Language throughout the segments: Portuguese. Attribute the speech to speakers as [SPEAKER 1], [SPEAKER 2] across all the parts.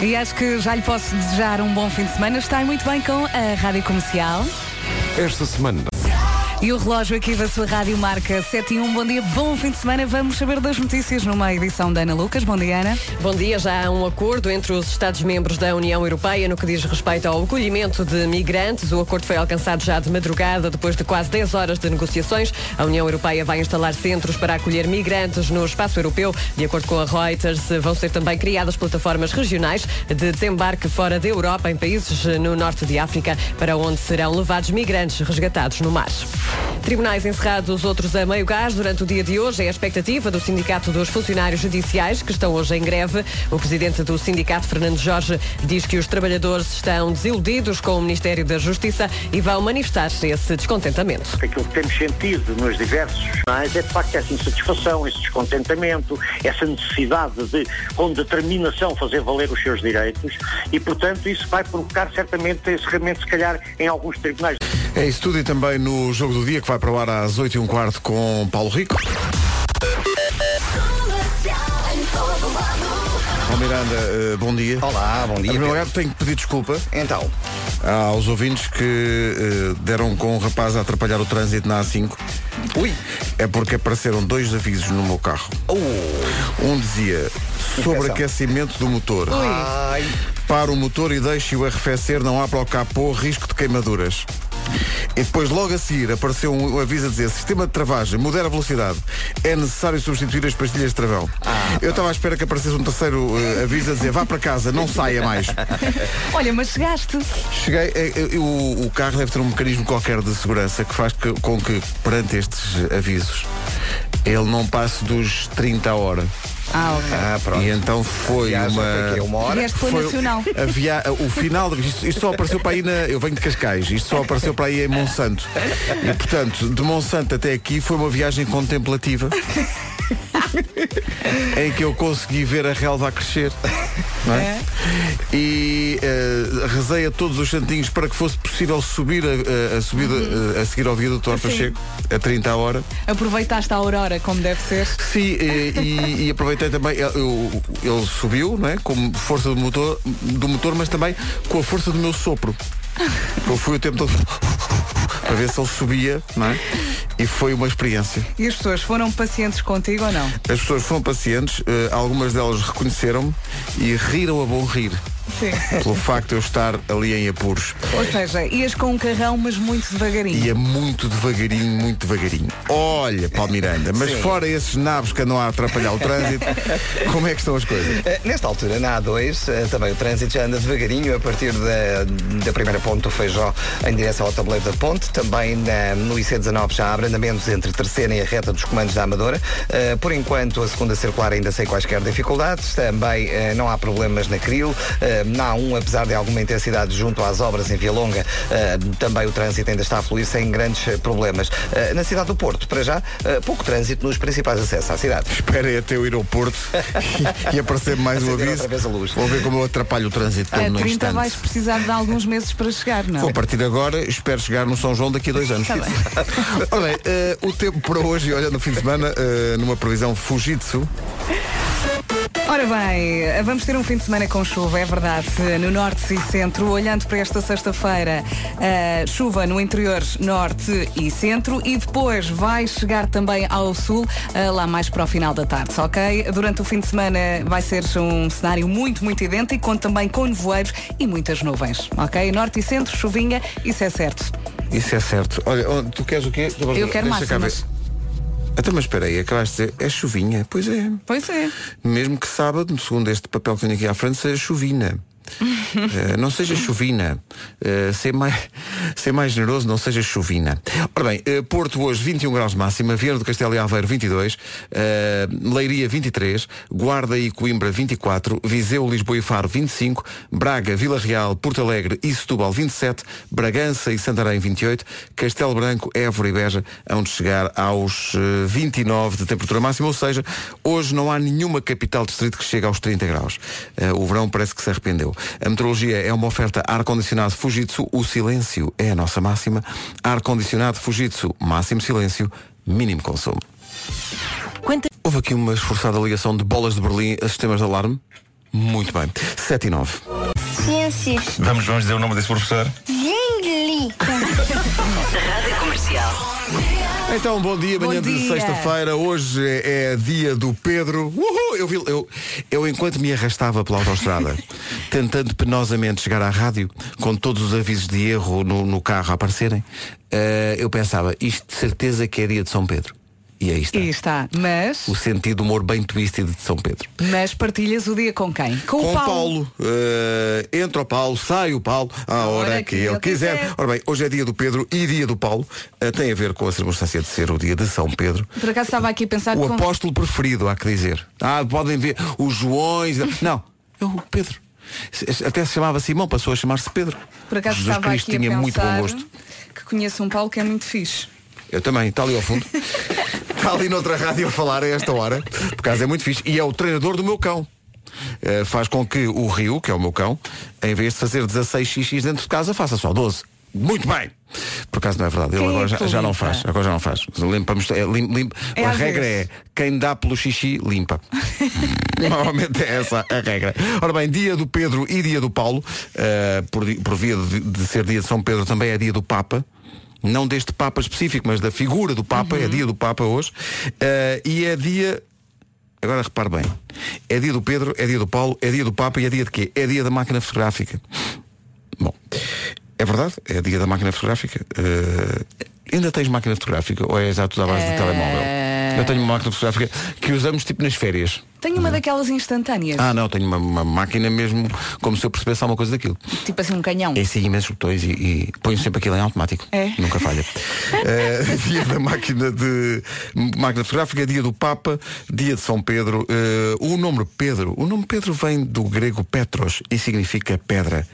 [SPEAKER 1] E acho que já lhe posso desejar um bom fim de semana. Está muito bem com a Rádio Comercial.
[SPEAKER 2] Esta semana.
[SPEAKER 1] E o relógio aqui da sua rádio marca 7 e 1. Bom dia, bom fim de semana. Vamos saber das notícias numa edição da Ana Lucas. Bom dia, Ana.
[SPEAKER 3] Bom dia, já há um acordo entre os Estados-membros da União Europeia no que diz respeito ao acolhimento de migrantes. O acordo foi alcançado já de madrugada, depois de quase 10 horas de negociações. A União Europeia vai instalar centros para acolher migrantes no espaço europeu. De acordo com a Reuters, vão ser também criadas plataformas regionais de desembarque fora da Europa, em países no norte de África, para onde serão levados migrantes resgatados no mar. Tribunais encerrados, outros a meio gás durante o dia de hoje. É a expectativa do Sindicato dos Funcionários Judiciais, que estão hoje em greve. O presidente do sindicato, Fernando Jorge, diz que os trabalhadores estão desiludidos com o Ministério da Justiça e vão manifestar-se esse descontentamento.
[SPEAKER 4] Aquilo que temos sentido nos diversos jornais é, de facto, essa insatisfação, esse descontentamento, essa necessidade de, com determinação, fazer valer os seus direitos e, portanto, isso vai provocar certamente encerramento, se calhar, em alguns tribunais.
[SPEAKER 2] É isso tudo e também no Jogo do Dia, que vai para o ar às 8 e um quarto com Paulo Rico. Paulo Miranda, eh, bom dia.
[SPEAKER 5] Olá, bom
[SPEAKER 2] Em primeiro
[SPEAKER 5] dia. Pedro.
[SPEAKER 2] lugar, tenho que pedir desculpa
[SPEAKER 5] Então,
[SPEAKER 2] aos ouvintes que eh, deram com o rapaz a atrapalhar o trânsito na A5.
[SPEAKER 5] ui,
[SPEAKER 2] É porque apareceram dois avisos no meu carro. Um dizia sobreaquecimento do motor.
[SPEAKER 5] ai,
[SPEAKER 2] Para o motor e deixe-o arrefecer, não há para o capô risco de queimaduras. E depois, logo a seguir, apareceu um aviso a dizer Sistema de travagem, modera a velocidade É necessário substituir as pastilhas de travão Eu estava à espera que aparecesse um terceiro eh, aviso a dizer Vá para casa, não saia é mais
[SPEAKER 1] Olha, mas chegaste.
[SPEAKER 2] Cheguei, eh, eh, o, o carro deve ter um mecanismo qualquer de segurança que faz que- com que, perante estes avisos, ele não passe dos 30 a hora.
[SPEAKER 1] Ah, ok.
[SPEAKER 5] Ah, pronto.
[SPEAKER 2] E então foi
[SPEAKER 5] viagem foi o
[SPEAKER 2] uma.
[SPEAKER 5] quê? é Uma hora?
[SPEAKER 1] Vieste para o
[SPEAKER 2] foi
[SPEAKER 1] Nacional.
[SPEAKER 2] a via- o final de- isto, isto só apareceu para aí na eu venho de Cascais isto só apareceu para aí em Monsanto e portanto de Monsanto até aqui foi uma viagem contemplativa em que eu consegui ver a relva a crescer não é? e eh, rezei a todos os santinhos para que fosse possível subir a, a- a subida eh, a seguir ao viaduto do Pacheco a 30 a hora
[SPEAKER 1] Aproveitaste a aurora como deve ser.
[SPEAKER 2] Sim, eh, e, e aproveitei também, eu- eu- ele subiu, não é? Com força do motor, do motor, mas também com a força do meu sopro. Eu fui o tempo todo para ver se ele subia, não é? E foi uma experiência.
[SPEAKER 1] E as pessoas foram pacientes contigo ou não?
[SPEAKER 2] As pessoas foram pacientes, eh, algumas delas reconheceram-me e riram a bom rir
[SPEAKER 1] Sim.
[SPEAKER 2] pelo facto de eu estar ali em apuros.
[SPEAKER 1] Ou seja, ias com um carrão, mas muito devagarinho.
[SPEAKER 2] E é muito devagarinho, muito devagarinho. Olha, Paulo Miranda, mas fora esses nabos que andam a atrapalhar o trânsito, como é que estão as coisas?
[SPEAKER 5] Eh, Nesta altura, na A2, eh, também o trânsito já anda devagarinho a partir da, da primeira ponte do Feijó em direção ao tabuleiro da ponte. Também na- no IC19 já há abrandamentos entre a terceira e a reta dos comandos da Amadora. Eh, por enquanto, a segunda circular ainda sem quaisquer dificuldades. Também eh, não há problemas na Cril. Eh, na A1, apesar de alguma intensidade junto às obras em Via Longa, eh, também o trânsito ainda está a fluir sem grandes eh, problemas. Eh, na cidade do Porto, para já, eh, pouco trânsito nos principais acessos à cidade.
[SPEAKER 2] Espera aí até eu ir ao Porto e aparecer mais um
[SPEAKER 5] Acender
[SPEAKER 2] aviso.
[SPEAKER 5] Assim outra vez a luz.
[SPEAKER 2] Vou ver como eu atrapalho o trânsito todo
[SPEAKER 1] A
[SPEAKER 2] num
[SPEAKER 1] 30
[SPEAKER 2] instante.
[SPEAKER 1] vais precisar de alguns meses para chegar, não? é?
[SPEAKER 2] Vou partir agora, espero chegar no São João daqui a dois anos.
[SPEAKER 1] Tá bem.
[SPEAKER 2] Ora bem, eh, o tempo para hoje, olha, no fim de semana, eh, numa previsão Fujitsu,
[SPEAKER 1] Ora bem, vamos ter um fim de semana com chuva, é verdade, no norte e centro. Olhando para esta sexta-feira, eh, chuva no interior norte e centro e depois vai chegar também ao sul, eh, lá mais para o final da tarde, ok? Durante o fim de semana vai ser um cenário muito, muito idêntico, com também com nevoeiros e muitas nuvens, ok? Norte e centro, chuvinha, isso é certo.
[SPEAKER 2] isso é certo. Olha, oh, tu queres o quê?
[SPEAKER 1] Eu quero
[SPEAKER 2] Deixa cá ver.
[SPEAKER 1] máximas.
[SPEAKER 2] Até mas espera aí, acabaste de dizer, é chuvinha. Pois é.
[SPEAKER 1] Pois é.
[SPEAKER 2] Mesmo que sábado, segundo este papel que tenho aqui à frente, seja chuvina. Eh, não seja chuvina. Eh, ser, mais, ser mais generoso, não seja chuvina. Ora bem, eh, Porto hoje 21 graus de máxima, Viana do Castelo e Aveiro 22, eh, Leiria 23, Guarda e Coimbra 24, Viseu, Lisboa e Faro 25, Braga, Vila Real, Porto Alegre e Setúbal 27, Bragança e Santarém 28, Castelo Branco, Évora e Beja, onde chegar aos eh, 29 de temperatura máxima, ou seja, hoje não há nenhuma capital distrito que chegue aos 30 graus. Eh, o verão parece que se arrependeu. A meteorologia é uma oferta ar-condicionado Fujitsu, o silêncio é a nossa máxima. Ar-condicionado Fujitsu, máximo silêncio, mínimo consumo. Houve aqui uma esforçada ligação de bolas de Berlim a sistemas de alarme. Muito bem. 7 e 9.
[SPEAKER 6] Ciências.
[SPEAKER 7] Vamos, vamos dizer o nome desse professor?
[SPEAKER 6] Zinglica.
[SPEAKER 8] Rádio Comercial.
[SPEAKER 2] Então, bom dia,
[SPEAKER 1] Bom
[SPEAKER 2] manhã de
[SPEAKER 1] dia.
[SPEAKER 2] sexta-feira. Hoje é dia do Pedro. Uhul! Eu, vi, eu, eu, enquanto me arrastava pela autostrada, tentando penosamente chegar à rádio, com todos os avisos de erro no, no carro a aparecerem, eh, eu pensava, isto de certeza que é dia de São Pedro. E aí está.
[SPEAKER 1] E está. Mas,
[SPEAKER 2] O sentido do humor bem twisted de São Pedro.
[SPEAKER 1] mas partilhas o dia com quem? Com,
[SPEAKER 2] com
[SPEAKER 1] o Paulo.
[SPEAKER 2] Eh, entra o Paulo, sai o Paulo, à hora, que, ele quiser. Ora bem, hoje é dia do Pedro e dia do Paulo. Eh, tem a ver com a circunstância de ser o dia de São Pedro.
[SPEAKER 1] Por acaso estava aqui a pensar
[SPEAKER 2] O
[SPEAKER 1] Tá com...
[SPEAKER 2] apóstolo preferido, há que dizer. Ah, podem ver os Joões. Não, é o Pedro. Se- Até se chamava Simão, passou a chamar-se Pedro.
[SPEAKER 1] Por acaso
[SPEAKER 2] Jesus
[SPEAKER 1] estava
[SPEAKER 2] Cristo
[SPEAKER 1] aqui a
[SPEAKER 2] tinha
[SPEAKER 1] pensar
[SPEAKER 2] muito bom gosto.
[SPEAKER 1] que conheço um Paulo que é muito fixe.
[SPEAKER 2] Eu também, está ali ao fundo. está ali noutra rádio a falar a esta hora. Por acaso é muito fixe. E é o treinador do meu cão. Eh, faz com que o Rio, que é o meu cão, em vez de fazer 16 xixis dentro de casa, faça só 12. Muito bem! Por acaso não é verdade, ele
[SPEAKER 1] Quem é
[SPEAKER 2] agora
[SPEAKER 1] que
[SPEAKER 2] já, já não
[SPEAKER 1] limpa?
[SPEAKER 2] faz. Agora já não faz. Limpamos, é, lim, lim-
[SPEAKER 1] É
[SPEAKER 2] a
[SPEAKER 1] às
[SPEAKER 2] regra
[SPEAKER 1] vezes.
[SPEAKER 2] é quem dá pelo xixi, limpa. Normalmente é essa a regra. Ora bem, dia do Pedro e dia do Paulo, eh, por, di- por via de, de ser dia de São Pedro, também é dia do Papa. Não deste Papa específico, mas da figura do Papa, é dia do Papa hoje. Eh, e é dia. Agora repare bem. É dia do Pedro, é dia do Paulo, é dia do Papa e é dia de quê? É dia da máquina fotográfica. Bom, é verdade, é dia da máquina fotográfica. Eh, ainda tens máquina fotográfica ou és à toda base
[SPEAKER 1] Eh,
[SPEAKER 2] de telemóvel? Eu tenho uma máquina fotográfica que usamos tipo nas férias.
[SPEAKER 1] Tenho uma daquelas instantâneas.
[SPEAKER 2] Ah, não, tenho uma, uma máquina mesmo, como se eu percebesse alguma coisa daquilo.
[SPEAKER 1] Tipo assim, um canhão.
[SPEAKER 2] É assim, imensos botões e, e ponho sempre aquilo em automático.
[SPEAKER 1] É.
[SPEAKER 2] Nunca falha. Eh, dia da máquina de máquina fotográfica, dia do Papa, dia de São Pedro. Eh, o nome Pedro, o nome Pedro vem do grego Petros e significa pedra.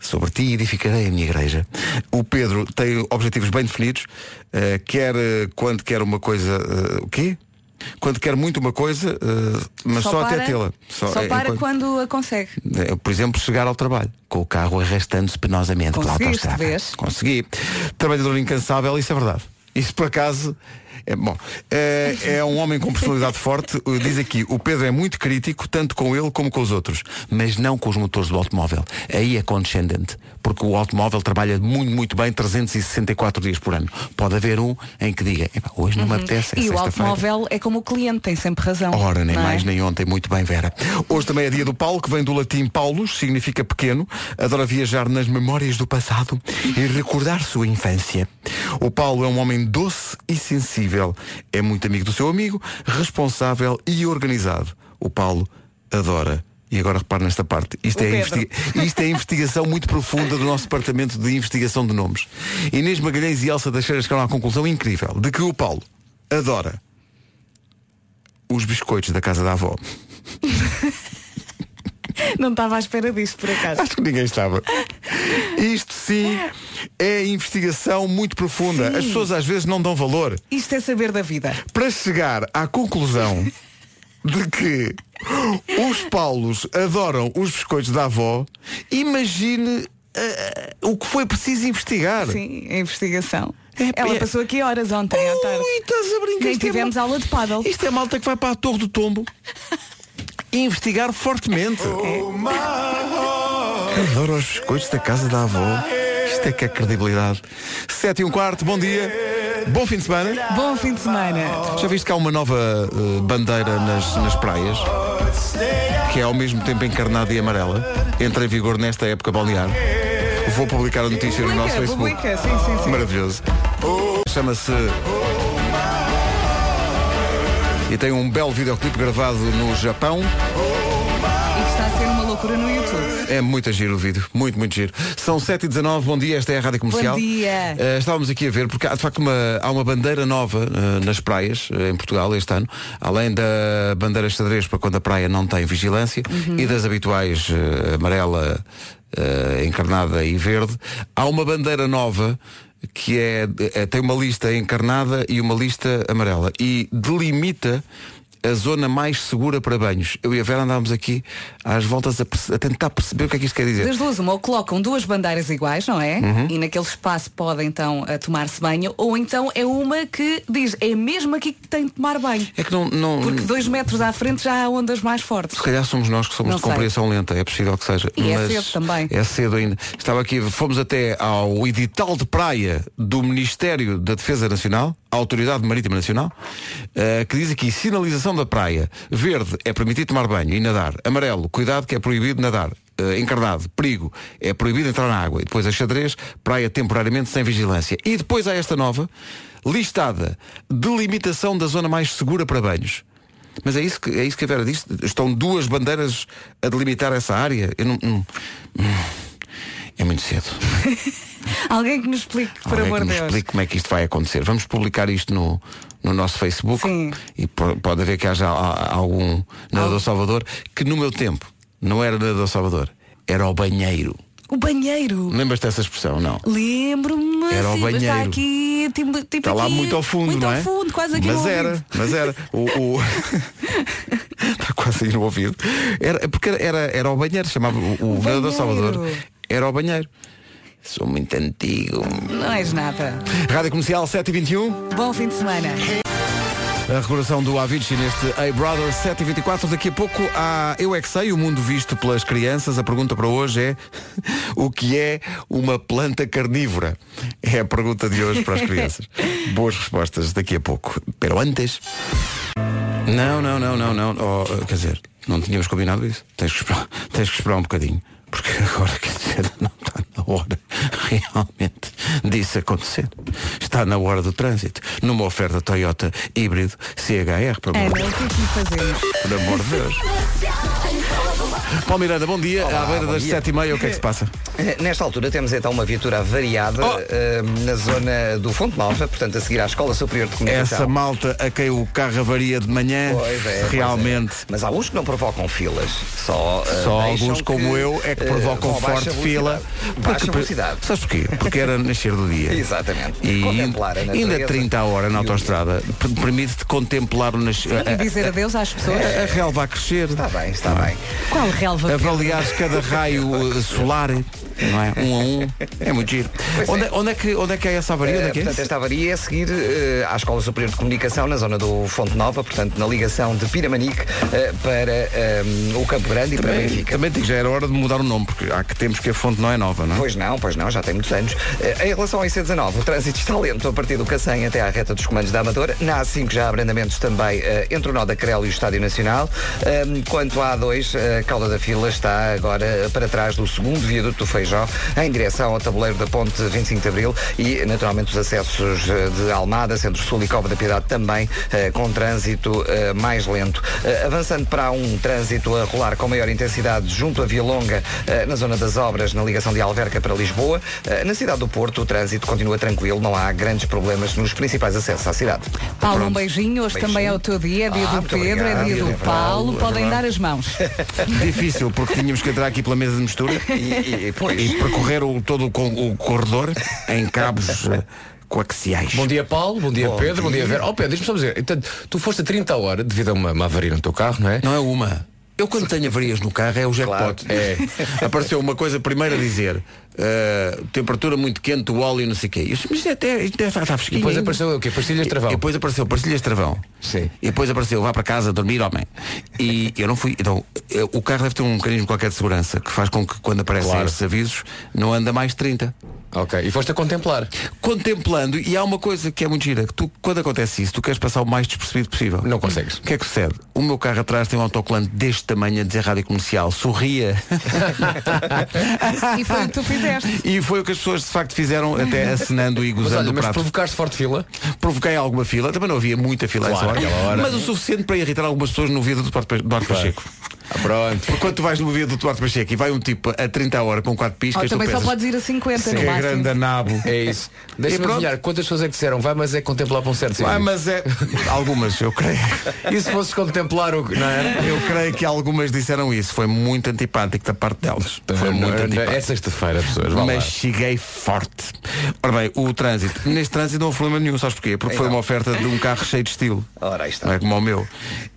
[SPEAKER 2] Sobre ti edificarei a minha igreja. O Pedro tem objetivos bem definidos, eh, quer eh, quando quer uma coisa. eh, o quê? Quando quer muito uma coisa, eh, mas só,
[SPEAKER 1] para,
[SPEAKER 2] até tê-la.
[SPEAKER 1] Só,
[SPEAKER 2] é,
[SPEAKER 1] para
[SPEAKER 2] enquanto-
[SPEAKER 1] quando a consegue.
[SPEAKER 2] eh, por exemplo, chegar ao trabalho, com o carro arrastando-se penosamente pela
[SPEAKER 1] Conseguiste,
[SPEAKER 2] autostrada.
[SPEAKER 1] vês?
[SPEAKER 2] Consegui. Trabalhador incansável, isso é verdade. Isso por acaso. É, bom, é, é um homem com personalidade forte. Eh, Diz aqui, o Pedro é muito crítico, tanto com ele como com os outros, mas não com os motores do automóvel. Aí é condescendente, porque o automóvel trabalha muito, muito bem 364 dias por ano. Pode haver um em que diga, "Epá, hoje não me apetece. é
[SPEAKER 1] Uhum. e o
[SPEAKER 2] sexta-feira."
[SPEAKER 1] automóvel é como o cliente, tem sempre razão.
[SPEAKER 2] Ora, nem
[SPEAKER 1] não é?
[SPEAKER 2] mais nem ontem, muito bem, Vera. Hoje também é dia do Paulo, que vem do latim Paulus, significa pequeno, adora viajar nas memórias do passado e recordar sua infância. O Paulo é um homem doce e sensível, é muito amigo do seu amigo, responsável e organizado. O Paulo adora. E agora repare nesta parte. Isto
[SPEAKER 1] O
[SPEAKER 2] é,
[SPEAKER 1] Pedro.
[SPEAKER 2] investi- isto é investigação muito profunda do nosso departamento de investigação de nomes. Inês Magalhães e Elsa Teixeira chegaram à conclusão incrível de que o Paulo adora os biscoitos da casa da avó.
[SPEAKER 1] Não estava à espera disso, por acaso.
[SPEAKER 2] Acho que ninguém estava. Isto sim é investigação muito profunda. As pessoas às vezes não dão valor
[SPEAKER 1] Isto é saber da vida.
[SPEAKER 2] para chegar à conclusão de que os Paulos adoram os biscoitos da avó. Imagine ah, ah, o que foi preciso investigar.
[SPEAKER 1] Sim, a investigação.
[SPEAKER 2] É,
[SPEAKER 1] Ela
[SPEAKER 2] é.
[SPEAKER 1] passou aqui horas ontem à tarde.
[SPEAKER 2] Ui, estás a brincar.
[SPEAKER 1] Nem
[SPEAKER 2] Isto é
[SPEAKER 1] tivemos
[SPEAKER 2] mal-
[SPEAKER 1] aula de paddle.
[SPEAKER 2] Isto é malta que vai para a Torre do Tombo e investigar fortemente. Adoro os biscoitos da casa da avó. Isto é que é credibilidade. 7 e um quarto, bom dia. Bom fim de semana.
[SPEAKER 1] Bom fim de semana.
[SPEAKER 2] Já viste que há uma nova eh, bandeira nas, nas praias? Que é ao mesmo tempo encarnada e amarela. Entra em vigor nesta época balnear. Vou publicar a notícia no nosso Facebook.
[SPEAKER 1] Publica, publica, sim, sim, sim.
[SPEAKER 2] Maravilhoso. Chama-se. E tem um belo videoclipe gravado no Japão.
[SPEAKER 1] E que está a ser uma loucura no YouTube.
[SPEAKER 2] É muito giro o vídeo, muito, muito giro. São 7h19, bom dia, esta é a Rádio Comercial.
[SPEAKER 1] Bom dia.
[SPEAKER 2] Eh, estávamos aqui a ver, porque há de facto uma, há uma bandeira nova eh, nas praias, eh, em Portugal, este ano, além da bandeira xadrez para quando a praia não tem vigilância
[SPEAKER 1] Uhum.
[SPEAKER 2] e das habituais eh, amarela, eh, encarnada e verde, há uma bandeira nova que é, eh, tem uma lista encarnada e uma lista amarela e delimita a zona mais segura para banhos. Eu e a Vera andávamos aqui às voltas a, perce- a tentar perceber o que é que isto quer dizer. Uhum.
[SPEAKER 1] Das duas, uma, ou colocam duas bandeiras iguais, não é? E naquele espaço podem então a tomar-se banho, ou então é uma que diz, é mesmo aqui que tem de tomar banho.
[SPEAKER 2] É que não, não
[SPEAKER 1] Porque dois metros à frente já há ondas mais fortes.
[SPEAKER 2] se calhar somos nós que somos
[SPEAKER 1] Não
[SPEAKER 2] de
[SPEAKER 1] sei.
[SPEAKER 2] compreensão lenta, é possível que seja.
[SPEAKER 1] E é
[SPEAKER 2] mas
[SPEAKER 1] cedo também.
[SPEAKER 2] É cedo ainda. Estava aqui, fomos até ao edital de praia do Ministério da Defesa Nacional, a Autoridade Marítima Nacional, eh, que diz aqui, sinalização da praia. Verde é permitido tomar banho e nadar. Amarelo, cuidado que é proibido nadar. Eh, encardado, perigo, é proibido entrar na água. E depois a xadrez, praia temporariamente sem vigilância. E depois há esta nova, listada, delimitação da zona mais segura para banhos. Mas é isso que, é isso que a Vera disse? Estão duas bandeiras a delimitar essa área? Eu não- não- é muito cedo.
[SPEAKER 1] Alguém que me explique, por
[SPEAKER 2] Alguém
[SPEAKER 1] amor
[SPEAKER 2] que
[SPEAKER 1] de
[SPEAKER 2] me
[SPEAKER 1] Deus.
[SPEAKER 2] explique como é que isto vai acontecer. Vamos publicar isto no, no nosso Facebook
[SPEAKER 1] Sim.
[SPEAKER 2] e po- pode haver que haja a- a- algum nadador Salvador que no meu tempo não era nadador Salvador, era o banheiro.
[SPEAKER 1] O banheiro.
[SPEAKER 2] Lembras-te dessa expressão? Não.
[SPEAKER 1] Lembro-me,
[SPEAKER 2] Era o
[SPEAKER 1] sim, mas está
[SPEAKER 2] banheiro.
[SPEAKER 1] aqui, tipo, tipo
[SPEAKER 2] Está lá
[SPEAKER 1] aqui,
[SPEAKER 2] muito ao fundo,
[SPEAKER 1] muito
[SPEAKER 2] não
[SPEAKER 1] ao
[SPEAKER 2] é?
[SPEAKER 1] fundo, quase aqui
[SPEAKER 2] mas
[SPEAKER 1] no
[SPEAKER 2] era,
[SPEAKER 1] ouvido.
[SPEAKER 2] mas era. O, o- Está quase aí no ouvido. Era, é porque era, era, era o banheiro, chamava o, o,
[SPEAKER 1] O
[SPEAKER 2] Venador
[SPEAKER 1] banheiro.
[SPEAKER 2] Salvador. Era o banheiro. Sou muito antigo.
[SPEAKER 1] Não és nada.
[SPEAKER 2] Rádio Comercial 721.
[SPEAKER 1] Bom fim de semana.
[SPEAKER 2] A recordação do Avicii neste A Brother 724. Daqui a pouco há Eu É Que Sei, o mundo visto pelas crianças. A pergunta para hoje é o que é uma planta carnívora? É a pergunta de hoje para as crianças. Boas respostas daqui a pouco. Pero antes... Não, não, não, não, não. Oh, quer dizer, não tínhamos combinado isso. Tens que esperar, tens que esperar um bocadinho. Porque agora quer dizer, não está na hora realmente disso acontecer. Está na hora do trânsito. Numa oferta Toyota híbrido CHR, para
[SPEAKER 1] Ana, o que é que me fazemos?
[SPEAKER 2] por amor de Deus. Paulo Miranda, bom dia. à beira
[SPEAKER 5] bom
[SPEAKER 2] das
[SPEAKER 5] dia.
[SPEAKER 2] sete e meia, o que é que se passa?
[SPEAKER 5] Eh, Nesta altura temos então uma viatura variada eh,
[SPEAKER 2] Oh!
[SPEAKER 5] na zona do Fonte Nova, portanto a seguir à Escola Superior de Comunicação.
[SPEAKER 2] Essa malta a quem o carro avaria de manhã,
[SPEAKER 5] Pois é, pois
[SPEAKER 2] realmente.
[SPEAKER 5] é. Mas há uns que não provocam filas. Só, eh,
[SPEAKER 2] Só
[SPEAKER 5] deixam
[SPEAKER 2] alguns
[SPEAKER 5] que,
[SPEAKER 2] como eu é que
[SPEAKER 5] eh,
[SPEAKER 2] provocam
[SPEAKER 5] com baixa
[SPEAKER 2] forte fila.
[SPEAKER 5] velocidade. Baixa velocidade.
[SPEAKER 2] Sabes porquê? Porque era nascer do dia.
[SPEAKER 5] Exatamente.
[SPEAKER 2] E
[SPEAKER 5] Contemplar a
[SPEAKER 2] ainda
[SPEAKER 5] natureza.
[SPEAKER 2] 30 a hora na autoestrada per- permite-te contemplar o nascer.
[SPEAKER 1] E
[SPEAKER 2] A,
[SPEAKER 1] dizer adeus às pessoas.
[SPEAKER 2] a- a relva a crescer.
[SPEAKER 5] Está bem, está bem.
[SPEAKER 1] Qual
[SPEAKER 5] é?
[SPEAKER 1] relva?
[SPEAKER 2] Avaliares cada raio eh, solar, não é? Um a um. É muito giro. Onde, onde é que, onde é que é essa avaria?
[SPEAKER 5] Eh,
[SPEAKER 2] Onde é que é?
[SPEAKER 5] portanto, esta avaria é a seguir eh, à Escola Superior de Comunicação, na zona do Fonte Nova, portanto, na ligação de Piramanique eh, para eh, o Campo Grande e para
[SPEAKER 2] Também,
[SPEAKER 5] Benfica.
[SPEAKER 2] também digo, já era hora de mudar o nome, porque há que temos que a fonte não é nova, não é?
[SPEAKER 5] Pois não, pois não, já tem muitos anos. Eh, Em relação ao IC19, o trânsito está lento a partir do Cacém até à reta dos comandos da Amadora. Na A5 já há abrandamentos também eh, entre o Nó da Crel e o Estádio Nacional. Ehm, Quanto à A2, a cauda da fila está agora eh, para trás do segundo viaduto do Feijó, em direção ao tabuleiro da Ponte 25 de Abril e, naturalmente, os acessos eh, de Almada, Centro-Sul e Cova da Piedade também eh, com trânsito eh, mais lento. Eh, Avançando para um trânsito a rolar com maior intensidade junto a Via Longa, eh, na zona das obras, na ligação de Alverca para Lisboa. Eh, Na cidade do Porto, o trânsito continua tranquilo, não há grandes problemas nos principais acessos à cidade.
[SPEAKER 1] Paulo, um beijinho. Hoje também é o teu dia, é dia
[SPEAKER 5] Ah,
[SPEAKER 1] do
[SPEAKER 5] muito
[SPEAKER 1] Pedro, é
[SPEAKER 5] obrigado.
[SPEAKER 1] dia
[SPEAKER 5] Dia
[SPEAKER 1] do
[SPEAKER 5] do
[SPEAKER 1] Paulo.
[SPEAKER 2] Paulo,
[SPEAKER 1] Podem
[SPEAKER 2] é
[SPEAKER 1] dar as mãos.
[SPEAKER 2] Difícil, porque tínhamos que entrar aqui pela mesa de mistura.
[SPEAKER 5] E, e- e, pois.
[SPEAKER 2] e percorrer o, todo o, con- o corredor em cabos eh, coaxiais.
[SPEAKER 7] Bom dia, Paulo. Bom dia, Pedro. Bom dia, Vera. Oh, Pedro, deixa-me só dizer. Então, tu foste a 30 horas devido a uma, uma avaria no teu carro, não é?
[SPEAKER 2] Não é uma. Eu quando tenho avarias no carro é o jackpot. É. Apareceu uma coisa primeiro a dizer. eh, temperatura muito quente, o óleo não sei o quê. Eu disse, mas isto até, isto até está fresquinho.
[SPEAKER 7] Depois
[SPEAKER 2] ainda.
[SPEAKER 7] apareceu o quê? Pastilhas de travão.
[SPEAKER 2] E depois apareceu pastilhas de travão.
[SPEAKER 7] Sim.
[SPEAKER 2] E depois apareceu, vá para casa dormir, homem. E eu não fui. Então, eh, o carro deve ter um mecanismo qualquer de segurança que faz com que quando aparecem
[SPEAKER 7] Claro.
[SPEAKER 2] estes avisos não anda mais 30.
[SPEAKER 7] Ok. E foste a contemplar.
[SPEAKER 2] contemplando, e há uma coisa que é muito gira, que tu, quando acontece isso, tu queres passar o mais despercebido possível.
[SPEAKER 7] Não consegues.
[SPEAKER 2] O que é que sucede? O meu carro atrás tem um autocolante deste tamanho a dizer rádio comercial, sorria.
[SPEAKER 1] E foi o que tu fizeste.
[SPEAKER 2] e foi o que as pessoas de facto fizeram, até acenando e
[SPEAKER 7] Mas
[SPEAKER 2] gozando
[SPEAKER 7] olha,
[SPEAKER 2] o
[SPEAKER 7] mas
[SPEAKER 2] prato.
[SPEAKER 7] provocaste forte fila.
[SPEAKER 2] Provoquei alguma fila, também não é? havia muita fila a essa
[SPEAKER 7] Claro,
[SPEAKER 2] hora,
[SPEAKER 7] aquela hora.
[SPEAKER 2] mas o suficiente para irritar algumas pessoas no vidro do Duarte Pacheco.
[SPEAKER 7] Ah, pronto.
[SPEAKER 2] Porque quando tu vais numa via do Duarte Pacheco e vai um tipo a 30 a hora com 4 piscas,
[SPEAKER 1] Ou
[SPEAKER 2] tu
[SPEAKER 1] Oh, também
[SPEAKER 2] pensas,
[SPEAKER 1] só podes ir a 50 no
[SPEAKER 2] que
[SPEAKER 1] máximo.
[SPEAKER 2] grande nabo.
[SPEAKER 7] É isso. Deixa-me
[SPEAKER 2] pronto.
[SPEAKER 7] adivinhar, quantas pessoas é que disseram vai, mas é contemplar para um certo sítio?
[SPEAKER 2] Ah, mas é. Algumas, eu creio.
[SPEAKER 7] E se fosses contemplar o. Não é? era?
[SPEAKER 2] Eu creio que algumas disseram isso. Foi muito antipático da parte delas. Foi muito antipático.
[SPEAKER 7] É sexta-feira, pessoas. vá lá.
[SPEAKER 2] Mas cheguei forte. Ora bem, o trânsito. Neste trânsito não houve problema nenhum, sabes porquê? Porque
[SPEAKER 7] Então.
[SPEAKER 2] foi uma oferta de um carro cheio de estilo.
[SPEAKER 5] Ora, aí está.
[SPEAKER 2] Não é como o meu.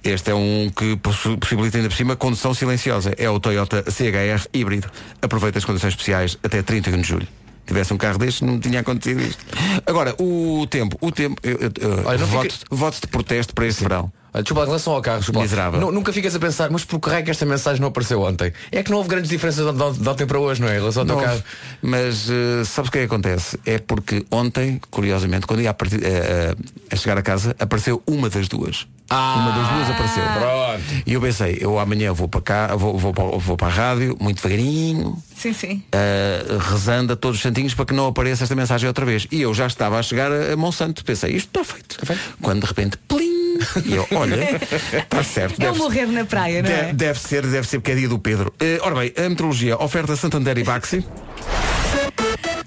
[SPEAKER 2] Este é um que possu- possibilita ainda por cima condução silenciosa. É o Toyota CHR híbrido. Aproveita as condições especiais até 31 de julho. Tivesse um carro deste, não tinha acontecido isto. Agora, o tempo, o tempo, eu, eu- eu-
[SPEAKER 7] Olha, não
[SPEAKER 2] voto,
[SPEAKER 7] fica-
[SPEAKER 2] votos de protesto para este verão.
[SPEAKER 7] Olha, Ah, desculpa, lá, em relação ao carro, desculpa lá.
[SPEAKER 2] Miserável.
[SPEAKER 7] Nu- nunca ficas a pensar, mas por que raio que esta mensagem não apareceu ontem? É que não houve grandes diferenças de, de- de ontem para hoje, não é? Em relação ao teu
[SPEAKER 2] Não,
[SPEAKER 7] carro.
[SPEAKER 2] Mas eh, sabes o que é que acontece? É porque ontem, curiosamente, quando ia a, partir- eh, eh, a chegar a casa, apareceu uma das duas.
[SPEAKER 7] Ah,
[SPEAKER 2] uma das duas apareceu.
[SPEAKER 7] pronto.
[SPEAKER 2] E eu pensei, eu amanhã vou para cá, vou, vou, para, vou para a rádio, muito devagarinho,
[SPEAKER 1] Sim, sim.
[SPEAKER 2] eh, rezando a todos os santinhos para que não apareça esta mensagem outra vez. E eu já estava a chegar a, a Monsanto. Pensei, isto está feito. Quando de repente, plim! E eu, olha, está certo.
[SPEAKER 1] É o
[SPEAKER 2] deve ser-
[SPEAKER 1] morrer na praia, não
[SPEAKER 2] de-
[SPEAKER 1] é?
[SPEAKER 2] Deve ser, deve ser, porque é dia do Pedro. Eh, ora bem, a metrologia oferta Santander e Baxi.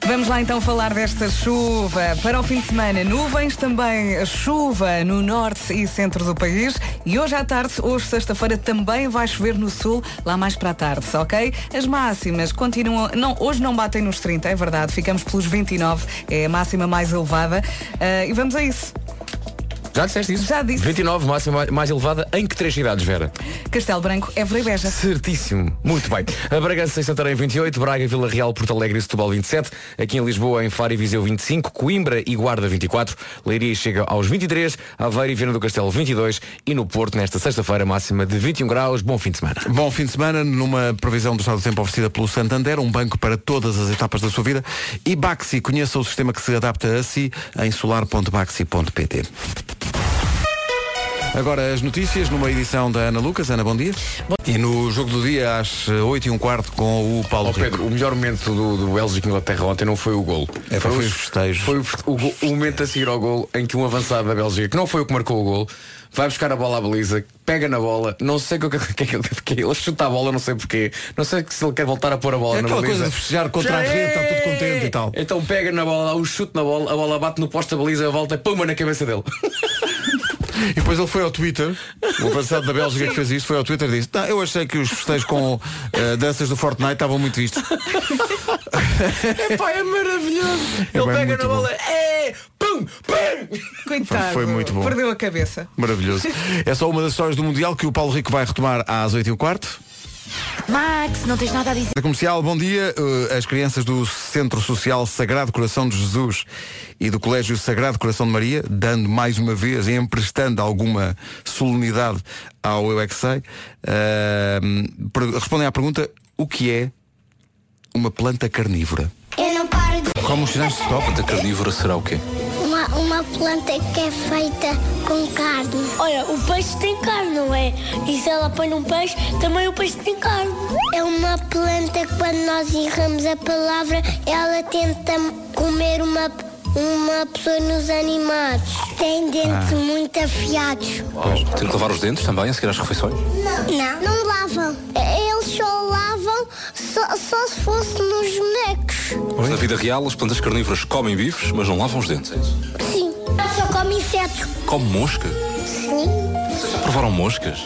[SPEAKER 1] Vamos lá então falar desta chuva. Para o fim de semana, nuvens, também chuva no norte e centro do país. E hoje à tarde, hoje sexta-feira, também vai chover no sul, lá mais para a tarde, ok? As máximas continuam. Não, hoje não batem nos 30, é verdade. Ficamos pelos 29, é a máxima mais elevada. Ah, e vamos a isso.
[SPEAKER 7] Já disseste isso?
[SPEAKER 1] Já disse.
[SPEAKER 7] 29, máxima mais- mais elevada, em que três cidades, Vera?
[SPEAKER 1] Castelo Branco, Évora e Beja.
[SPEAKER 7] Certíssimo. Muito bem. A Bragança e Santarém 28, Braga, Vila Real, Porto Alegre e Setúbal 27, aqui em Lisboa, em Faro e Viseu 25, Coimbra e Guarda 24, Leiria chega aos 23, Aveiro e Viana do Castelo 22 e no Porto, nesta sexta-feira, máxima de 21 graus. Bom fim de semana.
[SPEAKER 2] Bom fim de semana, numa previsão do estado do tempo oferecida pelo Santander, um banco para todas as etapas da sua vida. E Baxi, conheça o sistema que se adapta a si em solar.baxi.pt. Agora as notícias numa edição da Ana Lucas. Ana, bom dia. E no jogo do dia às 8 e um quarto com o Paulo
[SPEAKER 7] Ó
[SPEAKER 2] Rico.
[SPEAKER 7] Pedro, o melhor momento do, do Bélgica e Inglaterra ontem não foi o gol.
[SPEAKER 2] É, foi os festejos.
[SPEAKER 7] Foi o, feste- o gol- o momento a seguir ao gol em que um avançado da Bélgica, que não foi o que marcou o gol, vai buscar a bola à baliza, pega na bola, não sei o que, que, é que, que, que- ele chuta a bola, não sei porquê, não sei se ele quer voltar a pôr a bola
[SPEAKER 2] É
[SPEAKER 7] na
[SPEAKER 2] aquela
[SPEAKER 7] baliza.
[SPEAKER 2] coisa de festejar contra a
[SPEAKER 7] Já
[SPEAKER 2] rede,
[SPEAKER 7] é!
[SPEAKER 2] está tudo contente e tal.
[SPEAKER 7] Então pega na bola, dá um chute na bola, a bola bate no poste da baliza, volta e puma na cabeça dele.
[SPEAKER 2] E depois ele foi ao Twitter, o avançado da Bélgica que fez isto, foi ao Twitter e disse, "Tá, eu achei que os festejos com eh, danças do Fortnite estavam muito vistos.
[SPEAKER 7] Epá, é maravilhoso.
[SPEAKER 2] É
[SPEAKER 7] ele
[SPEAKER 2] bem,
[SPEAKER 7] pega
[SPEAKER 2] muito
[SPEAKER 7] na
[SPEAKER 2] bom.
[SPEAKER 7] bola, é, pum, pum.
[SPEAKER 1] Coitado.
[SPEAKER 2] Foi muito bom.
[SPEAKER 1] Perdeu a cabeça.
[SPEAKER 2] Maravilhoso. É só uma das histórias do Mundial que o Paulo Rico vai retomar às 8 e um quarto.
[SPEAKER 9] Max, não tens nada a dizer.
[SPEAKER 2] Da comercial, bom dia. Uh, as crianças do Centro Social Sagrado Coração de Jesus e do Colégio Sagrado Coração de Maria, dando mais uma vez e emprestando alguma solenidade ao Eu é que Sei, uh, per- respondem à pergunta: o que é uma planta carnívora?
[SPEAKER 6] Eu não paro de.
[SPEAKER 2] Como os sinais de stop?
[SPEAKER 10] carnívora será o quê?
[SPEAKER 6] Uma, uma planta que é feita com carne. Olha, o peixe tem carne, não é? E se ela põe num peixe, também o peixe tem carne. É uma planta que quando nós erramos a palavra, ela tenta comer uma, uma pessoa nos animados. Tem dentes muito afiados.
[SPEAKER 10] Tem que lavar os dentes também, a seguir às refeições?
[SPEAKER 6] Não. Não lavam. Eles só lavam só, só se fosse nos bonecos.
[SPEAKER 10] Mas na vida real, as plantas carnívoras comem bifes, mas não lavam os dentes, é isso?
[SPEAKER 6] Sim. Só come insetos.
[SPEAKER 10] Come mosca?
[SPEAKER 6] Sim.
[SPEAKER 10] Vocês já provaram moscas?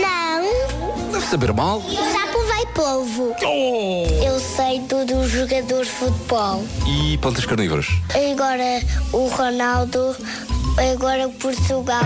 [SPEAKER 6] Não.
[SPEAKER 10] Deve saber mal.
[SPEAKER 6] Sapo vai polvo.
[SPEAKER 2] Oh!
[SPEAKER 6] Eu sei do dos jogadores de futebol.
[SPEAKER 10] E plantas carnívoras?
[SPEAKER 6] Agora o Ronaldo, agora o Portugal.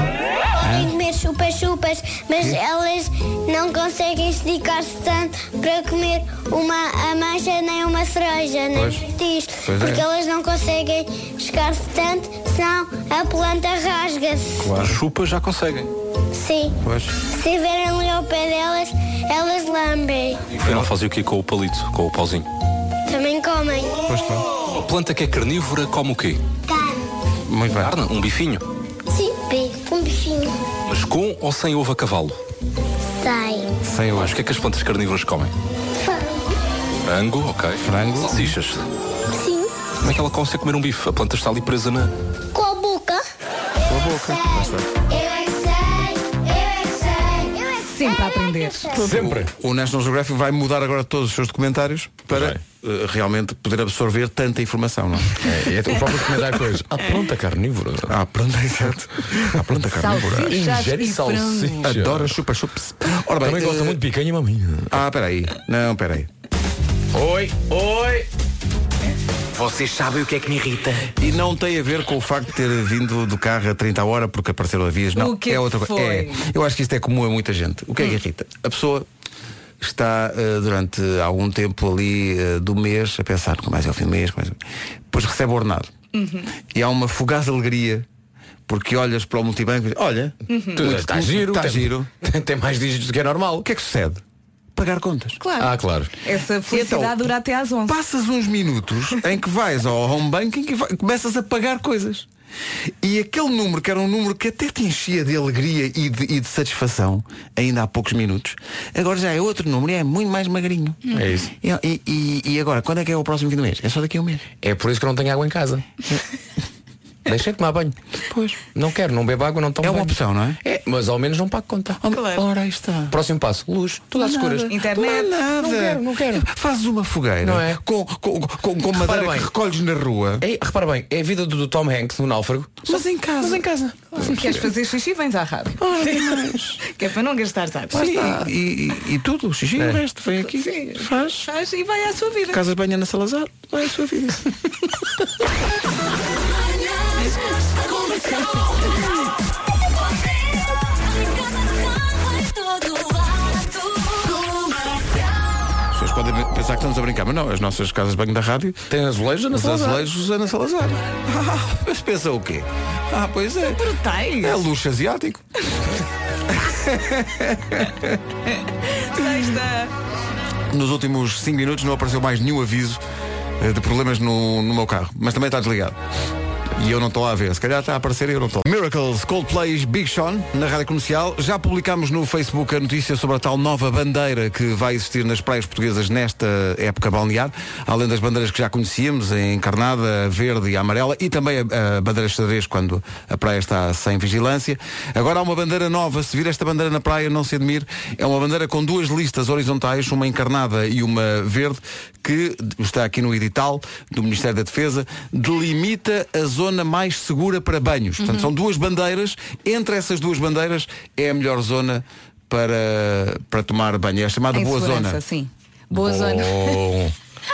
[SPEAKER 6] Podem comer chupas-chupas, mas elas não conseguem esticar-se tanto para comer uma ameixa nem uma cereja, nem petis,
[SPEAKER 2] Pois é.
[SPEAKER 6] porque elas não conseguem chegar-se tanto, senão a planta rasga-se.
[SPEAKER 10] As chupas já conseguem.
[SPEAKER 6] Sim.
[SPEAKER 2] Pois.
[SPEAKER 6] Se verem ali ao pé delas, elas lambem.
[SPEAKER 10] E no final fazem o quê com o palito, com o pauzinho?
[SPEAKER 6] Também comem.
[SPEAKER 10] Uma planta que é carnívora come o quê?
[SPEAKER 6] Carne.
[SPEAKER 2] Muito bem.
[SPEAKER 10] Carne? Um bifinho?
[SPEAKER 6] Sim, um bichinho.
[SPEAKER 10] Mas com ou sem ovo a cavalo?
[SPEAKER 6] Sai.
[SPEAKER 2] Sem
[SPEAKER 10] Mas o
[SPEAKER 2] hoje.
[SPEAKER 10] que é que as plantas carnívoras comem? Frango, ok.
[SPEAKER 2] Frango.
[SPEAKER 10] Salsichas.
[SPEAKER 6] Sim.
[SPEAKER 10] Como é que ela consegue comer um bife? A planta está ali presa na...
[SPEAKER 6] Com a boca. Com a boca. Eu é que é sei, eu é que sei, eu é que sei.
[SPEAKER 1] Sempre a aprender. aprender.
[SPEAKER 7] Sempre.
[SPEAKER 2] O National Geographic vai mudar agora todos os seus documentários para eh, realmente poder absorver tanta informação, não
[SPEAKER 7] É, é o próprio comentário coisas. A planta carnívora.
[SPEAKER 2] Ah, pronto, exato. Ah, pronto, a carnívora.
[SPEAKER 1] Salsichas
[SPEAKER 7] Ingere
[SPEAKER 1] e frango.
[SPEAKER 7] salsicha.
[SPEAKER 2] Adora chupa-chups. Ora bem,
[SPEAKER 7] Também gosta
[SPEAKER 2] eh,
[SPEAKER 7] muito de picanha e maminha.
[SPEAKER 2] Ah, peraí. Não, peraí.
[SPEAKER 7] Oi, oi.
[SPEAKER 11] Vocês sabem o que é que me irrita?
[SPEAKER 2] E não tem a ver com o facto de ter vindo do carro a 30 a hora porque apareceram avias. Não,
[SPEAKER 1] O que
[SPEAKER 2] é outra coisa.
[SPEAKER 1] foi? Hum.
[SPEAKER 2] É, eu acho que isto é comum a muita gente. O que é que irrita? A pessoa está eh, durante algum tempo ali eh, do mês a pensar como mais é o fim do mês, como é... depois recebe o ordenado.
[SPEAKER 12] Uhum.
[SPEAKER 2] E há uma fugaz alegria porque olhas para o multibanco e dizes, olha,
[SPEAKER 7] Está tá giro.
[SPEAKER 2] está
[SPEAKER 7] tem-
[SPEAKER 2] giro.
[SPEAKER 7] Tem mais dígitos do que é normal.
[SPEAKER 2] O que é que sucede? Pagar contas.
[SPEAKER 1] Claro.
[SPEAKER 7] Ah, claro.
[SPEAKER 1] Essa felicidade
[SPEAKER 2] Então,
[SPEAKER 1] dura até às 11.
[SPEAKER 2] Passas uns minutos em que vais ao home banking e vai- começas a pagar coisas. E aquele número, que era um número que até te enchia de alegria e de, e de satisfação, ainda há poucos minutos, agora já é outro número e é muito mais magrinho.
[SPEAKER 7] É isso.
[SPEAKER 2] E, e- e agora, quando é que é o próximo fim do mês? É só daqui a um mês.
[SPEAKER 7] É por isso que eu não tenho água em casa. Deixei de tomar banho. Pois. Não quero, não bebo água, não tomo
[SPEAKER 2] É uma
[SPEAKER 7] banho.
[SPEAKER 2] opção, não é?
[SPEAKER 7] É, mas ao menos não pago conta.
[SPEAKER 2] Ora, aí está.
[SPEAKER 7] Próximo passo, luz, tudo às escuras.
[SPEAKER 1] Internet.
[SPEAKER 2] Não é nada.
[SPEAKER 7] Não quero, não quero.
[SPEAKER 2] Fazes uma fogueira
[SPEAKER 7] Não é?
[SPEAKER 2] com, com, com, com madeira
[SPEAKER 7] bem.
[SPEAKER 2] que recolhes na rua.
[SPEAKER 7] Ei, repara bem, é a vida do, do Tom Hanks no náufrago.
[SPEAKER 2] Mas em casa. Ah,
[SPEAKER 7] Mas em casa.
[SPEAKER 1] Queres fazer xixi, vens à rádio. que é para não gastar água.
[SPEAKER 2] Sim, e, e- e tudo, o xixi
[SPEAKER 7] É.
[SPEAKER 2] e o resto, vem aqui, faz. é
[SPEAKER 1] Faz e vai à sua vida.
[SPEAKER 2] Casas Banha na Salazar, vai a sua vida. As pessoas podem pensar que estamos a brincar, mas não, as nossas casas de banho da rádio,
[SPEAKER 7] Tem azulejo na
[SPEAKER 2] os azulejos Ana Salazar. Ah, mas pensa o quê? Ah, pois é.
[SPEAKER 1] Brutais.
[SPEAKER 2] É luxo asiático.
[SPEAKER 1] Sexta.
[SPEAKER 2] Nos últimos 5 minutos não apareceu mais nenhum aviso eh, de problemas no, no meu carro, mas também está desligado. E eu não estou lá a ver, se calhar está a aparecer e eu não estou. Miracles, Coldplays, Big Sean, na rádio comercial. Já publicámos no Facebook a notícia sobre a tal nova bandeira que vai existir nas praias portuguesas nesta época balnear. Além das bandeiras que já conhecíamos, a encarnada, a verde e a amarela, e também a, a bandeira xadrez quando a praia está sem vigilância. Agora há uma bandeira nova. Se vir esta bandeira na praia, não se admire. É uma bandeira com duas listas horizontais, uma encarnada e uma verde, que está aqui no edital do Ministério da Defesa, delimita a zona mais segura para banhos. Portanto, são duas bandeiras. Entre essas duas bandeiras é a melhor zona para, para tomar banho. É chamada
[SPEAKER 1] Em
[SPEAKER 2] Boa
[SPEAKER 1] segurança,
[SPEAKER 2] Zona. Oh.
[SPEAKER 1] sim. Boa zona.
[SPEAKER 7] Bom.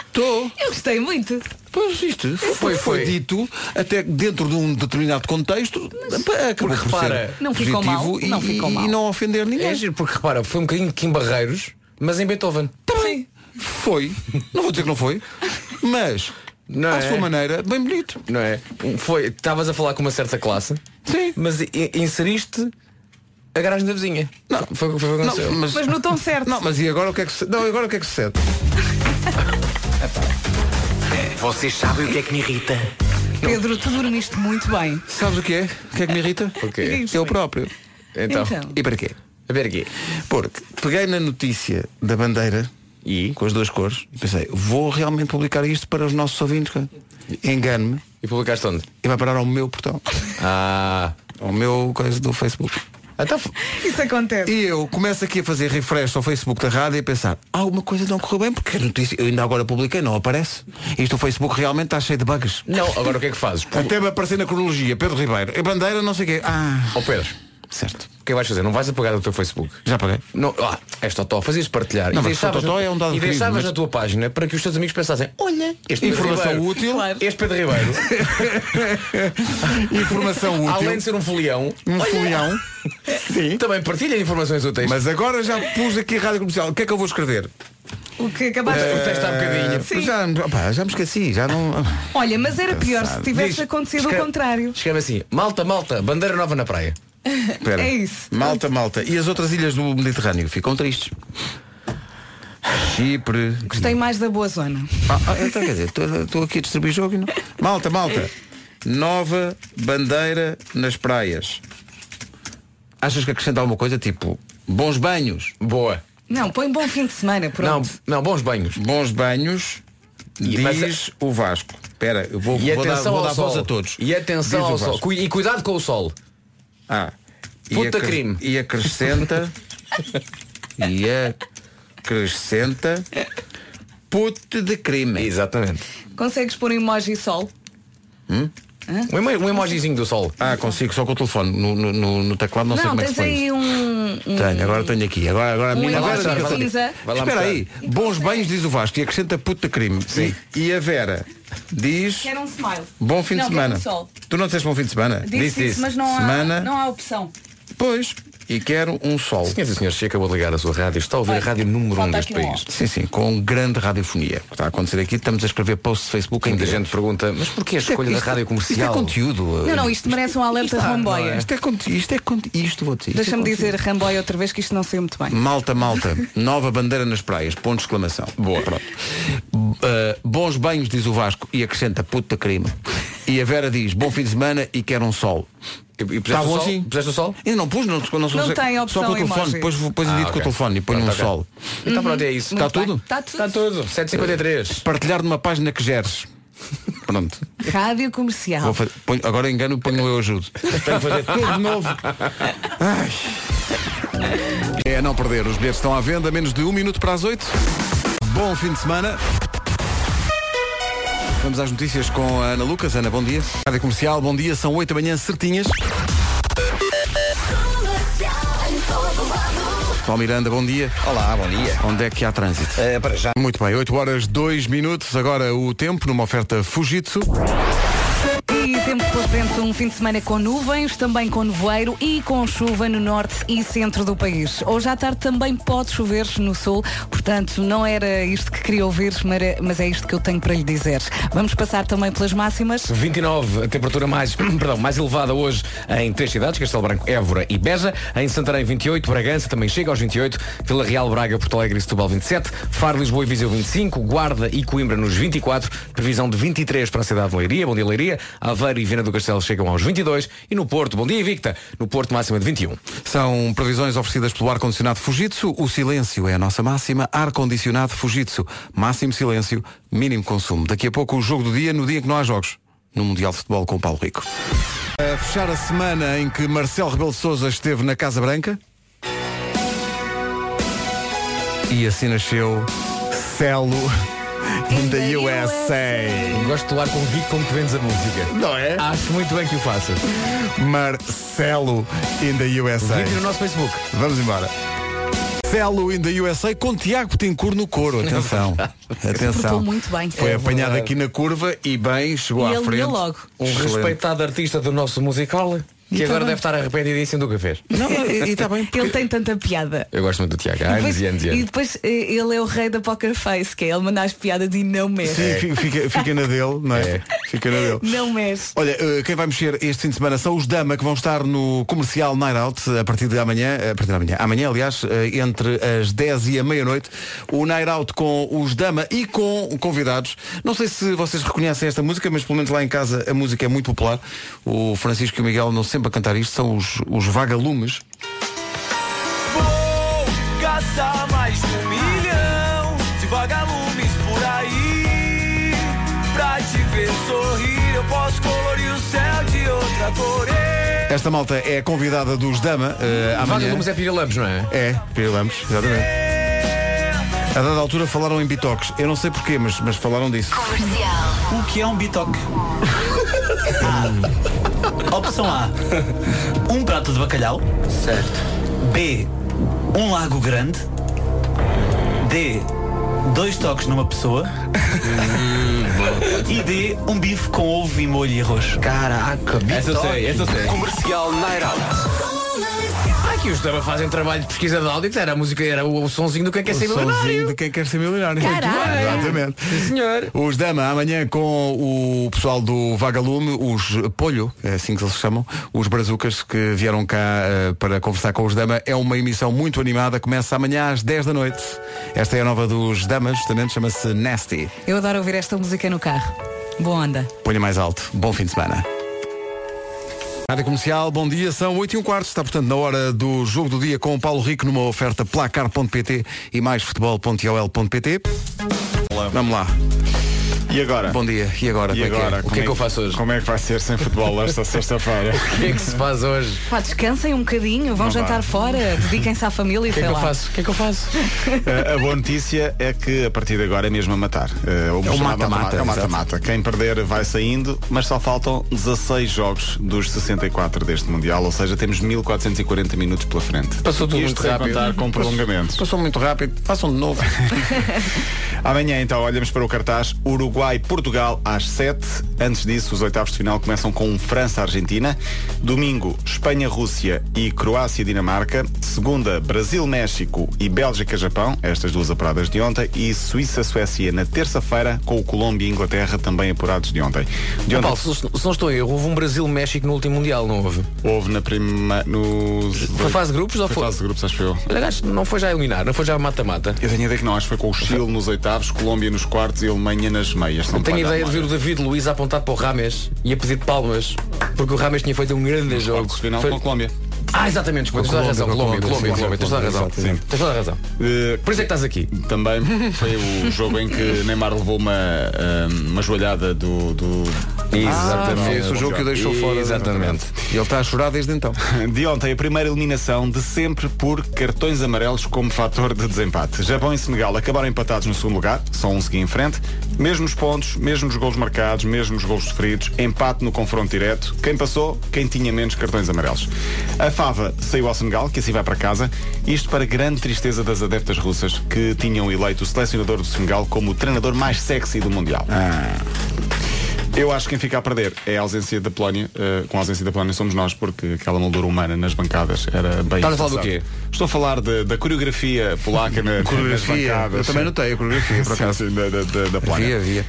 [SPEAKER 2] Estou.
[SPEAKER 1] Eu gostei muito.
[SPEAKER 2] Pois isto foi, foi
[SPEAKER 7] foi.
[SPEAKER 2] dito até dentro de um determinado contexto pá, acabou por
[SPEAKER 7] repara,
[SPEAKER 2] ser
[SPEAKER 1] não ficou mal,
[SPEAKER 2] positivo e,
[SPEAKER 1] não ficou
[SPEAKER 2] e
[SPEAKER 1] mal.
[SPEAKER 2] não ofender ninguém.
[SPEAKER 7] É giro, porque repara, foi um bocadinho Kim Barreiros, mas em Beethoven.
[SPEAKER 2] Também foi. Não vou dizer que não foi, mas
[SPEAKER 7] Não
[SPEAKER 2] à
[SPEAKER 7] é?
[SPEAKER 2] sua maneira, bem bonito.
[SPEAKER 7] Não é? Foi, estavas a falar com uma certa classe,
[SPEAKER 2] Sim.
[SPEAKER 7] mas i- i- inseriste a garagem da vizinha. Não, foi o que foi o que aconteceu.
[SPEAKER 2] Não, mas,
[SPEAKER 1] Mas no tom certo.
[SPEAKER 2] não, mas e agora o que é que se. Não, agora o que é que se sente?
[SPEAKER 11] Vocês sabem o que é que me irrita?
[SPEAKER 1] Pedro, tu dormiste muito bem.
[SPEAKER 2] Sabes o que é? O que é que me irrita?
[SPEAKER 7] O quê?
[SPEAKER 2] Eu próprio.
[SPEAKER 7] Então,
[SPEAKER 1] Então.
[SPEAKER 2] E para quê?
[SPEAKER 7] a ver aqui.
[SPEAKER 2] Porque peguei na notícia da bandeira
[SPEAKER 7] E?
[SPEAKER 2] com as duas cores e pensei, vou realmente publicar isto para os nossos ouvintes. cara? Engano-me
[SPEAKER 7] E publicaste onde?
[SPEAKER 2] e vai parar ao meu portão.
[SPEAKER 7] Ah. Então,
[SPEAKER 2] ao meu coisa do Facebook.
[SPEAKER 7] Até f-
[SPEAKER 1] Isso acontece.
[SPEAKER 2] E eu começo aqui a fazer refresh ao Facebook da rádio e a pensar, alguma coisa não correu bem, porque a notícia, eu ainda agora publiquei, não aparece. Isto o Facebook realmente está cheio de bugs.
[SPEAKER 7] Não, agora o que é que fazes? Pô,
[SPEAKER 2] Até me aparecer na cronologia, Pedro Ribeiro, a bandeira, não sei o quê. Ah,
[SPEAKER 7] Ó Pedro,
[SPEAKER 2] certo.
[SPEAKER 7] o que é que vais fazer? Não vais apagar o teu Facebook.
[SPEAKER 2] Já paguei.
[SPEAKER 7] Não, ah, és totó, fazias partilhar
[SPEAKER 2] Não,
[SPEAKER 7] e
[SPEAKER 2] mas
[SPEAKER 7] deixavas,
[SPEAKER 2] sou totó é um dado
[SPEAKER 7] e
[SPEAKER 2] querido,
[SPEAKER 7] deixavas
[SPEAKER 2] mas-
[SPEAKER 7] na tua página para que os teus amigos pensassem, olha, este Pedro
[SPEAKER 2] Informação
[SPEAKER 7] Ribeiro,
[SPEAKER 2] útil. Claro.
[SPEAKER 7] este Pedro Ribeiro,
[SPEAKER 2] Informação
[SPEAKER 7] além
[SPEAKER 2] útil.
[SPEAKER 7] de ser um folião,
[SPEAKER 2] Um
[SPEAKER 7] olha,
[SPEAKER 2] folhão. Sim.
[SPEAKER 7] também partilha informações úteis.
[SPEAKER 2] Mas agora já pus aqui a rádio comercial. O que é que eu vou escrever?
[SPEAKER 1] O que acabaste
[SPEAKER 7] Eh,
[SPEAKER 1] de
[SPEAKER 7] protesta há bocadinho.
[SPEAKER 1] Sim.
[SPEAKER 2] um Já, opá, já me esqueci, já não. Ah,
[SPEAKER 1] Olha, mas era pior se tivesse
[SPEAKER 7] Diz,
[SPEAKER 1] acontecido o
[SPEAKER 7] escreve-
[SPEAKER 1] contrário.
[SPEAKER 7] Escreve assim, malta, malta, bandeira nova na praia.
[SPEAKER 2] Espera.
[SPEAKER 1] É isso.
[SPEAKER 2] Malta, malta. E as outras ilhas do Mediterrâneo ficam tristes. Chipre.
[SPEAKER 1] Gostei mais da boa zona.
[SPEAKER 2] Ah, ah, então, quer dizer, estou aqui a distribuir jogo e não. Malta, malta. Nova bandeira nas praias. Achas que acrescenta alguma coisa? Tipo, bons banhos.
[SPEAKER 7] Boa.
[SPEAKER 1] Não, põe bom fim de semana, pronto.
[SPEAKER 7] Não, não, bons banhos.
[SPEAKER 2] Bons banhos,
[SPEAKER 7] E-
[SPEAKER 2] diz
[SPEAKER 7] mas-
[SPEAKER 2] o Vasco. Espera, eu vou,
[SPEAKER 7] E
[SPEAKER 2] vou dar,
[SPEAKER 7] atenção
[SPEAKER 2] vou
[SPEAKER 7] ao
[SPEAKER 2] dar
[SPEAKER 7] sol.
[SPEAKER 2] voz a todos.
[SPEAKER 7] E atenção
[SPEAKER 2] Diz o
[SPEAKER 7] ao sol.
[SPEAKER 2] Vasco.
[SPEAKER 7] Cui- E cuidado com o sol.
[SPEAKER 2] Ah.
[SPEAKER 7] Puta
[SPEAKER 2] acre-
[SPEAKER 7] crime.
[SPEAKER 2] E acrescenta e acrescenta puto de crime.
[SPEAKER 7] Exatamente.
[SPEAKER 1] Consegues pôr um emoji sol?
[SPEAKER 2] Hum?
[SPEAKER 1] Hã?
[SPEAKER 7] Um, emo- um emojizinho do sol.
[SPEAKER 2] Ah, consigo, só com o telefone. No, no, no- no teclado não, sei como é que
[SPEAKER 1] tens
[SPEAKER 2] se põe.
[SPEAKER 1] aí um. um-
[SPEAKER 2] Tenho, agora tenho aqui. Agora, agora a
[SPEAKER 1] Um
[SPEAKER 2] minha
[SPEAKER 1] emoji
[SPEAKER 2] agora diga-
[SPEAKER 1] de cinza.
[SPEAKER 2] Vai lá Espera aí, bons banhos diz o Vasco e acrescenta puta crime. Sim. E, e a Vera diz
[SPEAKER 1] Quero um smile.
[SPEAKER 2] bom fim
[SPEAKER 1] Não,
[SPEAKER 2] de
[SPEAKER 1] quero
[SPEAKER 2] semana.
[SPEAKER 1] um sol.
[SPEAKER 2] Tu não disseste bom fim de semana?
[SPEAKER 1] Disse, disse, mas não
[SPEAKER 2] semana,
[SPEAKER 1] há, não há opção.
[SPEAKER 2] Pois. E quero um sol.
[SPEAKER 7] Senhoras e senhores, se acabou de ligar a sua rádio, está a ouvir a rádio número um
[SPEAKER 1] falta
[SPEAKER 7] deste
[SPEAKER 1] aqui um
[SPEAKER 7] país.
[SPEAKER 2] Sim, sim, com grande radiofonia. O que está a acontecer aqui, estamos a escrever posts de Facebook em
[SPEAKER 7] Muita
[SPEAKER 2] direto.
[SPEAKER 7] gente pergunta, mas porquê a
[SPEAKER 2] Isto é-
[SPEAKER 7] escolha da
[SPEAKER 2] isto-
[SPEAKER 7] rádio
[SPEAKER 2] Isto é
[SPEAKER 7] comercial?
[SPEAKER 2] conteúdo.
[SPEAKER 1] Não, não, isto merece um alerta de ramboia.
[SPEAKER 2] Isto é conteúdo. Isto é conteúdo. Isto vou dizer. isto é
[SPEAKER 1] Deixa-me
[SPEAKER 2] conteúdo.
[SPEAKER 1] dizer ramboia outra vez que isto não saiu muito
[SPEAKER 7] é-
[SPEAKER 1] bem.
[SPEAKER 2] Malta, malta, nova bandeira nas praias, ponto de exclamação. Boa. bons banhos, diz o Vasco, e acrescenta puta crime. E a Vera diz, bom fim de semana e quer um sol.
[SPEAKER 7] E, e puseste
[SPEAKER 2] Está
[SPEAKER 7] o
[SPEAKER 2] bom
[SPEAKER 7] sol?
[SPEAKER 2] assim?
[SPEAKER 7] Puseste o sol?
[SPEAKER 2] Ainda não pus, não, não,
[SPEAKER 1] Não tem
[SPEAKER 2] Só
[SPEAKER 1] opção
[SPEAKER 2] com o telefone,
[SPEAKER 1] emoji.
[SPEAKER 2] depois, depois edito
[SPEAKER 7] Ah,
[SPEAKER 2] com o
[SPEAKER 7] ok.
[SPEAKER 2] telefone e ponho um
[SPEAKER 7] Pronto, ok.
[SPEAKER 2] sol.
[SPEAKER 7] Então pronto, é isso.
[SPEAKER 2] Está
[SPEAKER 1] Muito bem.
[SPEAKER 2] tudo?
[SPEAKER 1] Está tudo.
[SPEAKER 7] Está tudo. 753.
[SPEAKER 2] Partilhar numa página que geres. Pronto.
[SPEAKER 1] Rádio
[SPEAKER 2] Vou
[SPEAKER 1] comercial.
[SPEAKER 2] fazer- ponho- agora engano, ponho eu ajudo.
[SPEAKER 7] Tenho que fazer tudo de novo.
[SPEAKER 2] É a não perder, os bilhetes estão à venda, menos de um minuto para as oito. Bom fim de semana. Vamos às notícias com a Ana Lucas. Ana, bom dia. Rádio Comercial, bom dia. São oito da manhã certinhas. Paulo Miranda, bom dia.
[SPEAKER 5] Olá, bom dia.
[SPEAKER 2] Onde é que há trânsito?
[SPEAKER 5] Eh, para já.
[SPEAKER 2] Muito bem, 8 horas, 2 minutos. Agora o tempo numa oferta Fujitsu.
[SPEAKER 1] E temos pela frente um fim de semana com nuvens, também com nevoeiro e com chuva no norte e centro do país. Hoje à tarde também pode chover no sul, portanto não era isto que queria ouvir, mara- mas é isto que eu tenho para lhe dizer. Vamos passar também pelas máximas.
[SPEAKER 7] 29, a temperatura mais, perdão, mais elevada hoje em três cidades, Castelo Branco, Évora e Beja. Em Santarém, 28, Bragança também chega aos 28, Vila Real, Braga, Porto Alegre e Setúbal, 27, Faro, Lisboa e Viseu, 25, Guarda e Coimbra nos 24, previsão de 23 para a cidade de Leiria, Bom Dia Leiria, Aveiro e Viana do Castelo chegam aos 22 e no Porto, Bom Dia Invicta, no Porto máxima de 21.
[SPEAKER 2] São previsões oferecidas pelo ar-condicionado Fujitsu. O silêncio é a nossa máxima. Ar-condicionado Fujitsu. Máximo silêncio, mínimo consumo. Daqui a pouco o jogo do dia, no dia em que não há jogos. No Mundial de Futebol com o Paulo Rico. A fechar a semana em que Marcelo Rebelo de Sousa esteve na Casa Branca. E assim nasceu Celo in the USA.
[SPEAKER 7] Gosto de ar convite como que vendes a música.
[SPEAKER 2] Não é?
[SPEAKER 7] Acho muito bem que o faças.
[SPEAKER 2] Marcelo in the USA.
[SPEAKER 7] Vídeo no nosso Facebook.
[SPEAKER 2] Vamos embora. Celo in the USA com Tiago Betancourt no couro.
[SPEAKER 7] É
[SPEAKER 2] Atenção. Atenção.
[SPEAKER 1] Portou muito bem.
[SPEAKER 2] Foi apanhado aqui na curva e bem, chegou
[SPEAKER 1] E
[SPEAKER 2] à
[SPEAKER 1] ele
[SPEAKER 2] frente.
[SPEAKER 1] ia logo.
[SPEAKER 7] Um
[SPEAKER 2] Excelente.
[SPEAKER 7] respeitado artista do nosso musical que
[SPEAKER 2] E tá
[SPEAKER 7] agora
[SPEAKER 2] bem.
[SPEAKER 7] deve estar arrependidíssimo do que fez.
[SPEAKER 2] Não, e está bem.
[SPEAKER 1] Ele tem tanta piada.
[SPEAKER 7] Eu gosto muito do Tiago. Há
[SPEAKER 1] E
[SPEAKER 7] anos
[SPEAKER 1] depois-
[SPEAKER 7] e anos e anos.
[SPEAKER 1] e depois eh, ele é o rei da poker face, que é ele manda as piadas e não
[SPEAKER 7] É.
[SPEAKER 1] mexe.
[SPEAKER 2] Sim, fi- fica, fica na dele, não é? Fica na dele.
[SPEAKER 1] Não mexe.
[SPEAKER 2] Olha, eh, quem vai mexer este fim de semana são os Dama, que vão estar no comercial Night Out a partir de amanhã, eh, a partir de amanhã, amanhã, aliás, eh, entre as 10 e a meia-noite, o Night Out com os Dama e com convidados. Não sei se vocês reconhecem esta música, mas pelo menos lá em casa a música é muito popular. O Francisco e o Miguel não sempre a cantar isto, são os, os vagalumes.
[SPEAKER 11] Vou caçar mais de um milhão de vagalumes por aí. Pra te ver sorrir, eu posso colorir o céu de outra cor.
[SPEAKER 2] Esta malta é convidada dos Dama eh,
[SPEAKER 7] Vaga
[SPEAKER 2] amanhã.
[SPEAKER 7] do Museu Piralamos, não é?
[SPEAKER 2] É, Pedro Lamos, exatamente. A dada altura falaram em bitoques. Eu não sei porquê, mas, mas falaram disso.
[SPEAKER 8] Comercial.
[SPEAKER 11] O que é um bitoque? A. Opção A. Um prato de bacalhau. Certo. B. Um lago grande. D. Dois toques numa pessoa. e D. Um bife com ovo e molho e arroz.
[SPEAKER 5] Caraca,
[SPEAKER 7] Essa eu sei, essa eu sei.
[SPEAKER 11] Comercial Night Out.
[SPEAKER 7] Ah, que os Dama fazem trabalho de pesquisa de áudio, que era a música, era o, o sonzinho do que é que é ser
[SPEAKER 2] Sozinho
[SPEAKER 7] milionário.
[SPEAKER 2] de quem quer ser milionário.
[SPEAKER 1] Caralho!
[SPEAKER 2] Exatamente.
[SPEAKER 7] Senhor.
[SPEAKER 2] Os Dama, amanhã com o pessoal do Vagalume, os Polho, é assim que eles se chamam, os Brazucas que vieram cá eh, para conversar com os Dama. É uma emissão muito animada, começa amanhã às 10 da noite. Esta é a nova dos Damas, justamente chama-se Nasty.
[SPEAKER 1] Eu adoro ouvir esta música no carro. Boa onda.
[SPEAKER 2] Ponha mais alto. Bom fim de semana. Rádio Comercial, bom dia, são 8 e um quarto. Está, portanto, na hora do Jogo do Dia com o Paulo Rico numa oferta placar.pt e mais futebol.iol.pt. Vamos lá.
[SPEAKER 13] E agora?
[SPEAKER 2] eh, Bom dia. E agora?
[SPEAKER 13] E
[SPEAKER 2] Como é que é?
[SPEAKER 13] agora?
[SPEAKER 2] O que
[SPEAKER 13] Como
[SPEAKER 2] é que eu faço hoje?
[SPEAKER 13] Como é que vai ser sem futebol esta sexta-feira?
[SPEAKER 7] O que é que se faz hoje?
[SPEAKER 1] Pá, descansem um bocadinho, vão
[SPEAKER 13] Não
[SPEAKER 1] jantar
[SPEAKER 13] vá.
[SPEAKER 1] fora, dediquem-se à família e
[SPEAKER 13] Que
[SPEAKER 1] sei
[SPEAKER 13] é que eu
[SPEAKER 1] lá.
[SPEAKER 13] faço?
[SPEAKER 7] que é que eu faço?
[SPEAKER 13] Eh, a boa notícia é que a partir de agora é mesmo a matar. Eh,
[SPEAKER 2] É o
[SPEAKER 13] chamado
[SPEAKER 2] mata-mata,
[SPEAKER 13] É o
[SPEAKER 2] exato.
[SPEAKER 13] mata-mata. Quem perder vai saindo, mas só faltam 16 jogos dos 64 deste Mundial, ou seja, temos 1440 minutos pela frente.
[SPEAKER 2] Passou tudo
[SPEAKER 13] Isto
[SPEAKER 2] muito
[SPEAKER 13] sem
[SPEAKER 2] rápido.
[SPEAKER 13] contar com
[SPEAKER 2] Passou-
[SPEAKER 13] prolongamentos.
[SPEAKER 2] Passou muito rápido. Façam de novo.
[SPEAKER 13] Amanhã então olhamos para o cartaz Uruguai-Portugal às 7. Antes disso, os oitavos de final começam com França-Argentina. Domingo, Espanha-Rússia e Croácia-Dinamarca. Segunda, Brasil-México e Bélgica-Japão. Estas duas apuradas de ontem. E Suíça-Suécia na terça-feira com o Colômbia e Inglaterra também apurados de ontem. De
[SPEAKER 7] Ó,
[SPEAKER 13] ontem
[SPEAKER 7] Paulo, se, se não estou em erro, houve um Brasil-México no último Mundial, não houve?
[SPEAKER 13] houve na prima... No...
[SPEAKER 7] Foi fase de grupos ou foi?
[SPEAKER 13] fase de grupos, acho eu.
[SPEAKER 7] Olha, acho que não foi já a eliminar, não foi já a mata-mata.
[SPEAKER 13] Eu tenho a ideia que não, acho que foi com o Chile nos oitavos, Colômbia nos quartos e Alemanha nas meias.
[SPEAKER 7] Eu tenho a ideia de ver o David Luiz a apontar para o Rames e a pedir palmas, porque o Rames tinha feito um grande jogo.
[SPEAKER 13] final
[SPEAKER 7] Foi-
[SPEAKER 13] com a Colômbia.
[SPEAKER 7] Ah, exatamente, desculpa, tens toda a razão. Colômbia, Colômbia, Colômbia, tens toda a razão.
[SPEAKER 13] Sim.
[SPEAKER 7] Tens toda a razão.
[SPEAKER 13] Por
[SPEAKER 7] isso é que estás aqui.
[SPEAKER 13] Também foi o jogo em que Neymar levou uma, ah, uma joelhada do. do... Ah,
[SPEAKER 2] Exatamente. foi Ah, esse o jogo que o deixou fora.
[SPEAKER 13] Exatamente.
[SPEAKER 2] E ele está a chorar desde então.
[SPEAKER 13] De ontem, a primeira eliminação de sempre por cartões amarelos como fator de desempate. Japão e Senegal acabaram empatados no segundo lugar, só um seguir em frente. Mesmos pontos, mesmos golos marcados, mesmos golos sofridos, empate no confronto direto. Quem passou? Quem tinha menos cartões amarelos. A Fava saiu ao Senegal, que assim vai para casa. Isto para grande tristeza das adeptas russas, que tinham eleito o selecionador do Senegal como o treinador mais sexy do Mundial.
[SPEAKER 2] Ah.
[SPEAKER 13] Eu acho que quem fica a perder é a ausência da Polónia. eh, com a ausência da Polónia somos nós, porque aquela moldura humana nas bancadas era bem.
[SPEAKER 7] Estás a falar do
[SPEAKER 13] engraçada.
[SPEAKER 7] quê?
[SPEAKER 13] Estou a falar de- da coreografia polaca na, nas
[SPEAKER 2] Coreografia.
[SPEAKER 13] É, bancadas.
[SPEAKER 2] Eu também notei a coreografia, por
[SPEAKER 13] Sim,
[SPEAKER 2] acaso.
[SPEAKER 13] sim, da, da, da, da
[SPEAKER 2] Havia,
[SPEAKER 13] Polónia.
[SPEAKER 2] havia.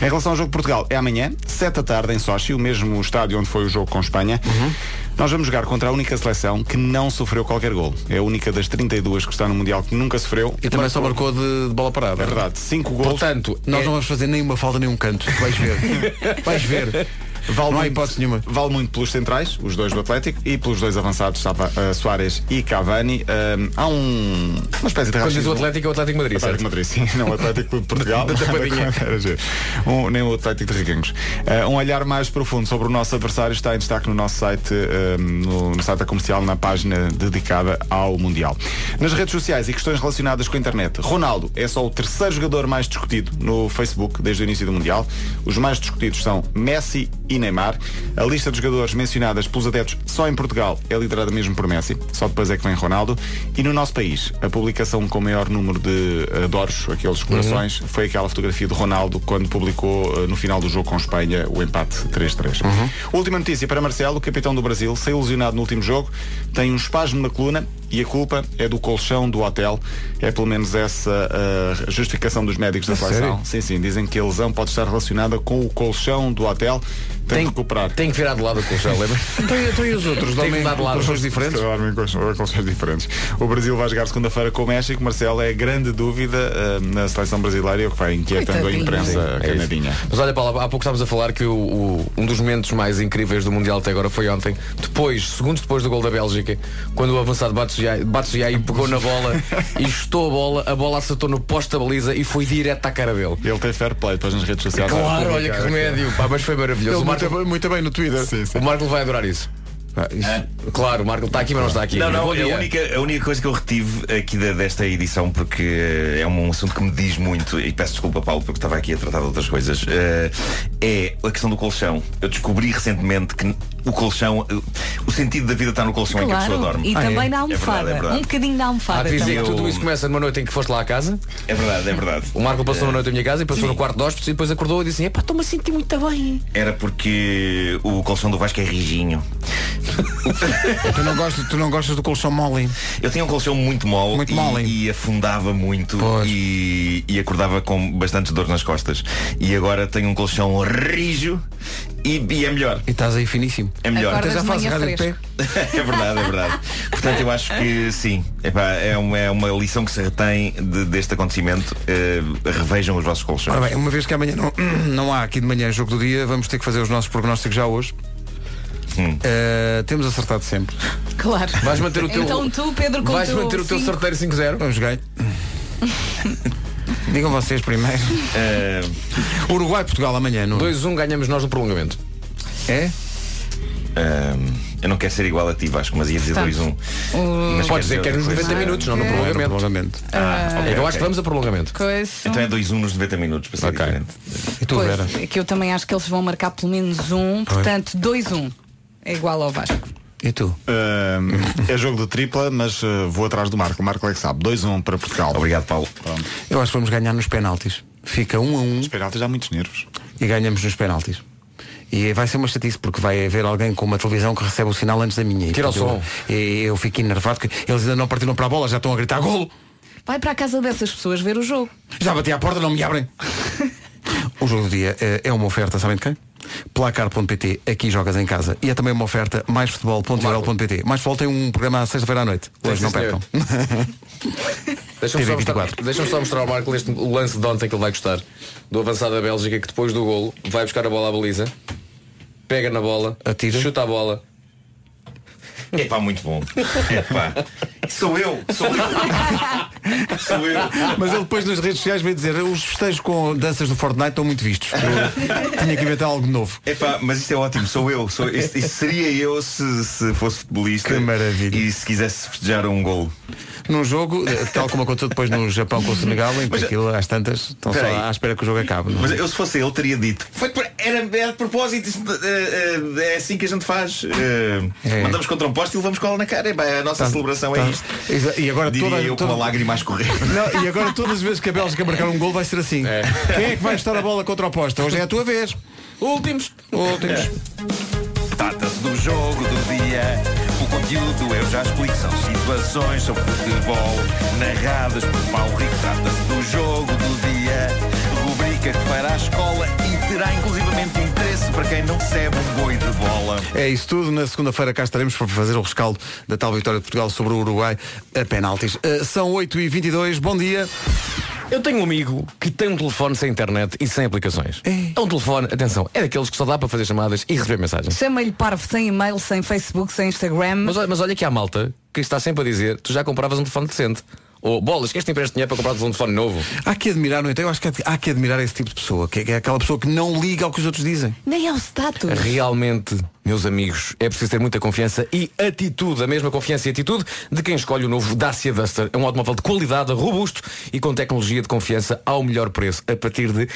[SPEAKER 13] Em relação ao jogo de Portugal, é amanhã, 7 da tarde em Sochi, o mesmo estádio onde foi o jogo com Espanha.
[SPEAKER 2] Uhum.
[SPEAKER 13] Nós vamos jogar contra a única seleção que não sofreu qualquer gol. É a única das 32 que está no Mundial que nunca sofreu.
[SPEAKER 2] E também só marcou de, de bola parada.
[SPEAKER 13] É verdade, 5 gols.
[SPEAKER 2] Portanto, nós não vamos fazer nenhuma falta, nenhum canto. Tu Vais ver. Vais ver.
[SPEAKER 13] Vale
[SPEAKER 2] não há
[SPEAKER 13] muito-
[SPEAKER 2] hipótese nenhuma.
[SPEAKER 13] Vale muito pelos centrais, os dois do Atlético, e pelos dois avançados, Sapa, eh, Soares e Cavani. Ahm, há um, uma espécie de
[SPEAKER 7] Quando diz
[SPEAKER 13] racismo.
[SPEAKER 7] o Atlético, é o Atlético de Madrid,
[SPEAKER 13] Atlético
[SPEAKER 7] certo?
[SPEAKER 13] de Madrid, sim, não o Atlético de Portugal.
[SPEAKER 7] Da- da tapadinha.
[SPEAKER 13] Era giro. um, nem o Atlético de Reguengos. Eh, um olhar mais profundo sobre o nosso adversário está em destaque no nosso site, ahm, no, no site da comercial, na página dedicada ao Mundial. Nas redes sociais e questões relacionadas com a internet, Ronaldo é só o terceiro jogador mais discutido no Facebook desde o início do Mundial. Os mais discutidos são Messi e Neymar. A lista de jogadores mencionadas pelos adeptos só em Portugal é liderada mesmo por Messi, só depois é que vem Ronaldo. E no nosso país, a publicação com o maior número de adoros, aqueles corações, foi aquela fotografia de Ronaldo quando publicou eh, no final do jogo com Espanha o empate 3-3.
[SPEAKER 7] Uhum.
[SPEAKER 13] Última notícia para Marcelo, capitão do Brasil, saiu lesionado no último jogo, tem um espasmo na coluna e a culpa é do colchão do hotel. É pelo menos essa eh, a justificação dos médicos da
[SPEAKER 7] É
[SPEAKER 2] A
[SPEAKER 13] seleção.
[SPEAKER 2] sério?
[SPEAKER 13] Sim, sim, dizem que a lesão pode estar relacionada com o colchão do hotel. Tem, que recuperar.
[SPEAKER 7] Tem que virar de lado o colchão, lembra?
[SPEAKER 2] Então, e- então e os outros?
[SPEAKER 7] Tem que
[SPEAKER 2] Dormem
[SPEAKER 7] mudar de
[SPEAKER 2] com
[SPEAKER 7] lado.
[SPEAKER 2] pessoas diferentes?
[SPEAKER 13] Se calhar, com- com- com coisas diferentes. O Brasil vai jogar segunda-feira com o México. Marcelo é a grande dúvida eh, na seleção brasileira e é o que vai inquietando a
[SPEAKER 1] Coitadinho.
[SPEAKER 13] imprensa
[SPEAKER 7] Sim, é isso.
[SPEAKER 13] canadinha.
[SPEAKER 7] Mas olha, Paulo, há pouco estávamos a falar que o- o- um dos momentos mais incríveis do Mundial até agora foi ontem, depois, segundos depois do gol da Bélgica, quando o avançado Batsuyai- Batsuyai pegou na bola e estou a bola, a bola acertou no poste da baliza e foi direto à cara dele.
[SPEAKER 13] Ele tem fair play depois nas redes sociais.
[SPEAKER 7] Claro, olha que remédio, pá, mas foi maravilhoso.
[SPEAKER 2] Ele
[SPEAKER 7] O
[SPEAKER 2] muito,
[SPEAKER 7] Marco,
[SPEAKER 2] bem, muito bem no Twitter.
[SPEAKER 7] o Marco vai adorar isso.
[SPEAKER 2] Ah, isso- é
[SPEAKER 7] Claro, o Marco está aqui, mas não está aqui.
[SPEAKER 14] Não, não,
[SPEAKER 7] Bom
[SPEAKER 14] a
[SPEAKER 7] dia.
[SPEAKER 14] única, a única coisa que eu retive aqui da- desta edição, porque eh, é um assunto que me diz muito, e peço desculpa, Paulo, porque estava aqui a tratar de outras coisas, eh, é a questão do colchão. Eu descobri recentemente que o colchão, eh, o sentido da vida está no colchão em que a pessoa
[SPEAKER 1] Claro,
[SPEAKER 2] Ah,
[SPEAKER 14] dorme.
[SPEAKER 1] e também na
[SPEAKER 14] É
[SPEAKER 1] almofada.
[SPEAKER 14] verdade, é verdade.
[SPEAKER 1] Um bocadinho na
[SPEAKER 7] Há
[SPEAKER 1] almofada
[SPEAKER 7] de dizer
[SPEAKER 1] também.
[SPEAKER 7] que tudo isso começa numa noite em que foste lá à casa.
[SPEAKER 14] É verdade, é verdade.
[SPEAKER 7] O Marco passou
[SPEAKER 14] Eh,
[SPEAKER 7] uma noite à minha casa e passou no quarto de hóspedes e depois acordou e disse assim, epá, estou-me a sentir muito bem.
[SPEAKER 14] Era porque o colchão do Vasco é rijinho.
[SPEAKER 2] tu, não gostas, tu não gostas do colchão mole?
[SPEAKER 14] Eu tinha um colchão muito mole,
[SPEAKER 2] Muito
[SPEAKER 14] e,
[SPEAKER 2] mole.
[SPEAKER 14] e afundava muito e, e acordava com bastante dor nas costas. E agora tenho um colchão rijo e, e é melhor.
[SPEAKER 2] E estás aí finíssimo.
[SPEAKER 14] É melhor.
[SPEAKER 1] Acordas
[SPEAKER 2] Tens a
[SPEAKER 1] de
[SPEAKER 2] face
[SPEAKER 1] manhã
[SPEAKER 2] errada de pé.
[SPEAKER 1] fresco.
[SPEAKER 14] é verdade, é verdade. Portanto, eu acho que sim. Epá, é, uma, é uma lição que se retém de- deste acontecimento. Eh, revejam os vossos colchões.
[SPEAKER 2] Ora bem, uma vez que amanhã não, não há aqui de manhã jogo do dia, vamos ter que fazer os nossos prognósticos já hoje.
[SPEAKER 13] Hum.
[SPEAKER 2] Eh, temos acertado sempre.
[SPEAKER 1] Claro.
[SPEAKER 7] Vais manter o teu.
[SPEAKER 1] Então tu, Pedro, com
[SPEAKER 7] Vais
[SPEAKER 1] teu
[SPEAKER 7] manter o teu
[SPEAKER 1] cinco,
[SPEAKER 7] sorteio 5-0.
[SPEAKER 2] Vamos ganhar. Digam vocês primeiro.
[SPEAKER 14] É.
[SPEAKER 2] Uruguai, Portugal amanhã, não?
[SPEAKER 7] 2-1 ganhamos nós no prolongamento.
[SPEAKER 2] É?
[SPEAKER 14] eu não quero ser igual a ti, Vasco, mas ia dizer 2-1.
[SPEAKER 7] Mas
[SPEAKER 14] quero
[SPEAKER 7] podes dizer que é nos
[SPEAKER 14] outra
[SPEAKER 7] 90
[SPEAKER 14] coisa.
[SPEAKER 7] minutos, não no prolongamento.
[SPEAKER 14] Ah, ok,
[SPEAKER 7] É que eu acho
[SPEAKER 14] ok.
[SPEAKER 7] que vamos a prolongamento.
[SPEAKER 1] Coisa.
[SPEAKER 14] Então é 2-1 nos 90 minutos, para ser diferente.
[SPEAKER 7] E tu,
[SPEAKER 1] Pois, é que eu também acho que eles vão marcar pelo menos um, portanto, 2-1. É igual ao Vasco.
[SPEAKER 2] E tu?
[SPEAKER 13] é jogo de tripla, mas eh, vou atrás do Marco. O Marco é que sabe. 2-1 para Portugal.
[SPEAKER 14] Obrigado, Paulo.
[SPEAKER 2] Eu acho que vamos ganhar nos penaltis. Fica um a um. Os
[SPEAKER 13] penaltis há muitos nervos.
[SPEAKER 2] E ganhamos nos penaltis. E vai ser uma chatice porque vai haver alguém com uma televisão que recebe o sinal antes da minha. E,
[SPEAKER 7] Tira o
[SPEAKER 2] portanto, Eu, e eu fico enervado que eles ainda não partiram para a bola, já estão a gritar golo.
[SPEAKER 1] Vai para a casa dessas pessoas ver o jogo.
[SPEAKER 2] Já bati à porta, não me abrem. o jogo do dia eh, é uma oferta, sabem de quem? Placar.pt, aqui jogas em casa. E é também uma oferta maisfutebol.pt. Mais futebol tem um programa à sexta-feira à noite. Hoje
[SPEAKER 7] Sim,
[SPEAKER 2] não
[SPEAKER 7] senhor.
[SPEAKER 2] percam.
[SPEAKER 7] Deixa-me só, mostrar-
[SPEAKER 2] TV24.
[SPEAKER 7] deixa-me só mostrar ao Marco este lance de ontem que ele vai gostar. Do avançado da Bélgica que depois do golo vai buscar a bola à baliza, pega na bola,
[SPEAKER 2] Atira.
[SPEAKER 7] chuta a bola.
[SPEAKER 14] É pá, muito bom. É pá. Sou eu, sou eu. sou eu.
[SPEAKER 2] Mas ele depois nas redes sociais veio dizer os festejos com danças do Fortnite estão muito vistos. Eu tinha que inventar algo novo.
[SPEAKER 14] Epá, mas isto é ótimo, sou eu. Sou, isto, isto seria eu se, se fosse futebolista e se quisesse festejar um golo.
[SPEAKER 2] Num jogo, eh, tal como aconteceu depois no Japão com o Senegal, em que aquilo às tantas estão só
[SPEAKER 14] Peraí.
[SPEAKER 2] à espera que o jogo acabe. não é?
[SPEAKER 14] Mas eu se fosse ele teria dito. Foi por- era, era de propósito, isto, eh, eh, é assim que a gente faz. Eh, Mandamos contra um poste e levamos cola na cara. Eh, bem, a nossa
[SPEAKER 2] É. Tá,
[SPEAKER 14] celebração
[SPEAKER 2] tá.
[SPEAKER 14] é isto.
[SPEAKER 2] Exa- E agora
[SPEAKER 14] Diria
[SPEAKER 2] toda,
[SPEAKER 14] eu
[SPEAKER 2] toda-
[SPEAKER 14] com a lágrima a escorrer.
[SPEAKER 2] Não, e agora todas as vezes que a Bélgica marcar um gol vai ser assim. Quem é que vai estar a bola contra a oposta? Hoje é a tua vez.
[SPEAKER 7] Últimos.
[SPEAKER 2] Últimos.
[SPEAKER 14] Trata-se do jogo do dia. O conteúdo eu já explico. São situações sobre futebol narradas por Paulo Rico. Trata-se do jogo do dia. Rubrica que fará a escola e terá inclusivamente interesse para quem não recebe um boi de bola.
[SPEAKER 2] É isso tudo. Na segunda-feira cá estaremos para fazer o rescaldo da tal vitória de Portugal sobre o Uruguai a penaltis. Eh, são 8h22. Bom dia.
[SPEAKER 7] Eu tenho um amigo que tem um telefone sem internet e sem aplicações. É um telefone, atenção, é daqueles que só dá para fazer chamadas e receber mensagens.
[SPEAKER 1] Chama-lhe parvo sem e-mail, sem Facebook, sem Instagram.
[SPEAKER 7] Mas, olha- mas olha que há malta que está sempre a dizer, tu já compravas um telefone decente. Ou bolas, queres te empreste dinheiro para comprares um telefone novo?
[SPEAKER 2] Há que admirar, no entanto, eu acho que há que admirar esse tipo de pessoa, que é aquela pessoa que não liga ao que os outros dizem.
[SPEAKER 1] é
[SPEAKER 9] Nem
[SPEAKER 1] um
[SPEAKER 9] ao
[SPEAKER 2] É
[SPEAKER 9] status.
[SPEAKER 7] Realmente, meus amigos, é preciso ter muita confiança e atitude, a mesma confiança e atitude de quem escolhe o novo Dacia Duster. É um automóvel de qualidade, robusto e com tecnologia de confiança ao melhor preço, a partir de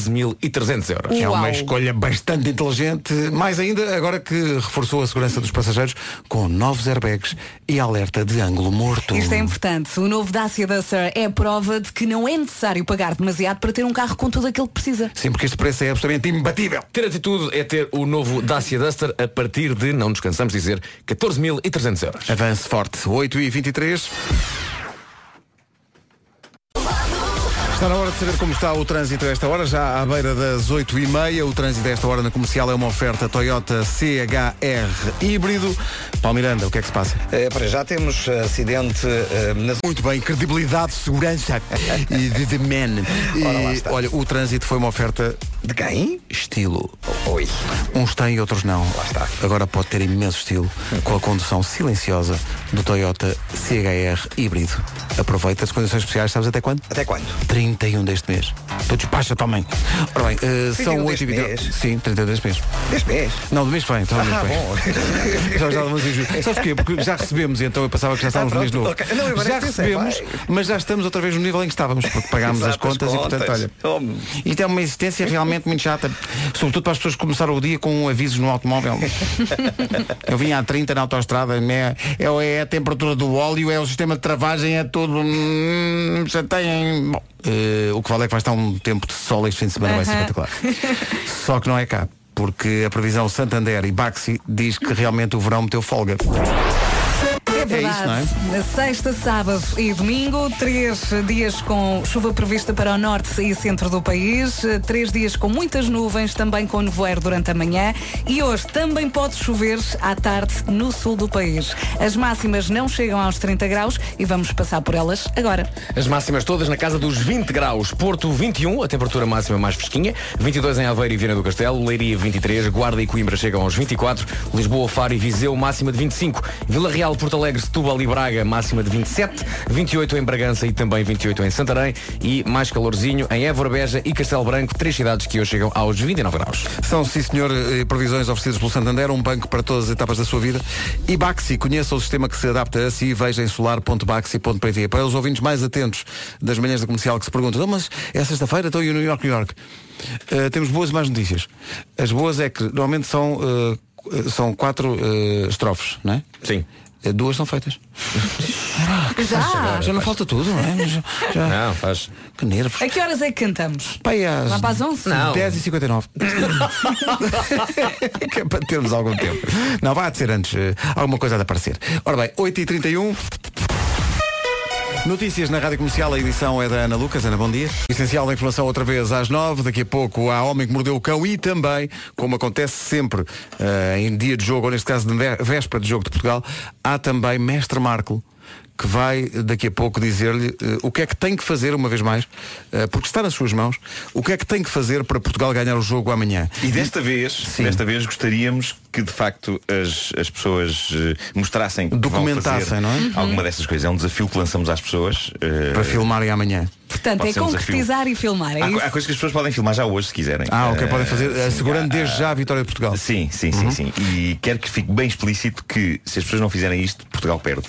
[SPEAKER 7] 14.300 euros.
[SPEAKER 2] É uma escolha bastante inteligente, mais ainda agora que reforçou a segurança dos passageiros com novos airbags e alerta de ângulo morto.
[SPEAKER 1] Isto é importante. O novo Dacia Duster é a prova de que não é necessário pagar demasiado para ter um carro com tudo aquilo que precisa.
[SPEAKER 2] Sim, porque este preço é absolutamente imbatível.
[SPEAKER 7] Ter atitude é ter o novo Dacia Duster a partir de, não nos cansamos de dizer, 14.300 euros.
[SPEAKER 2] Avance forte. 8 e 23. Está na hora de saber como está o trânsito a esta hora, já à beira das 8h30. O trânsito a esta hora na comercial é uma oferta Toyota CHR híbrido. Paulo Miranda, o que é que se passa?
[SPEAKER 5] Eh, para já temos eh, acidente eh, na
[SPEAKER 2] Ehm, Muito bem, credibilidade, segurança e de, de man. E, olha, o trânsito foi uma oferta
[SPEAKER 5] de quem?
[SPEAKER 2] Estilo.
[SPEAKER 5] Oi.
[SPEAKER 2] Uns têm, outros não. Lá está. Agora pode ter imenso estilo com a condução silenciosa do Toyota CHR híbrido. Aproveita as condições especiais, sabes até quando?
[SPEAKER 5] Até quando?
[SPEAKER 2] 31 deste mês. Tu despacha também. Ora bem, eh,
[SPEAKER 5] 31
[SPEAKER 2] são 8
[SPEAKER 5] deste
[SPEAKER 2] e 20 Sim, 31 deste mês.
[SPEAKER 5] Deste mês?
[SPEAKER 2] Não, do mês que vem. Então, do mês
[SPEAKER 5] Ah,
[SPEAKER 2] que vem.
[SPEAKER 5] bom.
[SPEAKER 2] já, já, vamos dizer- Sabes porquê? Porque já recebemos, então eu passava que já estávamos
[SPEAKER 5] Ah,
[SPEAKER 2] no mês
[SPEAKER 5] pronto,
[SPEAKER 2] novo.
[SPEAKER 5] ok. Não, eu agora
[SPEAKER 2] já
[SPEAKER 5] é que pensei,
[SPEAKER 2] recebemos, mas já estamos outra vez no nível em que estávamos, porque pagámos
[SPEAKER 5] Exato,
[SPEAKER 2] as contas,
[SPEAKER 5] as
[SPEAKER 2] e portanto,
[SPEAKER 5] contas.
[SPEAKER 2] olha. Isto é uma existência realmente muito chata. Sobretudo para as pessoas que começaram o dia com avisos no automóvel. Eu vinha a 30 na autoestrada, é, é, é a temperatura do óleo, é o sistema de travagem, é tudo. Hum, já tem. Bom, eh, o que vale é que vai estar um tempo de sol este fim de semana, vai ser
[SPEAKER 15] Aham.
[SPEAKER 2] espetacular. Só que não é cá, porque a previsão Santander e Baxi diz que realmente o verão meteu folga.
[SPEAKER 1] É verdade.
[SPEAKER 2] isso, não é?
[SPEAKER 1] Na Sexta, sábado e domingo, três dias com chuva prevista para o norte e centro do país, eh, três dias com muitas nuvens, também com nevoeiro durante a manhã e hoje também pode chover à tarde no sul do país. As máximas não chegam aos 30 graus e vamos passar por elas agora.
[SPEAKER 7] As máximas todas na casa dos 20 graus. Porto 21, a temperatura máxima mais fresquinha. 22 em Aveiro e Viana do Castelo. Leiria 23, Guarda e Coimbra chegam aos 24. Lisboa, Faro e Viseu, máxima de 25. Vila Real, Porto Alegre, Setúbal Setúbal e Braga, máxima de 27, 28 em Bragança e também 28 em Santarém e mais calorzinho em Évora, Beja e Castelo Branco, três cidades que hoje chegam aos 29 graus.
[SPEAKER 2] São, sim senhor, eh, previsões oferecidas pelo Santander, um banco para todas as etapas da sua vida. E Baxi, conheça o sistema que se adapta a si e veja em solar.baxi.pt. Para os ouvintes mais atentos das manhãs da comercial que se perguntam, "Então, mas é sexta-feira, estou em New York, New York. Eh, temos boas e más notícias. As boas é que normalmente são, eh, são quatro eh, estrofes, não é?
[SPEAKER 7] Sim.
[SPEAKER 2] Duas são feitas.
[SPEAKER 1] Já?
[SPEAKER 2] Já não falta tudo, não é? Mas já- já-
[SPEAKER 7] Não, faz.
[SPEAKER 2] Que nervos.
[SPEAKER 1] A que horas é que cantamos?
[SPEAKER 2] Pai, às
[SPEAKER 1] Lá para as 11?
[SPEAKER 2] 10h59. que é para termos algum tempo. Não, vai ser antes. eh, Alguma coisa há de aparecer. Ora bem, 8h31. Notícias na Rádio Comercial, a edição é da Ana Lucas. Ana, bom dia. Essencial da informação outra vez às nove. Daqui a pouco há Homem que Mordeu o Cão e também, como acontece sempre eh, em dia de jogo, ou neste caso de vé- véspera de jogo de Portugal, há também Mestre Marco que vai eh, daqui a pouco dizer-lhe eh, o que é que tem que fazer, uma vez mais, eh, porque está nas suas mãos, o que é que tem que fazer para Portugal ganhar o jogo amanhã.
[SPEAKER 14] E desta vez, desta vez gostaríamos que de facto as, as pessoas eh, mostrassem que vão
[SPEAKER 2] Documentassem,
[SPEAKER 14] fazer
[SPEAKER 2] não é?
[SPEAKER 1] Uhum.
[SPEAKER 14] Alguma dessas coisas. É um desafio que lançamos às pessoas. eh,
[SPEAKER 2] Para filmarem amanhã.
[SPEAKER 1] Portanto,
[SPEAKER 14] Pode
[SPEAKER 1] é
[SPEAKER 14] ser um desafio.
[SPEAKER 1] concretizar e filmar, é
[SPEAKER 14] Há, co-
[SPEAKER 1] isso?
[SPEAKER 14] há coisas que as pessoas podem filmar já hoje se quiserem.
[SPEAKER 2] Ah, ok,
[SPEAKER 14] Eh,
[SPEAKER 2] podem fazer,
[SPEAKER 14] sim,
[SPEAKER 2] assegurando
[SPEAKER 14] há-
[SPEAKER 2] desde já a vitória de Portugal. Uhum.
[SPEAKER 14] Sim, sim, sim, sim. E quero que fique bem explícito que se as pessoas não fizerem isto, Portugal perde.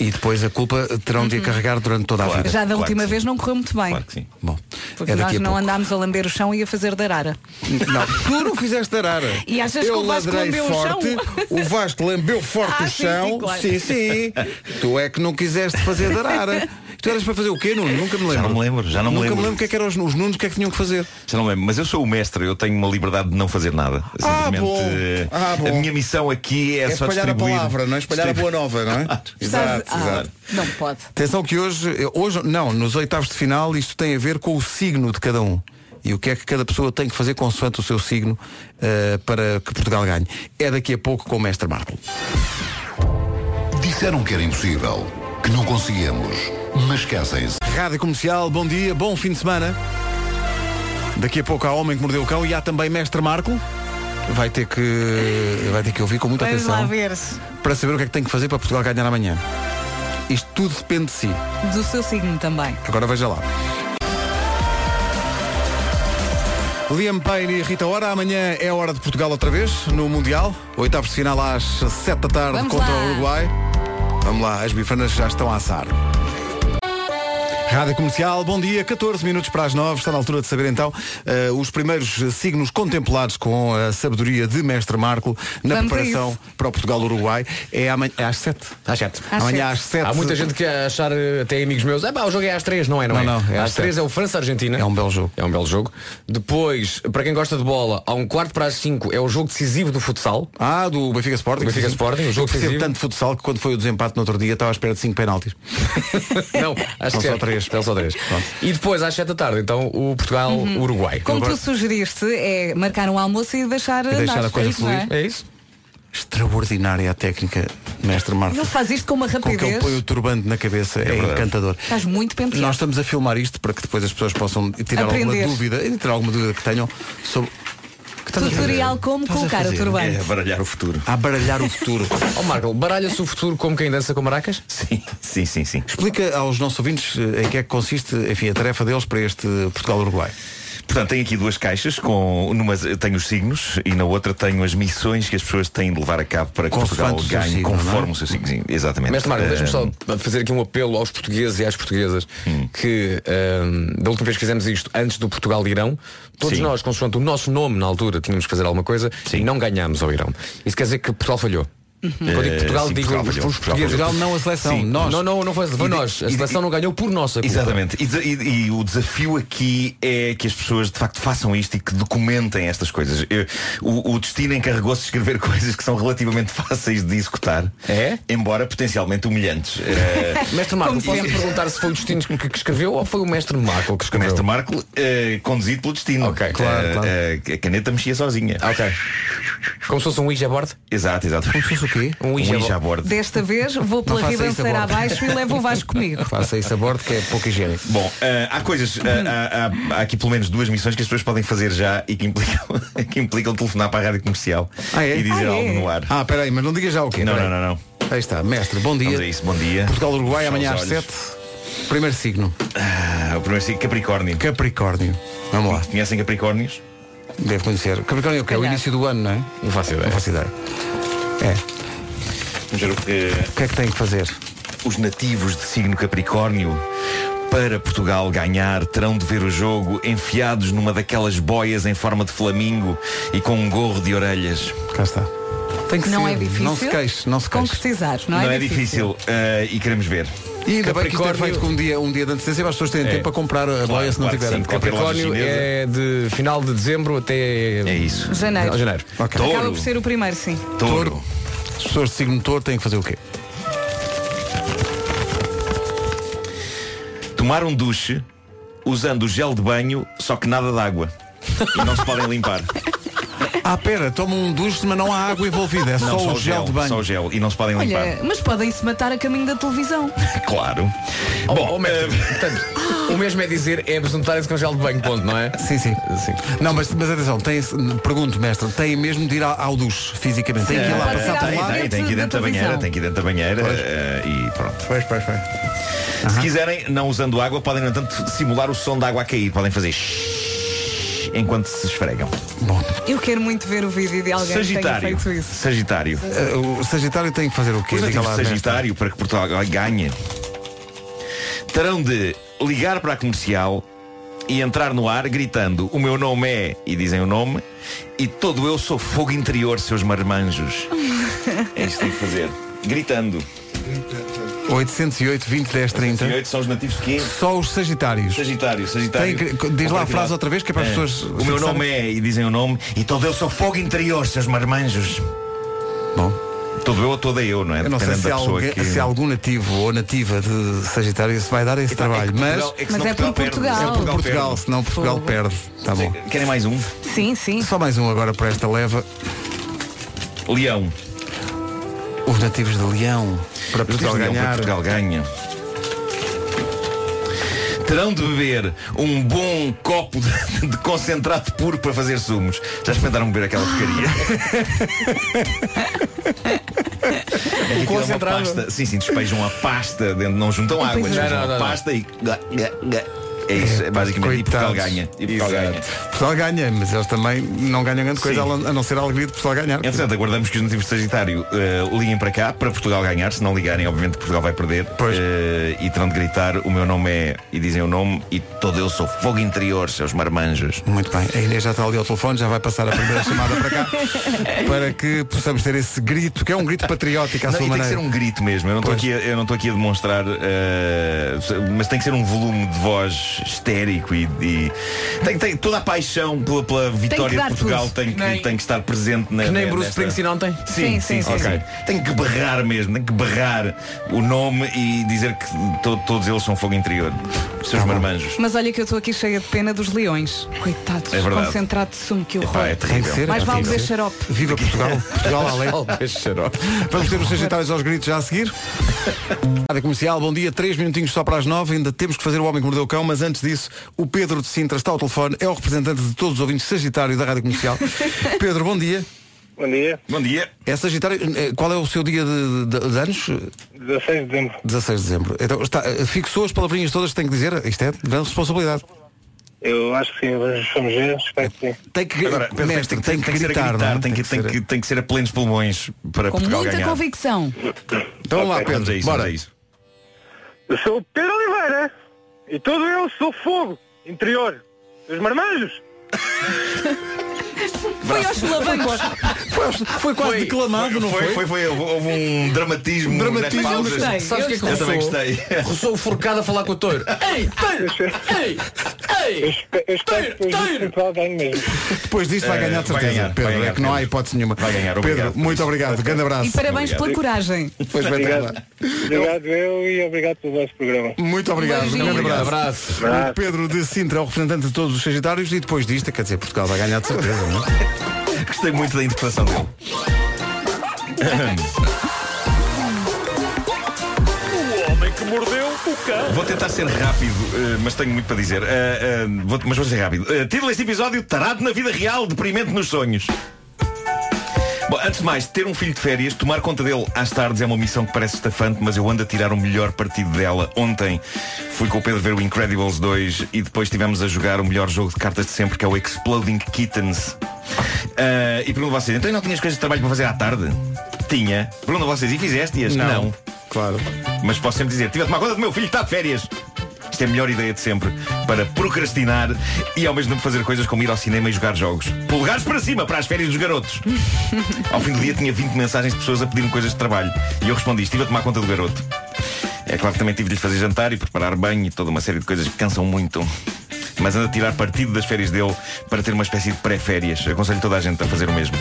[SPEAKER 2] E depois a culpa terão de a carregar durante toda a vida.
[SPEAKER 1] Uhum. Já da última vez não correu muito bem.
[SPEAKER 2] Bom,
[SPEAKER 1] Porque
[SPEAKER 2] é
[SPEAKER 1] nós
[SPEAKER 2] daqui a
[SPEAKER 1] não
[SPEAKER 2] pouco.
[SPEAKER 1] andámos a lamber o chão e a fazer de arara.
[SPEAKER 2] Não, tu não fizeste arara.
[SPEAKER 1] E achas
[SPEAKER 2] eu
[SPEAKER 1] que o Vasco
[SPEAKER 2] ladrei
[SPEAKER 1] lambeu o
[SPEAKER 2] forte,
[SPEAKER 1] chão?
[SPEAKER 2] o Vasco lambeu forte
[SPEAKER 1] Ah,
[SPEAKER 2] o
[SPEAKER 1] sim,
[SPEAKER 2] chão.
[SPEAKER 1] sim, claro.
[SPEAKER 2] sim. Tu é que não quiseste fazer de arara. Tu eras para fazer o quê, Nuno? Nunca me lembro.
[SPEAKER 14] Já não me lembro, já não me
[SPEAKER 2] Nunca
[SPEAKER 14] lembro.
[SPEAKER 2] me lembro o que é que eram os, os Nunos, o que é que tinham que fazer.
[SPEAKER 14] Já não lembro, mas eu sou o mestre, eu tenho uma liberdade de não fazer nada.
[SPEAKER 2] Ah,
[SPEAKER 14] Simplesmente,
[SPEAKER 2] bom.
[SPEAKER 14] eh,
[SPEAKER 2] Ah, bom.
[SPEAKER 14] A minha missão aqui é,
[SPEAKER 2] É
[SPEAKER 14] só
[SPEAKER 2] espalhar a
[SPEAKER 14] distribuir.
[SPEAKER 2] palavra, não é? Espalhar a boa nova, não é?
[SPEAKER 14] Claro.
[SPEAKER 2] Exato,
[SPEAKER 1] Ah,
[SPEAKER 2] exato.
[SPEAKER 1] Não pode.
[SPEAKER 2] Atenção que hoje, hoje, não, nos oitavos de final isto tem a ver com o signo de cada um. E o que é que cada pessoa tem que fazer consoante o seu signo eh, para que Portugal ganhe. É daqui a pouco com o Mestre Marco.
[SPEAKER 15] Disseram que era impossível, que não conseguíamos, mas esquecem-se.
[SPEAKER 2] Rádio Comercial, bom dia, bom fim de semana. Daqui a pouco há Homem que Mordeu o Cão e há também Mestre Marco. Vai ter que, vai ter que ouvir com muita
[SPEAKER 1] Vamos
[SPEAKER 2] atenção
[SPEAKER 1] lá ver.
[SPEAKER 2] para saber o que é que tem que fazer para Portugal ganhar amanhã. Isto tudo depende de si.
[SPEAKER 1] Do seu signo também.
[SPEAKER 2] Agora veja lá. Liam Payne e Rita Ora, amanhã é a hora de Portugal outra vez no Mundial. Oitavos de final às 7 da tarde
[SPEAKER 1] Vamos
[SPEAKER 2] contra
[SPEAKER 1] lá.
[SPEAKER 2] o Uruguai. Vamos lá, as bifanas já estão a assar. Rádio Comercial, bom dia, 14 minutos para as 9, está na altura de saber então eh, os primeiros eh, signos contemplados com a sabedoria de Mestre Marco na
[SPEAKER 7] Vamos a
[SPEAKER 2] preparação para o Portugal-Uruguai. É amanhã é às 7.
[SPEAKER 7] Às 7.
[SPEAKER 2] Às Amanhã sete. às sete.
[SPEAKER 7] Há muita gente que achar, eh, até amigos meus, ah, pá, o jogo é às 3, não é? Não,
[SPEAKER 2] Não,
[SPEAKER 7] é.
[SPEAKER 2] não, é às
[SPEAKER 7] às 3
[SPEAKER 2] sete.
[SPEAKER 7] é o França-Argentina. É
[SPEAKER 2] um belo jogo.
[SPEAKER 7] É um belo jogo. Depois, para quem gosta de bola, há um quarto para as 5 é o jogo decisivo do futsal.
[SPEAKER 2] Ah, do Benfica Sporting.
[SPEAKER 7] Benfica Sporting, o
[SPEAKER 2] Eu
[SPEAKER 7] jogo
[SPEAKER 2] percebo
[SPEAKER 7] decisivo.
[SPEAKER 2] tanto de futsal que quando foi o desempate no outro dia estava à espera de 5 penaltis.
[SPEAKER 7] Não, acho
[SPEAKER 2] São
[SPEAKER 7] que
[SPEAKER 2] só
[SPEAKER 7] é.
[SPEAKER 2] três.
[SPEAKER 7] São só 3. E depois, às 7 da tarde, então, o Portugal-Uruguai.
[SPEAKER 1] Uhum. Como tu sugeriste, é marcar um almoço e deixar,
[SPEAKER 2] É, E deixar
[SPEAKER 1] andar.
[SPEAKER 2] a coisa
[SPEAKER 1] É isso, não é?
[SPEAKER 2] fluir.
[SPEAKER 7] É isso?
[SPEAKER 2] Extraordinária a técnica, mestre Marco.
[SPEAKER 1] Ele faz isto com uma
[SPEAKER 2] Com que ele
[SPEAKER 1] rapidez.
[SPEAKER 2] põe o turbante na cabeça é, encantador.
[SPEAKER 1] Estás muito penteado.
[SPEAKER 2] Nós estamos a filmar isto para que depois as pessoas possam tirar
[SPEAKER 1] Aprender.
[SPEAKER 2] alguma dúvida, e tirar alguma dúvida que tenham sobre
[SPEAKER 1] Tutorial como
[SPEAKER 2] Estás a
[SPEAKER 1] colocar o
[SPEAKER 2] fazer?
[SPEAKER 1] turbante.
[SPEAKER 14] É baralhar o futuro.
[SPEAKER 2] a baralhar o futuro.
[SPEAKER 7] Ó Marco, baralha-se o futuro como quem dança com maracas?
[SPEAKER 14] Sim, sim, sim, sim.
[SPEAKER 2] Explica aos nossos ouvintes eh, em que é que consiste enfim, a tarefa deles para este Portugal-Uruguai.
[SPEAKER 14] Portanto, tenho aqui duas caixas, com numa eu tenho os signos e na outra tenho as missões que as pessoas têm de levar a cabo para que Portugal
[SPEAKER 7] Consoante o seu
[SPEAKER 14] ganhe
[SPEAKER 7] signo, não
[SPEAKER 14] conforme
[SPEAKER 7] é?
[SPEAKER 14] o seu signo. Sim, exatamente.
[SPEAKER 7] Mestre Marco,
[SPEAKER 14] Eh,
[SPEAKER 7] deixa-me só fazer aqui um apelo aos portugueses e às portuguesas
[SPEAKER 14] Hum.
[SPEAKER 7] que ehm, da última vez que fizemos isto, antes do Portugal-Irão, todos
[SPEAKER 14] Sim.
[SPEAKER 7] nós, consoante o nosso nome na altura, tínhamos que fazer alguma coisa e não ganhámos ao Irão. Isso quer dizer que Portugal falhou. Quando digo
[SPEAKER 14] Eh,
[SPEAKER 7] Portugal,
[SPEAKER 14] sim,
[SPEAKER 7] digo
[SPEAKER 14] Portugal falhou.
[SPEAKER 7] os, os
[SPEAKER 14] Portugal
[SPEAKER 7] portugueses.
[SPEAKER 14] falhou. Sim.
[SPEAKER 7] Não, não, não foi, foi
[SPEAKER 14] E de-
[SPEAKER 7] nós. A
[SPEAKER 14] e de-
[SPEAKER 7] seleção não ganhou por nossa culpa.
[SPEAKER 14] Exatamente. E, de- e- e o desafio aqui é que as pessoas de facto façam isto e que documentem estas coisas. Eu- o, o destino encarregou-se de escrever coisas que são relativamente fáceis de executar, é? embora potencialmente humilhantes. Eh,
[SPEAKER 7] Mestre Marco, posso perguntar se foi o destino que, que escreveu ou foi o mestre Marco que
[SPEAKER 14] O
[SPEAKER 7] escreveu?
[SPEAKER 14] mestre Marco, eh, conduzido pelo destino. Eh,
[SPEAKER 7] claro, claro.
[SPEAKER 14] eh, a caneta mexia sozinha.
[SPEAKER 7] Ok. Como se fosse um Ouija board?
[SPEAKER 14] Exato, exato. Como se
[SPEAKER 2] fosse o quê?
[SPEAKER 14] Um Ouija,
[SPEAKER 7] Ouija
[SPEAKER 14] board.
[SPEAKER 1] Desta vez vou pela
[SPEAKER 14] Não faça isso
[SPEAKER 1] ribanceira
[SPEAKER 14] agora.
[SPEAKER 1] abaixo e levo o Vasco comigo.
[SPEAKER 2] Faça isso a bordo que é pouco higiênico.
[SPEAKER 14] Bom, eh, há coisas, eh, há, há- há aqui pelo menos duas missões que as pessoas podem fazer já e que implicam, que implicam telefonar para a rádio comercial
[SPEAKER 2] Ah, é?
[SPEAKER 14] e dizer
[SPEAKER 2] Ah, é?
[SPEAKER 14] algo no ar.
[SPEAKER 2] Ah, peraí, mas não diga já o quê?
[SPEAKER 14] Não,
[SPEAKER 2] Peraí.
[SPEAKER 14] não, não, não.
[SPEAKER 2] Aí está, mestre, bom dia.
[SPEAKER 14] Vamos a isso, bom dia.
[SPEAKER 2] Portugal-Uruguai,
[SPEAKER 14] Fechar os
[SPEAKER 2] amanhã às
[SPEAKER 14] olhos.
[SPEAKER 2] 7. Primeiro signo.
[SPEAKER 14] Ah, o primeiro signo, Capricórnio.
[SPEAKER 2] Capricórnio. Vamos lá.
[SPEAKER 14] Conhecem Capricórnios?
[SPEAKER 2] Deve conhecer. Capricórnio é o quê? É o
[SPEAKER 14] Calhar.
[SPEAKER 2] início do ano, não é?
[SPEAKER 7] Não faço ideia.
[SPEAKER 2] Não faço ideia. É.
[SPEAKER 14] Vamos ver o que.
[SPEAKER 2] O que é que tem que fazer?
[SPEAKER 14] Os nativos de signo Capricórnio, para Portugal ganhar, terão de ver o jogo enfiados numa daquelas boias em forma de flamingo e com um gorro de orelhas.
[SPEAKER 2] Cá está. Tem que
[SPEAKER 1] não
[SPEAKER 2] ser.
[SPEAKER 1] é difícil.
[SPEAKER 2] Não se queixe, não se queixe.
[SPEAKER 1] Concretizar, não,
[SPEAKER 14] Não é difícil, eh, e queremos ver.
[SPEAKER 2] E ainda bem que isto é
[SPEAKER 14] Capricórnio-
[SPEAKER 2] feito com um dia, um dia de antecedência, mas as pessoas têm
[SPEAKER 14] É.
[SPEAKER 2] tempo para comprar a boia se não
[SPEAKER 14] claro que
[SPEAKER 2] tiverem.
[SPEAKER 14] sim, qualquer loja
[SPEAKER 7] Capricórnio
[SPEAKER 14] chinesa.
[SPEAKER 7] é de final de dezembro até.
[SPEAKER 14] É isso.
[SPEAKER 1] Janeiro.
[SPEAKER 7] janeiro.
[SPEAKER 1] Acaba por ser o primeiro, sim.
[SPEAKER 2] Touro. As pessoas de signo touro têm que fazer o quê?
[SPEAKER 14] Tomar um duche usando o gel de banho, só que nada de água. E não se podem limpar.
[SPEAKER 2] Ah, pera, toma um duche, mas não há água envolvida, é
[SPEAKER 14] Não,
[SPEAKER 2] só, o gel, de banho.
[SPEAKER 14] Só o gel. E não se podem limpar.
[SPEAKER 1] Olha, mas podem-se matar a caminho da televisão.
[SPEAKER 14] Claro.
[SPEAKER 7] Bom, portanto, o mesmo é dizer é apresentarem-se com gel de banho, ponto, não é?
[SPEAKER 2] Sim, sim. Não, mas, mas atenção, tem, pergunto, mestre, tem mesmo de ir ao, ao duche fisicamente? É. Tem que ir lá
[SPEAKER 14] Ah,
[SPEAKER 2] passar por
[SPEAKER 14] tem,
[SPEAKER 2] lá?
[SPEAKER 14] tem, tem que ir dentro da banheira, tem que ir dentro da banheira eh, e pronto.
[SPEAKER 2] Pois, pois, pois.
[SPEAKER 14] Se quiserem, não usando água, podem, no entanto, simular o som da água a cair. Podem fazer shhh enquanto se esfregam.
[SPEAKER 1] Eu quero muito ver o vídeo de alguém
[SPEAKER 14] Sagitário.
[SPEAKER 1] que tenha feito isso.
[SPEAKER 14] Sagitário.
[SPEAKER 2] Eh, o Sagitário tem que fazer o quê?
[SPEAKER 14] Os
[SPEAKER 2] Diga
[SPEAKER 14] nativos
[SPEAKER 2] lá,
[SPEAKER 14] de
[SPEAKER 2] mestre.
[SPEAKER 14] Sagitário, para que Portugal ganhe, terão de ligar para a comercial e entrar no ar gritando o meu nome é, e dizem o nome, e todo eu sou fogo interior, seus marmanjos. É isto que tem que fazer. Gritando.
[SPEAKER 2] 808, 20, 10, 30.
[SPEAKER 14] 808 são os nativos de quê?
[SPEAKER 2] Só os Sagitários.
[SPEAKER 14] Sagitário, Sagitário.
[SPEAKER 2] Tem que- diz lá a
[SPEAKER 14] Operatividade.
[SPEAKER 2] frase outra vez, que é para as pessoas
[SPEAKER 14] O meu nome é, e dizem o nome, e todo eu sou fogo interior, seus marmanjos.
[SPEAKER 2] Bom.
[SPEAKER 14] Todo eu ou toda eu, não é?
[SPEAKER 2] Eu não sei
[SPEAKER 14] Dependendo
[SPEAKER 2] se,
[SPEAKER 14] da pessoa
[SPEAKER 2] alguém-
[SPEAKER 14] que.
[SPEAKER 2] se algum nativo ou nativa de Sagitário se vai dar esse trabalho, mas
[SPEAKER 14] Portugal- é que Mas senão é por Portugal perde.
[SPEAKER 2] É por
[SPEAKER 14] Portugal
[SPEAKER 2] Portugal,
[SPEAKER 14] perde.
[SPEAKER 2] senão Portugal
[SPEAKER 14] Fogo.
[SPEAKER 2] perde. Tá bom.
[SPEAKER 14] Querem mais um?
[SPEAKER 1] Sim, sim.
[SPEAKER 2] Só mais um agora para esta leva.
[SPEAKER 14] Leão.
[SPEAKER 2] Os nativos de Leão. Para Portugal
[SPEAKER 14] Diz-me, não,
[SPEAKER 2] ganhar.
[SPEAKER 14] para Portugal ganha. Terão de beber um bom copo de, de concentrado puro para fazer sumos. Já experimentaram beber aquela porcaria? É que aquilo é uma
[SPEAKER 7] Concentrado.
[SPEAKER 14] pasta. Sim, sim, despejam a pasta dentro, não juntam água,
[SPEAKER 7] Pois é.
[SPEAKER 14] despejam
[SPEAKER 7] Não, não,
[SPEAKER 14] a
[SPEAKER 7] não.
[SPEAKER 14] pasta e. É isso, é basicamente. E Portugal
[SPEAKER 2] Coitados.
[SPEAKER 14] ganha. E Portugal
[SPEAKER 2] Exato.
[SPEAKER 14] ganha.
[SPEAKER 2] Portugal ganha, mas eles também não ganham grande coisa
[SPEAKER 14] Sim.
[SPEAKER 2] a não ser a alegria de Portugal ganhar.
[SPEAKER 14] Entretanto, aguardamos que os nativos de Sagitário eh, liguem para cá, para Portugal ganhar. Se não ligarem, obviamente Portugal vai perder. Eh, e terão de gritar, o meu nome é, e dizem o nome, e todo eu sou fogo interior, seus marmanjos.
[SPEAKER 2] Muito bem, a Inês já está ali ao telefone, já vai passar a primeira chamada para cá, para que possamos ter esse grito, que é um grito patriótico à
[SPEAKER 14] É. Não,
[SPEAKER 2] sua
[SPEAKER 14] e tem que
[SPEAKER 2] maneira.
[SPEAKER 14] ser um grito mesmo, eu não estou
[SPEAKER 2] Pois.
[SPEAKER 14] aqui, a- eu não estou aqui a demonstrar, eh, mas tem que ser um volume de voz histérico e, e- tem, tem- toda a paixão pela, pela vitória de
[SPEAKER 7] dar
[SPEAKER 14] Portugal
[SPEAKER 7] tudo.
[SPEAKER 14] tem que,
[SPEAKER 7] Nem-
[SPEAKER 14] tem que estar presente na
[SPEAKER 7] Que nem
[SPEAKER 14] na-
[SPEAKER 7] Bruce
[SPEAKER 14] nesta-
[SPEAKER 7] Springsteen
[SPEAKER 2] um
[SPEAKER 7] ontem?
[SPEAKER 14] Sim, sim, sim.
[SPEAKER 7] Ok.
[SPEAKER 14] sim. Tem que barrar mesmo, tem que barrar o nome e dizer que to- todos eles são fogo interior. Seus marmanjos.
[SPEAKER 1] Mas olha que eu estou aqui cheia de pena dos leões. Coitados,
[SPEAKER 14] É verdade.
[SPEAKER 1] concentrado de sumo que horror.
[SPEAKER 14] Epá, é terrível. Tem que ser,
[SPEAKER 1] Mais
[SPEAKER 14] é
[SPEAKER 1] vale
[SPEAKER 14] terrível.
[SPEAKER 1] beber xarope.
[SPEAKER 2] Viva Portugal, Portugal além. Vamos ter os Sagitários aos gritos já a seguir. Rádio Comercial, bom dia, três minutinhos só para as nove, ainda temos que fazer o Homem que Mordeu o Cão, mas antes disso, o Pedro de Sintra está ao telefone, é o representante de todos os ouvintes Sagitário da Rádio Comercial. Pedro, bom dia.
[SPEAKER 16] Bom dia.
[SPEAKER 14] Bom dia.
[SPEAKER 2] É Sagitário, eh, qual é o seu dia de, de- de anos?
[SPEAKER 16] 16 de dezembro.
[SPEAKER 2] 16 de dezembro. Então, está, eh, fixou as palavrinhas todas que tem que dizer, isto é de grande responsabilidade.
[SPEAKER 16] Eu acho que sim, mas vamos ver, espero que sim.
[SPEAKER 2] Tem que,
[SPEAKER 14] Agora, Pedro,
[SPEAKER 2] mestre,
[SPEAKER 14] tem, que- tem que ser a
[SPEAKER 2] gritar, não
[SPEAKER 14] gritar,
[SPEAKER 2] é?
[SPEAKER 14] tem que, tem, que, tem que ser a plenos pulmões para
[SPEAKER 1] Com
[SPEAKER 14] Portugal
[SPEAKER 1] muita
[SPEAKER 14] ganhar.
[SPEAKER 1] convicção.
[SPEAKER 2] Então
[SPEAKER 14] vamos
[SPEAKER 16] lá, Pedro,
[SPEAKER 14] a isso,
[SPEAKER 16] bora.
[SPEAKER 14] vamos a isso.
[SPEAKER 16] Eu sou o Pedro Oliveira e todo eu sou fogo interior dos marmanjos.
[SPEAKER 1] Foi aos
[SPEAKER 16] Foi
[SPEAKER 1] solavancos.
[SPEAKER 2] Foi quase declamado,
[SPEAKER 14] não foi? Foi, foi, houve, houve um dramatismo,
[SPEAKER 7] Dramatismo,
[SPEAKER 14] nas
[SPEAKER 7] eu
[SPEAKER 14] pausas.
[SPEAKER 7] gostei, Sabes eu o que é que
[SPEAKER 14] eu também
[SPEAKER 7] gostei.
[SPEAKER 14] gostei.
[SPEAKER 7] Rossou o forcado a falar com o touro. Ei, touro! Ei! Ei!
[SPEAKER 16] Eu espero que depois disso Portugal ganhe mesmo.
[SPEAKER 2] Depois disto
[SPEAKER 7] É,
[SPEAKER 2] vai
[SPEAKER 16] Eh,
[SPEAKER 2] ganhar de
[SPEAKER 16] vai
[SPEAKER 2] certeza,
[SPEAKER 16] ganhar,
[SPEAKER 2] Pedro.
[SPEAKER 16] vai ganhar,
[SPEAKER 2] é que não há hipótese nenhuma. Vai ganhar, Pedro, muito obrigado.
[SPEAKER 11] Um
[SPEAKER 2] Grande abraço.
[SPEAKER 1] E parabéns pela coragem.
[SPEAKER 2] Pois bem, até lá.
[SPEAKER 16] Obrigado. Obrigado eu e obrigado pelo vosso programa.
[SPEAKER 2] Muito obrigado. Um
[SPEAKER 16] Beijinho.
[SPEAKER 11] Um
[SPEAKER 2] Grande abraço.
[SPEAKER 16] Abraço.
[SPEAKER 2] O Pedro de Sintra é o representante de todos os Sagitários e depois disto, quer dizer, Portugal vai ganhar de certeza, não é?
[SPEAKER 14] Gostei muito da interpretação dele.
[SPEAKER 11] O homem que mordeu o cão.
[SPEAKER 14] Vou tentar ser rápido, eh, mas tenho muito para dizer. Eh, eh, vou- mas vou ser rápido. Eh, título deste episódio: Tarado na vida real, deprimente nos sonhos. Bom, antes de mais, ter um filho de férias, tomar conta dele às tardes é uma missão que parece estafante, mas eu ando a tirar o melhor partido dela. Ontem fui com o Pedro ver o Incredibles 2 e depois estivemos a jogar o melhor jogo de cartas de sempre, que é o Exploding Kittens. Ah, e pergunto a vocês, então não tinhas coisas de trabalho para fazer à tarde? Tinha. Pergunto a vocês, e fizeste-as?
[SPEAKER 13] Não.
[SPEAKER 14] Claro. Mas posso sempre dizer, tive a tomar conta do meu filho que está de férias. Isto é a melhor ideia de sempre para procrastinar e ao mesmo tempo fazer coisas como ir ao cinema e jogar jogos. Polegares para cima, para as férias dos garotos. Ao fim do dia tinha 20 mensagens de pessoas a pedir-me coisas de trabalho. E eu respondi, estive a tomar conta do garoto. É claro que também tive de lhe fazer jantar e preparar banho e toda uma série de coisas que cansam muito. Mas anda a tirar partido das férias dele para ter uma espécie de pré-férias. Aconselho toda a gente a fazer o mesmo.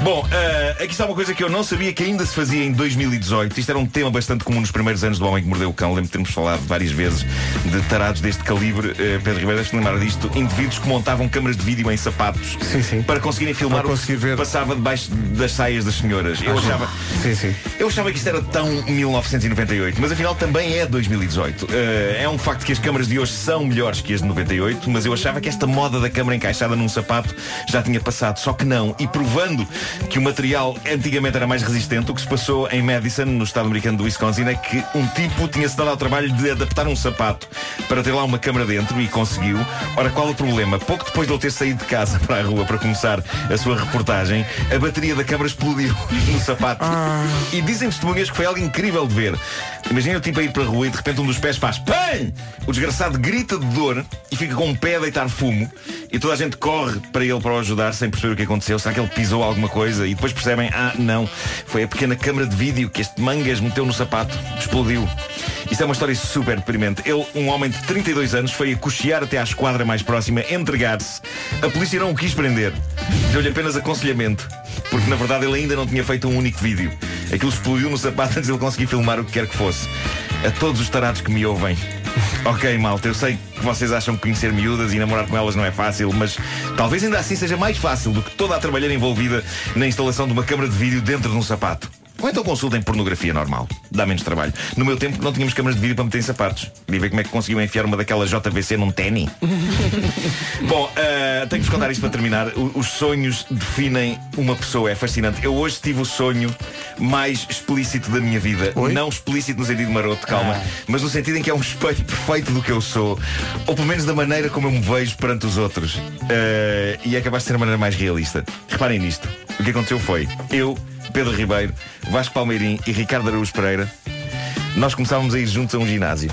[SPEAKER 14] Bom, ah, aqui está uma coisa que eu não sabia que ainda se fazia em 2018. Isto era um tema bastante comum nos primeiros anos do Homem que Mordeu o Cão. Lembro de termos falado várias vezes de tarados deste calibre. Eh, Pedro Ribeiro, deve-se lembrar disto. Indivíduos que montavam câmaras de vídeo em sapatos para conseguirem filmar
[SPEAKER 2] Para
[SPEAKER 14] o que passava debaixo das saias das senhoras. Eu achava, eu achava que isto era tão 1998, mas afinal também é 2018. Eh, é um facto que as câmaras de hoje são melhores que as de 98, mas eu achava que esta moda da câmara encaixada num sapato já tinha passado, só que não. E provando que o material antigamente era mais resistente, o que se passou em Madison, no estado americano do Wisconsin, é que um tipo tinha-se dado ao trabalho de adaptar um sapato para ter lá uma câmara dentro e conseguiu. Ora, qual o problema? Pouco depois de ele ter saído de casa para a rua para começar a sua reportagem, a bateria da câmara explodiu no sapato. E dizem testemunhas que foi algo incrível de ver. Imagina o tipo a ir para a rua e de repente um dos pés faz PAM! O desgraçado grita de dor e fica com um pé a deitar fumo e toda a gente corre para ele para o ajudar sem perceber o que aconteceu. Será que ele pisou alguma coisa? E depois percebem, ah, não, foi a pequena câmara de vídeo que este mangas meteu no sapato. Explodiu. Isto é uma história super deprimente. Ele, um homem de 32 anos, foi a cochear até à esquadra mais próxima, entregar-se. A polícia não o quis prender. Deu-lhe apenas aconselhamento. Porque na verdade ele ainda não tinha feito um único vídeo. Aquilo explodiu no sapato antes de ele conseguir filmar o que quer que fosse. A todos os tarados que me ouvem. Ok, malta, eu sei que vocês acham que conhecer miúdas e namorar com elas não é fácil, mas talvez ainda assim seja mais fácil do que toda a trabalhar envolvida na instalação de uma câmara de vídeo dentro de um sapato. Ou então consultem pornografia normal. Dá menos trabalho. No meu tempo não tínhamos câmaras de vídeo para meter em sapatos. Queria ver como é que conseguiam enfiar uma daquelas JVC num ténis. Bom, ah, tenho que vos contar isto para terminar. O- os sonhos definem uma pessoa, é fascinante. Eu hoje tive o sonho mais explícito da minha vida. Não explícito no sentido maroto, calma, mas no sentido em que é um espelho perfeito do que eu sou, ou pelo menos da maneira como eu me vejo perante os outros. Ah, e é capaz de ser a maneira mais realista. Reparem nisto. O que aconteceu foi, eu, Pedro Ribeiro, Vasco Palmeirim e Ricardo Araújo Pereira, nós começávamos a ir juntos a um ginásio.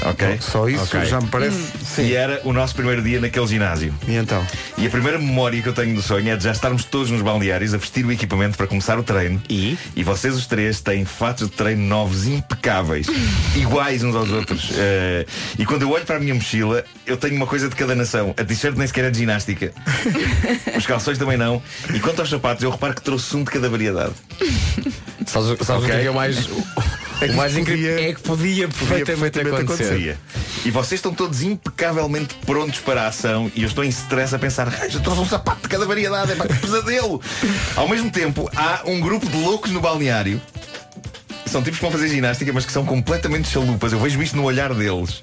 [SPEAKER 14] Ok?
[SPEAKER 2] Só isso
[SPEAKER 14] Ok.
[SPEAKER 2] já me parece.
[SPEAKER 14] E era o nosso primeiro dia naquele ginásio.
[SPEAKER 2] E então?
[SPEAKER 14] E a primeira memória que eu tenho do sonho é de já estarmos todos nos balneários a vestir o equipamento para começar o treino. E? E vocês os três têm fatos de treino novos impecáveis, iguais uns aos outros. Eh, e quando eu olho para a minha mochila, eu tenho uma coisa de cada nação. A t-shirt nem sequer é de ginástica. Os calções também não. E quanto aos sapatos, eu reparo que trouxe um de cada variedade.
[SPEAKER 7] Sabes, o- sabes o que é que é o mais, o
[SPEAKER 14] É que
[SPEAKER 7] mais
[SPEAKER 14] isso
[SPEAKER 7] incrível? é que podia perfeitamente, acontecer.
[SPEAKER 14] E vocês estão todos impecavelmente prontos para a ação e eu estou em stress a pensar, "Ai, eu trouxe um sapato de cada variedade, é pá, que pesadelo. Ao mesmo tempo, há um grupo de loucos no balneário. São tipos que vão fazer ginástica, mas que são completamente chalupas. Eu vejo isto no olhar deles.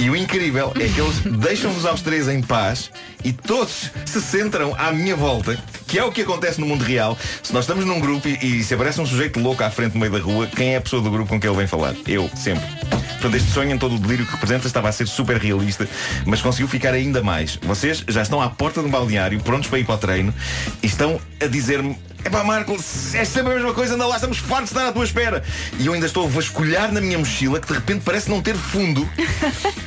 [SPEAKER 14] E o incrível é que eles deixam-vos aos três em paz e todos se centram à minha volta, que é o que acontece no mundo real. Se nós estamos num grupo e, e se aparece um sujeito louco à frente no meio da rua, quem é a pessoa do grupo com quem ele vem falar? Eu, sempre. Portanto, este sonho em todo o delírio que representa estava a ser super realista, mas conseguiu ficar ainda mais. Vocês já estão à porta do balneário, prontos para ir para o treino, e estão a dizer-me é pá, Marco, é sempre a mesma coisa, anda lá, estamos fartos de estar à tua espera. E eu ainda estou a vasculhar na minha mochila que de repente parece não ter fundo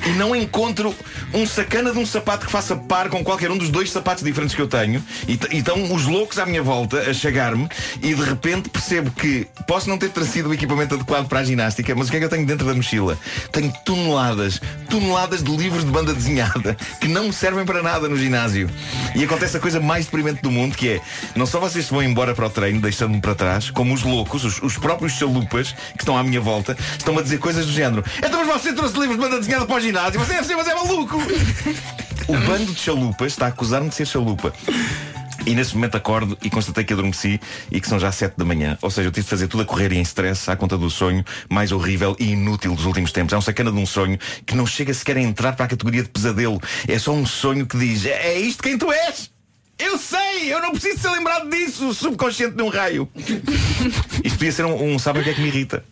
[SPEAKER 14] e não encontro um sacana de um sapato que faça par com qualquer um dos dois sapatos diferentes que eu tenho. E t- e estão os loucos à minha volta a chegar-me e de repente percebo que posso não ter trazido o equipamento adequado para a ginástica, mas o que é que eu tenho dentro da mochila? Tenho toneladas, toneladas de livros de banda desenhada que não me servem para nada no ginásio. E acontece a coisa mais deprimente do mundo, que é não só vocês se vão embora para o treino, deixando-me para trás, como os loucos, os, os próprios chalupas que estão à minha volta, estão a dizer coisas do género. Então mas você trouxe livros de banda desenhada para o ginásio, você é, você, mas é maluco! O bando de chalupas está a acusar-me de ser chalupa. E nesse momento acordo e constatei que adormeci e que são já sete da manhã. Ou seja, eu tive de fazer tudo a correr e em stress à conta do sonho mais horrível e inútil dos últimos tempos. É um sacana de um sonho que não chega sequer a entrar para a categoria de pesadelo. É só um sonho que diz, é isto quem tu és! Eu sei! sei! Eu não preciso ser lembrado disso! Subconsciente de um raio. Isto podia ser um, um sabe o que é que me irrita.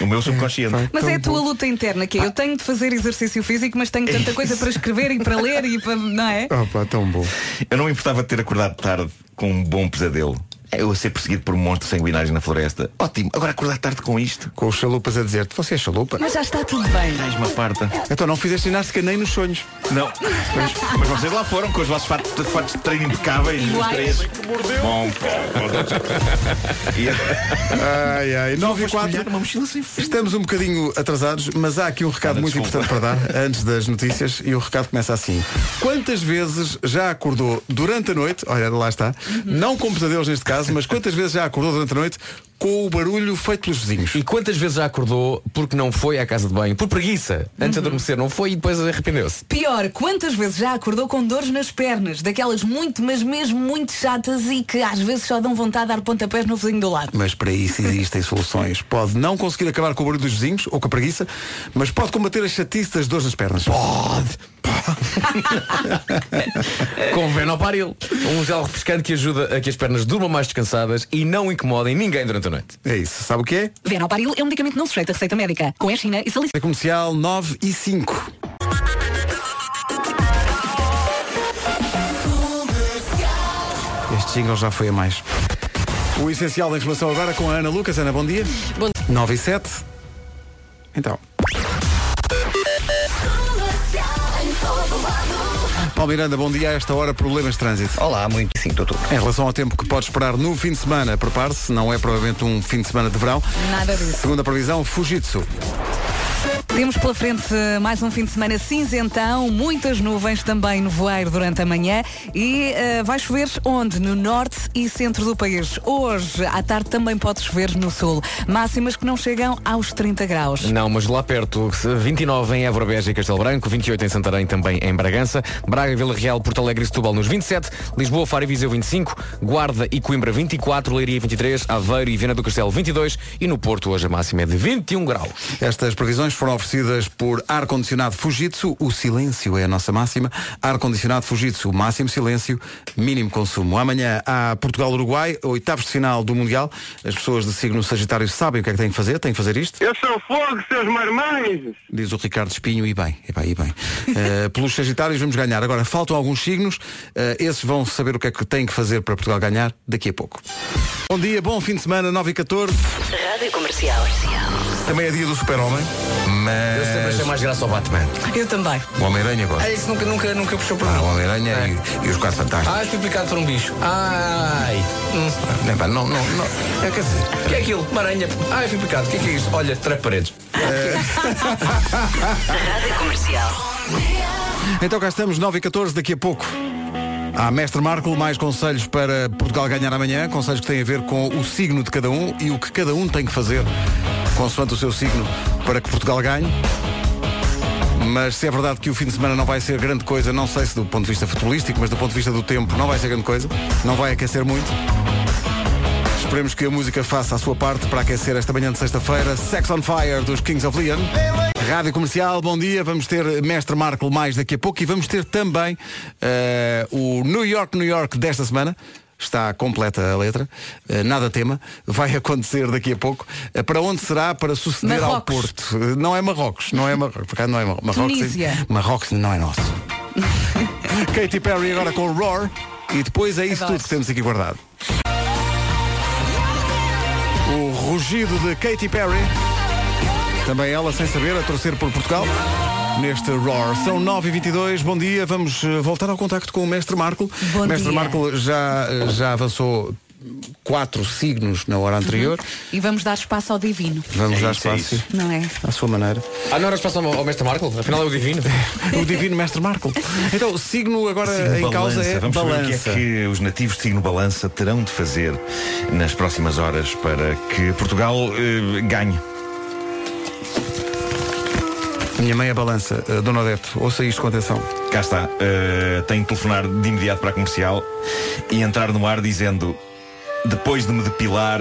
[SPEAKER 14] O meu subconsciente.
[SPEAKER 1] Mas é a tua luta interna,
[SPEAKER 14] Ah.
[SPEAKER 1] que é, eu tenho de fazer exercício físico, mas tenho tanta coisa para escrever e para ler e para. não é?
[SPEAKER 2] Ah,
[SPEAKER 14] tão bom. Eu não me importava de ter acordado tarde com um bom pesadelo. Eu a ser perseguido por um monstro sanguinário na floresta. Ótimo, agora acordar tarde com isto.
[SPEAKER 2] Com os chalupas a dizer-te, você é chalupa?
[SPEAKER 1] Mas já está tudo bem.
[SPEAKER 14] Mais uma parta.
[SPEAKER 2] Então não fizeste ginástica nem nos sonhos.
[SPEAKER 14] Não. Mas, mas vocês lá foram com os vossos fatos, fatos de treino impecáveis. Os
[SPEAKER 11] Iguais.
[SPEAKER 14] três.
[SPEAKER 11] Mordeu.
[SPEAKER 14] Bom,
[SPEAKER 2] ai, ai, 9 e 4. Estamos um bocadinho atrasados, mas há aqui um recado muito importante para dar antes das notícias e o recado começa assim. Quantas vezes já acordou durante a noite, olha lá está, não com pesadelos neste caso, mas quantas vezes já acordou durante a noite com o barulho feito pelos vizinhos?
[SPEAKER 7] E quantas vezes já acordou porque não foi à casa de banho? Por preguiça. Antes
[SPEAKER 14] Uhum.
[SPEAKER 7] de adormecer não foi e depois arrependeu-se.
[SPEAKER 1] Pior, quantas vezes já acordou com dores nas pernas? Daquelas muito, mas mesmo muito chatas e que às vezes só dão vontade de dar pontapés no vizinho do lado.
[SPEAKER 2] Mas para isso existem soluções. Pode não conseguir acabar com o barulho dos vizinhos ou com a preguiça, mas pode combater a chatice das dores nas pernas. Pode!
[SPEAKER 7] Com Venoparil. Um gel refrescante que ajuda a que as pernas durmam mais descansadas e não incomodem ninguém durante a noite.
[SPEAKER 2] É isso. Sabe o que é?
[SPEAKER 1] Venoparil é um medicamento não sujeito a receita médica. Com China e salicina.
[SPEAKER 2] É comercial 9 e 5. Este jingle já foi a mais. O essencial da informação agora com a Ana Lucas. Ana, bom dia.
[SPEAKER 3] Bom
[SPEAKER 2] 9 e 7. Então. Paulo Miranda, bom dia. A esta hora, problemas de trânsito.
[SPEAKER 5] Olá, muito 5 de outubro.
[SPEAKER 2] Em relação ao tempo que pode esperar no fim de semana, prepare-se, não é provavelmente um fim de semana de verão.
[SPEAKER 1] Nada disso.
[SPEAKER 2] Segunda previsão, Fujitsu.
[SPEAKER 1] Temos pela frente eh, mais um fim de semana cinzentão, muitas nuvens também no voeiro durante a manhã e eh, vai chover onde? No norte e centro do país. Hoje, à tarde, também pode chover no sul. Máximas que não chegam aos 30 graus.
[SPEAKER 7] Não, mas lá perto, 29 em Évora Beja e Castelo Branco, 28 em Santarém, também em Bragança, Braga, Vila Real, Porto Alegre e Setúbal nos 27, Lisboa, Faro e Viseu 25, Guarda e Coimbra 24, Leiria 23, Aveiro e Viana do Castelo 22 e no Porto hoje a máxima é de 21 graus.
[SPEAKER 2] um Estas previsões foram oferecidas por ar-condicionado Fujitsu, o silêncio é a nossa máxima. Ar-condicionado Fujitsu, máximo silêncio, mínimo consumo. Amanhã há Portugal-Uruguai, oitavos de final do Mundial. As pessoas de signo Sagitário sabem o que é que têm que fazer, têm que fazer isto.
[SPEAKER 16] Eu sou fogo, seus marmães!
[SPEAKER 2] Diz o Ricardo Espinho, e bem, e bem, e bem. Eh, pelos Sagitários vamos ganhar. Agora, faltam alguns signos, eh, esses vão saber o que é que têm que fazer para Portugal ganhar daqui a pouco. Bom dia, bom fim de semana, 9 e 14.
[SPEAKER 8] Rádio Comercial.
[SPEAKER 2] Também é dia do super-homem, mas...
[SPEAKER 7] Eu sempre achei mais graça ao Batman.
[SPEAKER 1] Eu também.
[SPEAKER 2] O Homem-Aranha agora.
[SPEAKER 7] Ah, isso nunca, nunca, nunca puxou para
[SPEAKER 2] Ah,
[SPEAKER 7] mim.
[SPEAKER 2] o Homem-Aranha e, e os quatro fantásticos.
[SPEAKER 7] Ah, fui picado por um bicho. Ai. Hum.
[SPEAKER 2] Não, pá, não, não, não. É, quer dizer,
[SPEAKER 7] O que é aquilo? Uma aranha. Ai, fui picado. O que é que é isto? Olha, três paredes.
[SPEAKER 8] Rádio Comercial.
[SPEAKER 2] Então cá estamos, 9 e 14 daqui a pouco. Há Mestre Marco, mais conselhos para Portugal ganhar amanhã, conselhos que têm a ver com o signo de cada um e o que cada um tem que fazer, consoante o seu signo, para que Portugal ganhe. Mas se é verdade que o fim de semana não vai ser grande coisa, não sei se do ponto de vista futebolístico, mas do ponto de vista do tempo não vai ser grande coisa, não vai aquecer muito. Esperemos que a música faça a sua parte para aquecer esta manhã de sexta-feira. Sex on Fire dos Kings of Leon. Rádio Comercial, bom dia. Vamos ter Mestre Marco mais daqui a pouco e vamos ter também eh, o New York, New York desta semana. Está completa a letra, eh, nada tema, vai acontecer daqui a pouco. Eh, para onde será? Para suceder ao
[SPEAKER 1] Marrocos.
[SPEAKER 2] Porto. Eh, não é Marrocos, não é Marrocos, por acaso não é Mar- Marrocos.
[SPEAKER 1] Tunísia.
[SPEAKER 2] Marrocos não é nosso. Katy Perry agora com Roar e depois é isso tudo que temos aqui guardado. O rugido de Katy Perry. Também ela, sem saber, a torcer por Portugal. Neste Roar. São 9h22, bom dia. Vamos eh, voltar ao contacto com o Mestre Marco.
[SPEAKER 1] Bom
[SPEAKER 2] Mestre
[SPEAKER 1] dia.
[SPEAKER 2] Marco já, eh, já avançou quatro signos na hora anterior.
[SPEAKER 1] E vamos dar espaço ao divino,
[SPEAKER 2] Vamos dar espaço.
[SPEAKER 1] não é?
[SPEAKER 2] à sua maneira.
[SPEAKER 7] Ah, não era espaço ao ao Mestre Marco? Afinal é o divino.
[SPEAKER 2] O divino Mestre Marco. Então, signo agora em causa é
[SPEAKER 14] Vamos saber o que
[SPEAKER 2] balança.
[SPEAKER 14] é que os nativos de signo balança terão de fazer nas próximas horas para que Portugal eh, ganhe.
[SPEAKER 2] Minha mãe é balança. Eh, Dona Odete, ouça isto com atenção.
[SPEAKER 14] Cá está. eh, tem de telefonar de imediato para a comercial e entrar no ar dizendo: Depois de me depilar,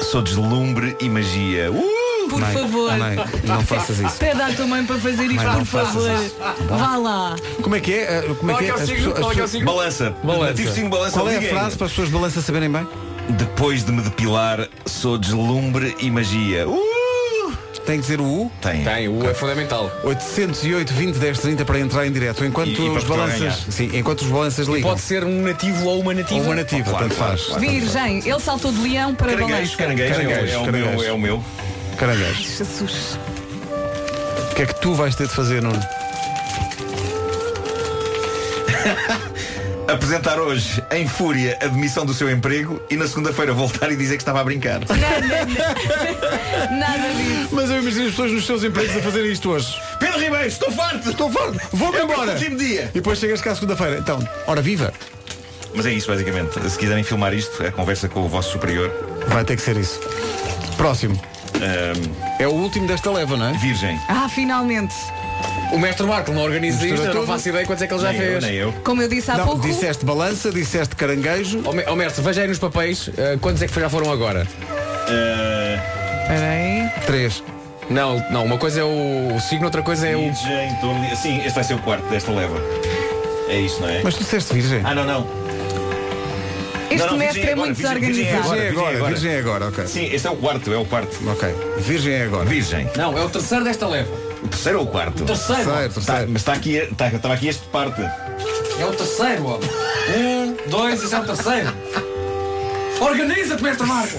[SPEAKER 14] sou deslumbre e magia. Uh!
[SPEAKER 1] Por
[SPEAKER 2] Mãe,
[SPEAKER 1] favor.
[SPEAKER 2] mãe, não faças isso.
[SPEAKER 1] Pede à tua mãe para fazer isto,
[SPEAKER 2] Mãe, não
[SPEAKER 1] por
[SPEAKER 2] faças
[SPEAKER 1] favor.
[SPEAKER 2] isso.
[SPEAKER 1] Vá lá.
[SPEAKER 2] Como é que é? Ah, Como é que é? As pessoas- as pessoas-
[SPEAKER 14] Balança. Tive cinco balança.
[SPEAKER 2] Qual é a
[SPEAKER 14] liguei.
[SPEAKER 2] frase para as pessoas de balança saberem bem?
[SPEAKER 14] Depois de me depilar, sou deslumbre e magia. Uh!
[SPEAKER 2] Tem que dizer o U?
[SPEAKER 14] Tem.
[SPEAKER 7] Tem, o U é fundamental.
[SPEAKER 2] 808 20 10 30 para entrar em direto. Enquanto
[SPEAKER 7] E- e para
[SPEAKER 2] os
[SPEAKER 7] Portugal
[SPEAKER 2] balanças,
[SPEAKER 7] ganhar.
[SPEAKER 2] sim, enquanto os balanças ligam.
[SPEAKER 7] Pode ser um nativo ou uma nativa.
[SPEAKER 2] Ou uma nativa, tanto faz.
[SPEAKER 1] Virgem, ele saltou de leão para
[SPEAKER 14] Caranguejo,
[SPEAKER 1] balança.
[SPEAKER 14] caranguejo,
[SPEAKER 2] Caranguejo,
[SPEAKER 14] é, o, é o
[SPEAKER 2] caranguejo.
[SPEAKER 14] meu, é o meu.
[SPEAKER 2] Caranguejo.
[SPEAKER 1] Ai, Jesus.
[SPEAKER 2] O que é que tu vais ter de fazer, Nuno?
[SPEAKER 14] Apresentar hoje, em fúria, a demissão do seu emprego e na segunda-feira voltar e dizer que estava a brincar.
[SPEAKER 1] Nada disso.
[SPEAKER 2] Mas eu imagino as pessoas nos seus empregos a fazerem isto hoje.
[SPEAKER 14] Pedro Ribeiro, estou farto!
[SPEAKER 2] Estou farto! Vou-me
[SPEAKER 14] É o meu
[SPEAKER 2] embora!
[SPEAKER 14] último dia.
[SPEAKER 2] E depois chegas cá à segunda-feira. Então, ora viva!
[SPEAKER 14] Mas é isso, basicamente. Se quiserem filmar isto, é a conversa com o vosso superior.
[SPEAKER 2] Vai ter que ser isso. Próximo. É o último desta leva, não é?
[SPEAKER 14] Virgem.
[SPEAKER 1] Ah, finalmente.
[SPEAKER 7] O mestre Marco não organiza
[SPEAKER 2] Mistura
[SPEAKER 7] isto, eu não
[SPEAKER 2] tudo.
[SPEAKER 7] faço ideia quantos é que ele já
[SPEAKER 2] Nem eu,
[SPEAKER 7] fez.
[SPEAKER 2] nem eu.
[SPEAKER 1] Como eu disse há
[SPEAKER 2] não,
[SPEAKER 1] pouco.
[SPEAKER 2] disseste balança, disseste caranguejo.
[SPEAKER 7] Ó me- ó, mestre, veja aí nos papéis eh, quantos é que já foram agora.
[SPEAKER 14] Eh,
[SPEAKER 1] Peraí.
[SPEAKER 2] Três.
[SPEAKER 7] Não, não, uma coisa é o, o signo, outra coisa é o.
[SPEAKER 14] Virgem, estou ali- Sim, este vai ser o quarto desta leva. É isso, não é?
[SPEAKER 2] Mas tu disseste virgem.
[SPEAKER 14] Ah, não, não.
[SPEAKER 1] Este
[SPEAKER 14] Não, não,
[SPEAKER 1] mestre
[SPEAKER 14] virgem
[SPEAKER 1] é muito
[SPEAKER 14] agora, virgem
[SPEAKER 1] desorganizado.
[SPEAKER 2] Virgem é agora, virgem é agora, ok.
[SPEAKER 14] Sim, este é o quarto, é o quarto.
[SPEAKER 2] Ok. Virgem é agora.
[SPEAKER 14] Virgem.
[SPEAKER 7] Não, é o terceiro desta leva.
[SPEAKER 14] O terceiro ou o quarto?
[SPEAKER 7] Terceiro. Terceiro,
[SPEAKER 14] Tá, mas está aqui, está, estava aqui este parte.
[SPEAKER 7] É o terceiro, homem. Um, dois, esse é o terceiro. Organiza-te, mestre Marco!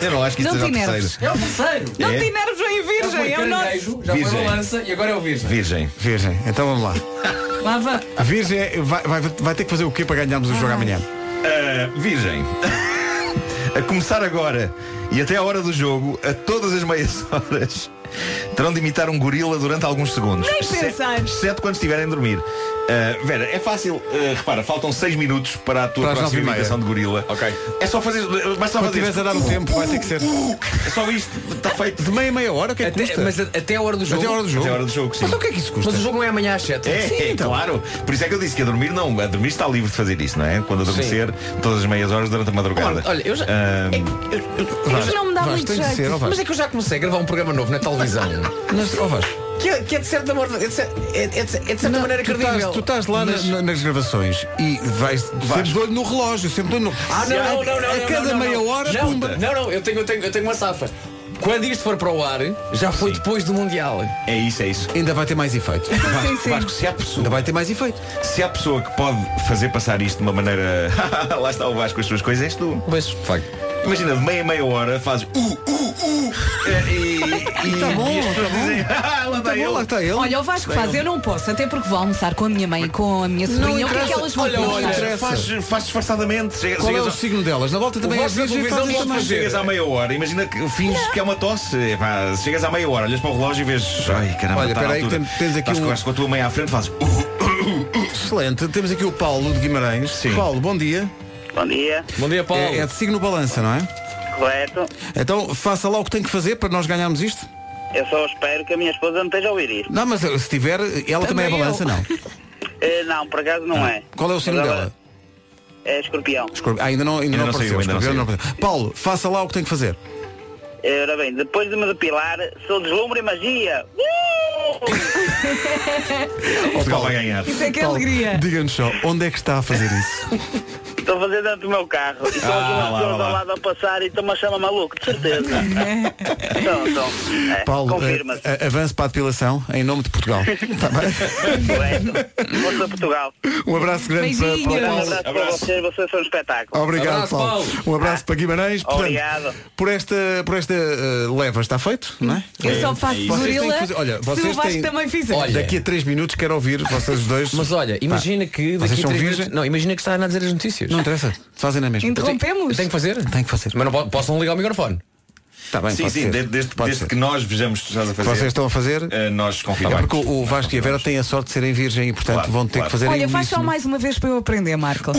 [SPEAKER 14] Eu não acho que isto
[SPEAKER 1] Não
[SPEAKER 14] seja
[SPEAKER 1] te
[SPEAKER 14] o
[SPEAKER 1] enerves.
[SPEAKER 14] terceiro.
[SPEAKER 7] É o terceiro!
[SPEAKER 1] Não
[SPEAKER 14] É?
[SPEAKER 1] te enerves aí,
[SPEAKER 7] Já foi
[SPEAKER 1] virgem. É o nosso.
[SPEAKER 7] caranguejo, já foi
[SPEAKER 14] Virgem.
[SPEAKER 7] balança e agora é o virgem.
[SPEAKER 14] Virgem.
[SPEAKER 2] Virgem. Então vamos lá.
[SPEAKER 1] Lá vai.
[SPEAKER 2] Virgem é- vai, vai- vai ter que fazer o quê para ganharmos o jogo amanhã?
[SPEAKER 14] Ah, virgem. a começar agora e até a hora do jogo, a todas as meias horas, terão de imitar um gorila durante alguns segundos.
[SPEAKER 1] Nem
[SPEAKER 14] Exce-
[SPEAKER 1] pensar.
[SPEAKER 14] Exceto quando estiverem a dormir. Ah, Vera, é fácil, ah, repara, faltam 6 minutos para a tua
[SPEAKER 2] Para as nove e
[SPEAKER 14] próxima
[SPEAKER 2] meia.
[SPEAKER 14] imitação de gorila.
[SPEAKER 7] Ok.
[SPEAKER 14] É só fazer. Mas só
[SPEAKER 2] Quando
[SPEAKER 14] fazer.
[SPEAKER 2] tiveres a dar o tempo, vai ter que ser.
[SPEAKER 14] É só isto, está feito.
[SPEAKER 2] Tá De meia a meia hora, o que é que
[SPEAKER 7] Até,
[SPEAKER 2] custa?
[SPEAKER 7] mas a- até a hora do jogo.
[SPEAKER 2] Até a hora do jogo.
[SPEAKER 14] Até a hora do jogo, sim.
[SPEAKER 2] Mas o que é que isso custa?
[SPEAKER 7] Mas o jogo não é amanhã às 7.
[SPEAKER 14] É,
[SPEAKER 2] Sim,
[SPEAKER 14] é,
[SPEAKER 2] então.
[SPEAKER 14] claro. Por isso é que eu disse que a dormir não. A dormir está livre de fazer isso, não é? Quando adormecer, todas as meias horas durante a madrugada.
[SPEAKER 7] Olha, eu já.
[SPEAKER 14] Ah,
[SPEAKER 7] é que eu- eu-
[SPEAKER 2] Vasco,
[SPEAKER 1] Não me dá
[SPEAKER 2] Vasco,
[SPEAKER 1] muito
[SPEAKER 2] tem de
[SPEAKER 1] jeito.
[SPEAKER 2] ser, ó
[SPEAKER 7] mas
[SPEAKER 2] Vasco.
[SPEAKER 7] é que eu já comecei a gravar um programa novo na televisão.
[SPEAKER 2] Mas, ó Vasco,
[SPEAKER 7] que, é, que é de certa, mor- é de cer- é- é de cer- é de certa
[SPEAKER 2] não,
[SPEAKER 7] maneira
[SPEAKER 2] tu
[SPEAKER 7] credível.
[SPEAKER 2] estás, tu estás lá
[SPEAKER 7] Mas-
[SPEAKER 2] na- na- nas gravações e vais sempre de olho no relógio, sempre de olho no.
[SPEAKER 7] Ah, não, não, não, não.
[SPEAKER 2] A
[SPEAKER 7] não,
[SPEAKER 2] cada
[SPEAKER 7] não, não.
[SPEAKER 2] meia hora,
[SPEAKER 7] não,
[SPEAKER 2] pumba.
[SPEAKER 7] Não, não, eu tenho, eu, tenho, eu tenho uma safa. Quando isto for para o ar, já foi depois do Mundial.
[SPEAKER 14] é isso, é isso.
[SPEAKER 2] Ainda vai ter mais efeito.
[SPEAKER 1] Sim, sim.
[SPEAKER 14] Vasco, se há pessoa
[SPEAKER 2] Ainda vai ter mais efeito.
[SPEAKER 14] Se há pessoa que pode fazer passar isto de uma maneira. Lá está o Vasco com as suas coisas, és tu.
[SPEAKER 7] Mas, de facto.
[SPEAKER 14] Imagina, de meia a meia hora fazes uh, uh, uh eh, e, e,
[SPEAKER 2] Tá bom,
[SPEAKER 14] e as pessoas
[SPEAKER 2] tá bom.
[SPEAKER 14] dizem, ah, lá
[SPEAKER 2] Tá
[SPEAKER 14] está
[SPEAKER 2] bom, lá
[SPEAKER 14] ele.
[SPEAKER 2] está ele.
[SPEAKER 1] Olha, o Vasco faz, eu não posso, até porque vou almoçar com a minha mãe e com a minha sobrinha. O que é que
[SPEAKER 2] interessa.
[SPEAKER 1] elas vão
[SPEAKER 2] Olha, olha,
[SPEAKER 1] pensar?
[SPEAKER 2] interessa.
[SPEAKER 14] Faz, faz disfarçadamente. Chega-
[SPEAKER 2] Qual é
[SPEAKER 14] chegas
[SPEAKER 2] o
[SPEAKER 14] ao-
[SPEAKER 2] signo delas? Na volta também é
[SPEAKER 7] Vasco da
[SPEAKER 2] virgem e
[SPEAKER 7] televisão
[SPEAKER 2] fazem
[SPEAKER 7] diz
[SPEAKER 2] também.
[SPEAKER 7] que
[SPEAKER 14] Chegas à meia hora, imagina que finges que é uma tosse. Epá, chegas à meia hora, olhas para o relógio e vês. Ai, caramba,
[SPEAKER 2] Olha,
[SPEAKER 14] está Ah, tá na
[SPEAKER 2] peraí,
[SPEAKER 14] altura.
[SPEAKER 2] tem- tens aqui
[SPEAKER 14] Estás
[SPEAKER 2] um-
[SPEAKER 14] com- com a tua mãe à frente, fazes. "Uh,
[SPEAKER 2] Excelente. Temos aqui o Paulo de Guimarães.
[SPEAKER 14] Sim.
[SPEAKER 2] Paulo, bom dia.
[SPEAKER 12] Bom dia,
[SPEAKER 7] Bom dia, Paulo.
[SPEAKER 2] É, é de signo balança, não é?
[SPEAKER 12] correto.
[SPEAKER 2] Então faça lá o que tem que fazer para nós ganharmos isto.
[SPEAKER 12] Eu só espero que a minha esposa não esteja a ouvir isto.
[SPEAKER 2] Não, mas eh, se tiver, ela também, é
[SPEAKER 1] Também
[SPEAKER 2] balança,
[SPEAKER 1] eu.
[SPEAKER 2] não.
[SPEAKER 12] Eh, não, por acaso não é.
[SPEAKER 2] Qual é o signo
[SPEAKER 12] Mas agora-
[SPEAKER 2] dela?
[SPEAKER 12] É escorpião.
[SPEAKER 2] Escorpi- Ah, ainda não, ainda não
[SPEAKER 14] não
[SPEAKER 2] apareceu.
[SPEAKER 14] saiu, ainda não
[SPEAKER 2] Escorpião não apareceu. Paulo, faça lá o que tem que fazer.
[SPEAKER 12] Eh, Ora bem, depois de me depilar, sou deslumbre e magia. Uh!
[SPEAKER 14] Portugal vai ganhar.
[SPEAKER 1] Isso é que é
[SPEAKER 2] Paulo,
[SPEAKER 1] alegria.
[SPEAKER 2] Diga-nos só, onde é que está a fazer isso?
[SPEAKER 12] Estou a fazer dentro do meu carro. E estão
[SPEAKER 14] Ah,
[SPEAKER 12] aqui umas
[SPEAKER 14] lá,
[SPEAKER 12] pessoas
[SPEAKER 14] lá.
[SPEAKER 12] ao lado a passar e estão-me a chamar maluco, de certeza. então, então. É,
[SPEAKER 2] Paulo,
[SPEAKER 12] Confirma-se.
[SPEAKER 2] eh, eh, avance para a depilação em nome de Portugal. Tá bem?
[SPEAKER 12] Correto. Força Portugal.
[SPEAKER 2] Um abraço grande para, para o
[SPEAKER 12] Um
[SPEAKER 1] Beijinhos.
[SPEAKER 2] Paulo.
[SPEAKER 12] abraço para
[SPEAKER 14] Abraço.
[SPEAKER 12] vocês, vocês são um espetáculo.
[SPEAKER 2] Obrigado,
[SPEAKER 7] Abraço,
[SPEAKER 2] Paulo. Um abraço para Guimarães. Portanto,
[SPEAKER 12] Obrigado.
[SPEAKER 2] Por esta, por esta eh, leva está feito, não é?
[SPEAKER 1] Eu só faço
[SPEAKER 2] isso. Vocês têm que
[SPEAKER 1] gorila
[SPEAKER 2] fazer- olha,
[SPEAKER 1] se
[SPEAKER 2] vocês
[SPEAKER 1] o Vasco
[SPEAKER 2] têm-
[SPEAKER 1] também fizer.
[SPEAKER 7] Olha.
[SPEAKER 2] Daqui a três minutos quero ouvir vocês os dois.
[SPEAKER 7] Mas olha, imagina
[SPEAKER 2] Pá,
[SPEAKER 7] que
[SPEAKER 2] vocês
[SPEAKER 7] daqui a
[SPEAKER 2] são
[SPEAKER 7] três
[SPEAKER 2] virgem?
[SPEAKER 7] minutos- Não, imagina que está a analisar as notícias.
[SPEAKER 2] Não interessa, fazem na mesma.
[SPEAKER 1] Interrompemos.
[SPEAKER 7] Tem que fazer?
[SPEAKER 2] Tem que fazer.
[SPEAKER 7] Mas não po- posso não ligar o microfone.
[SPEAKER 2] Tá bem,
[SPEAKER 14] Sim,
[SPEAKER 2] pode
[SPEAKER 14] sim,
[SPEAKER 2] ser.
[SPEAKER 14] desde, desde-
[SPEAKER 2] Pode
[SPEAKER 14] desde
[SPEAKER 2] ser.
[SPEAKER 14] que nós vejamos que estás a fazer.
[SPEAKER 2] Vocês estão a fazer?
[SPEAKER 14] eh, nós
[SPEAKER 2] É
[SPEAKER 14] confirmamos.
[SPEAKER 2] porque o o Vasco e a Vera têm a sorte de serem virgem e portanto
[SPEAKER 14] Claro,
[SPEAKER 2] vão ter
[SPEAKER 14] claro.
[SPEAKER 2] que fazer
[SPEAKER 1] Olha,
[SPEAKER 2] em
[SPEAKER 1] faz só
[SPEAKER 2] uníssono.
[SPEAKER 1] mais uma vez para eu aprender, Marco.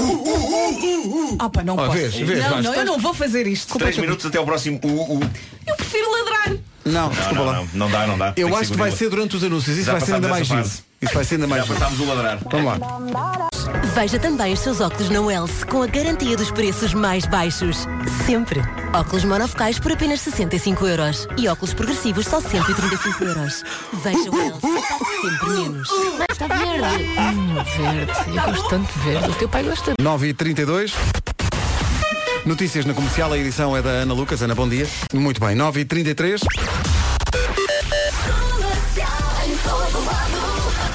[SPEAKER 1] Ah, pá, não
[SPEAKER 2] Ah,
[SPEAKER 1] posso.
[SPEAKER 2] vês, vês,
[SPEAKER 1] não,
[SPEAKER 2] Vasco,
[SPEAKER 1] não, eu
[SPEAKER 2] estás-
[SPEAKER 1] não vou fazer isto.
[SPEAKER 14] Três minutos até ao próximo. Uh, uh.
[SPEAKER 1] Eu prefiro ladrar.
[SPEAKER 2] Não,
[SPEAKER 14] Não,
[SPEAKER 2] desculpa
[SPEAKER 14] não,
[SPEAKER 2] lá.
[SPEAKER 14] não, não dá, não dá. Tem
[SPEAKER 2] Eu acho que vai
[SPEAKER 14] gorila.
[SPEAKER 2] ser durante os anúncios, isso
[SPEAKER 14] Já
[SPEAKER 2] vai ser ainda mais
[SPEAKER 14] passámos
[SPEAKER 2] giro.
[SPEAKER 14] essa fase.
[SPEAKER 2] Isso vai ser ainda mais
[SPEAKER 14] Já
[SPEAKER 2] giro.
[SPEAKER 14] passámos o ladrar.
[SPEAKER 2] Vamos lá.
[SPEAKER 17] Veja também os seus óculos na Wells com a garantia dos preços mais baixos. Sempre. Óculos monofocais por apenas 65 euros e óculos progressivos só 135 euros. Veja o Wells, sempre menos.
[SPEAKER 18] Está verde. Hum, verde. Eu gosto tanto de verde. O teu pai gosta.
[SPEAKER 2] 9 e 32 Notícias na comercial, a edição é da Ana Lucas. Ana, bom dia. Muito bem, 9 e 33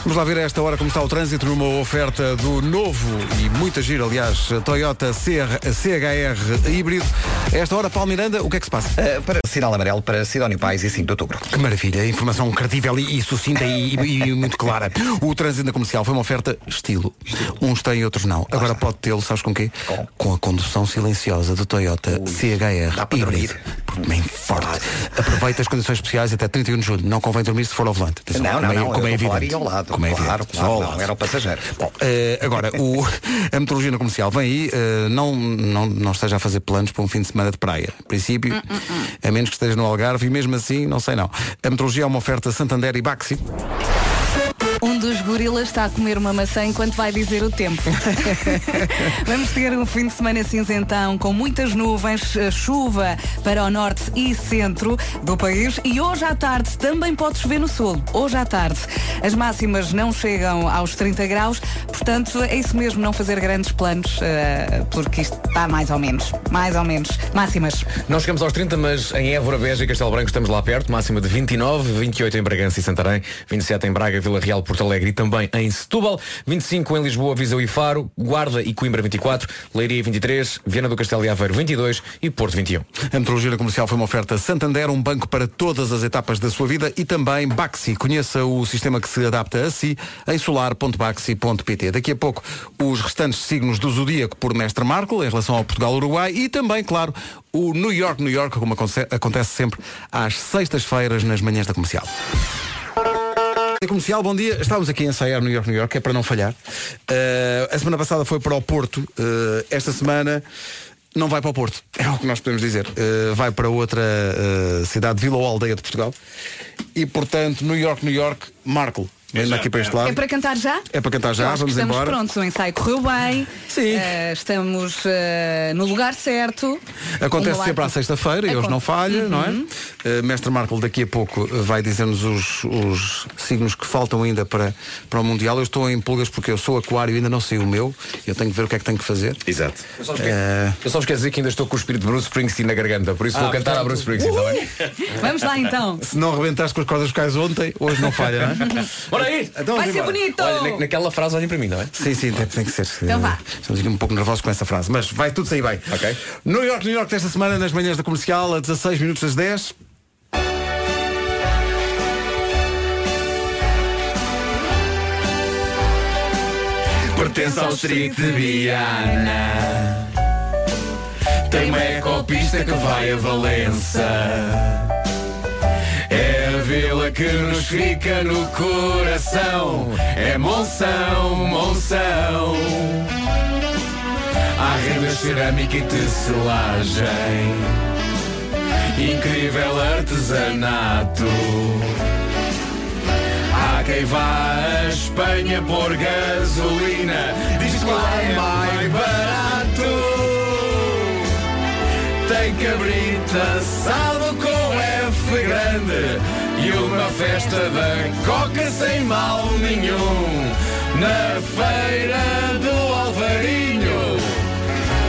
[SPEAKER 2] Vamos lá ver a esta hora como está o trânsito numa oferta do novo e muito giro, aliás, Toyota CR, CHR híbrido. A esta hora, Paulo Miranda, o que é que se passa?
[SPEAKER 5] Uh, para sinal amarelo para Sidónio Pais e 5 de outubro.
[SPEAKER 2] Que maravilha, informação credível e, e sucinta e, e- e muito clara. O trânsito na comercial foi uma oferta estilo. Uns têm, outros não. Agora pode tê-lo, sabes com quê? Com, a condução silenciosa do Toyota CHR híbrido. Bem forte. Aproveita as condições especiais até 31 de julho. Não convém dormir se for ao volante. Atenção,
[SPEAKER 5] Não, não,
[SPEAKER 2] como é,
[SPEAKER 5] não, eu
[SPEAKER 2] Como é
[SPEAKER 5] estou a falar
[SPEAKER 2] evidente.
[SPEAKER 5] e ao lado,
[SPEAKER 2] Como é
[SPEAKER 5] claro,
[SPEAKER 2] evidente.
[SPEAKER 5] claro,
[SPEAKER 2] Só ao
[SPEAKER 5] não,
[SPEAKER 2] lado.
[SPEAKER 5] era o passageiro.
[SPEAKER 2] Bom, eh, agora, o- a meteorologia no comercial vem aí, eh, não, não, não esteja a fazer planos para um fim de semana de praia. A princípio, a menos que esteja no Algarve, e mesmo assim, não sei não. A meteorologia é uma oferta Santander e Baxi.
[SPEAKER 1] Um dos gorilas está a comer uma maçã enquanto vai dizer o tempo. Vamos ter um fim de semana cinzentão com muitas nuvens, eh, chuva para o norte e centro do país e hoje à tarde também pode chover no sul. Hoje à tarde. As máximas não chegam aos 30 graus, portanto é isso mesmo, não fazer grandes planos, eh, porque isto está mais ou menos. Mais ou menos. Máximas.
[SPEAKER 7] Nós chegamos aos 30, mas em Évora, Beja e Castelo Branco estamos lá perto, máxima de 29, 28 em Bragança e Santarém, 27 em Braga, Vila Real, Porto Alegre e também em Setúbal, 25 em Lisboa, Viseu e Faro, Guarda e Coimbra 24, Leiria 23, Viana do Castelo e Aveiro 22 e um. Porto 21.
[SPEAKER 2] A meteorologia no comercial foi uma oferta Santander, um banco para todas as etapas da sua vida e também Baxi. Conheça o sistema que se adapta a si em solar.baxi.pt. Daqui a pouco, os restantes signos do zodíaco por Mestre Marco em relação ao Portugal-Uruguai e também, claro, o New York, New York, como aconte- acontece sempre às sextas-feiras nas manhãs da comercial. Rádio Comercial, bom dia. Estávamos aqui a ensaiar New York, New York, é para não falhar. Eh, a semana passada foi para o Porto, eh, esta semana não vai para o Porto, é o que nós podemos dizer. Eh, vai para outra eh, cidade, vila ou aldeia de Portugal. E, portanto, New York, New York, Marco. Vem aqui para este lado.
[SPEAKER 1] É para cantar já?
[SPEAKER 2] É para cantar já,
[SPEAKER 1] Eu acho que
[SPEAKER 2] vamos
[SPEAKER 1] estamos
[SPEAKER 2] embora.
[SPEAKER 1] prontos, o ensaio correu bem. Sim. estamos eh, no lugar certo.
[SPEAKER 2] Acontece
[SPEAKER 1] Uma
[SPEAKER 2] sempre à
[SPEAKER 1] arte-
[SPEAKER 2] sexta-feira e hoje não
[SPEAKER 1] Aconte-
[SPEAKER 2] falha, não
[SPEAKER 1] Uhum.
[SPEAKER 2] é? Eh, Mestre Marco daqui a pouco eh, vai dizer-nos os, os signos que faltam ainda para, para o Mundial. Eu estou em pulgas porque eu sou aquário e ainda não sei o meu. Eu tenho que ver o que é que tenho que fazer.
[SPEAKER 14] Exato.
[SPEAKER 7] Eu só vos quero,
[SPEAKER 11] Eh.
[SPEAKER 7] eu só vos quero dizer que ainda estou com o espírito de Bruce Springsteen na garganta, por isso
[SPEAKER 2] Ah,
[SPEAKER 7] vou cantar
[SPEAKER 2] portanto,
[SPEAKER 7] a Bruce Springsteen, está bem?
[SPEAKER 1] Vamos lá então.
[SPEAKER 2] Eh, Se não arrebentaste com as cordas vocais ontem, hoje não falha, não é?
[SPEAKER 7] Bora aí!
[SPEAKER 1] Vai ser bonito!
[SPEAKER 7] Olha, na- naquela frase olhem para mim, não é?
[SPEAKER 2] Sim, sim, tem, tem que ser.
[SPEAKER 1] Então vá.
[SPEAKER 2] Estamos aqui um pouco nervosos com essa frase, mas vai tudo sair bem. Ok. New York, New York, desta semana, nas manhãs da comercial, a 16 minutos das 10.
[SPEAKER 11] Pertence ao distrito de Viana Tem uma ecopista que vai a Valença É a vila que nos fica no coração É Monção, Monção Há rendas de cerâmica e tecelagem Incrível artesanato Há quem vá à Espanha por gasolina Diz que lá é mais barato Tem cabrita assado com F grande E uma festa da coca sem mal nenhum Na feira do Alvarinho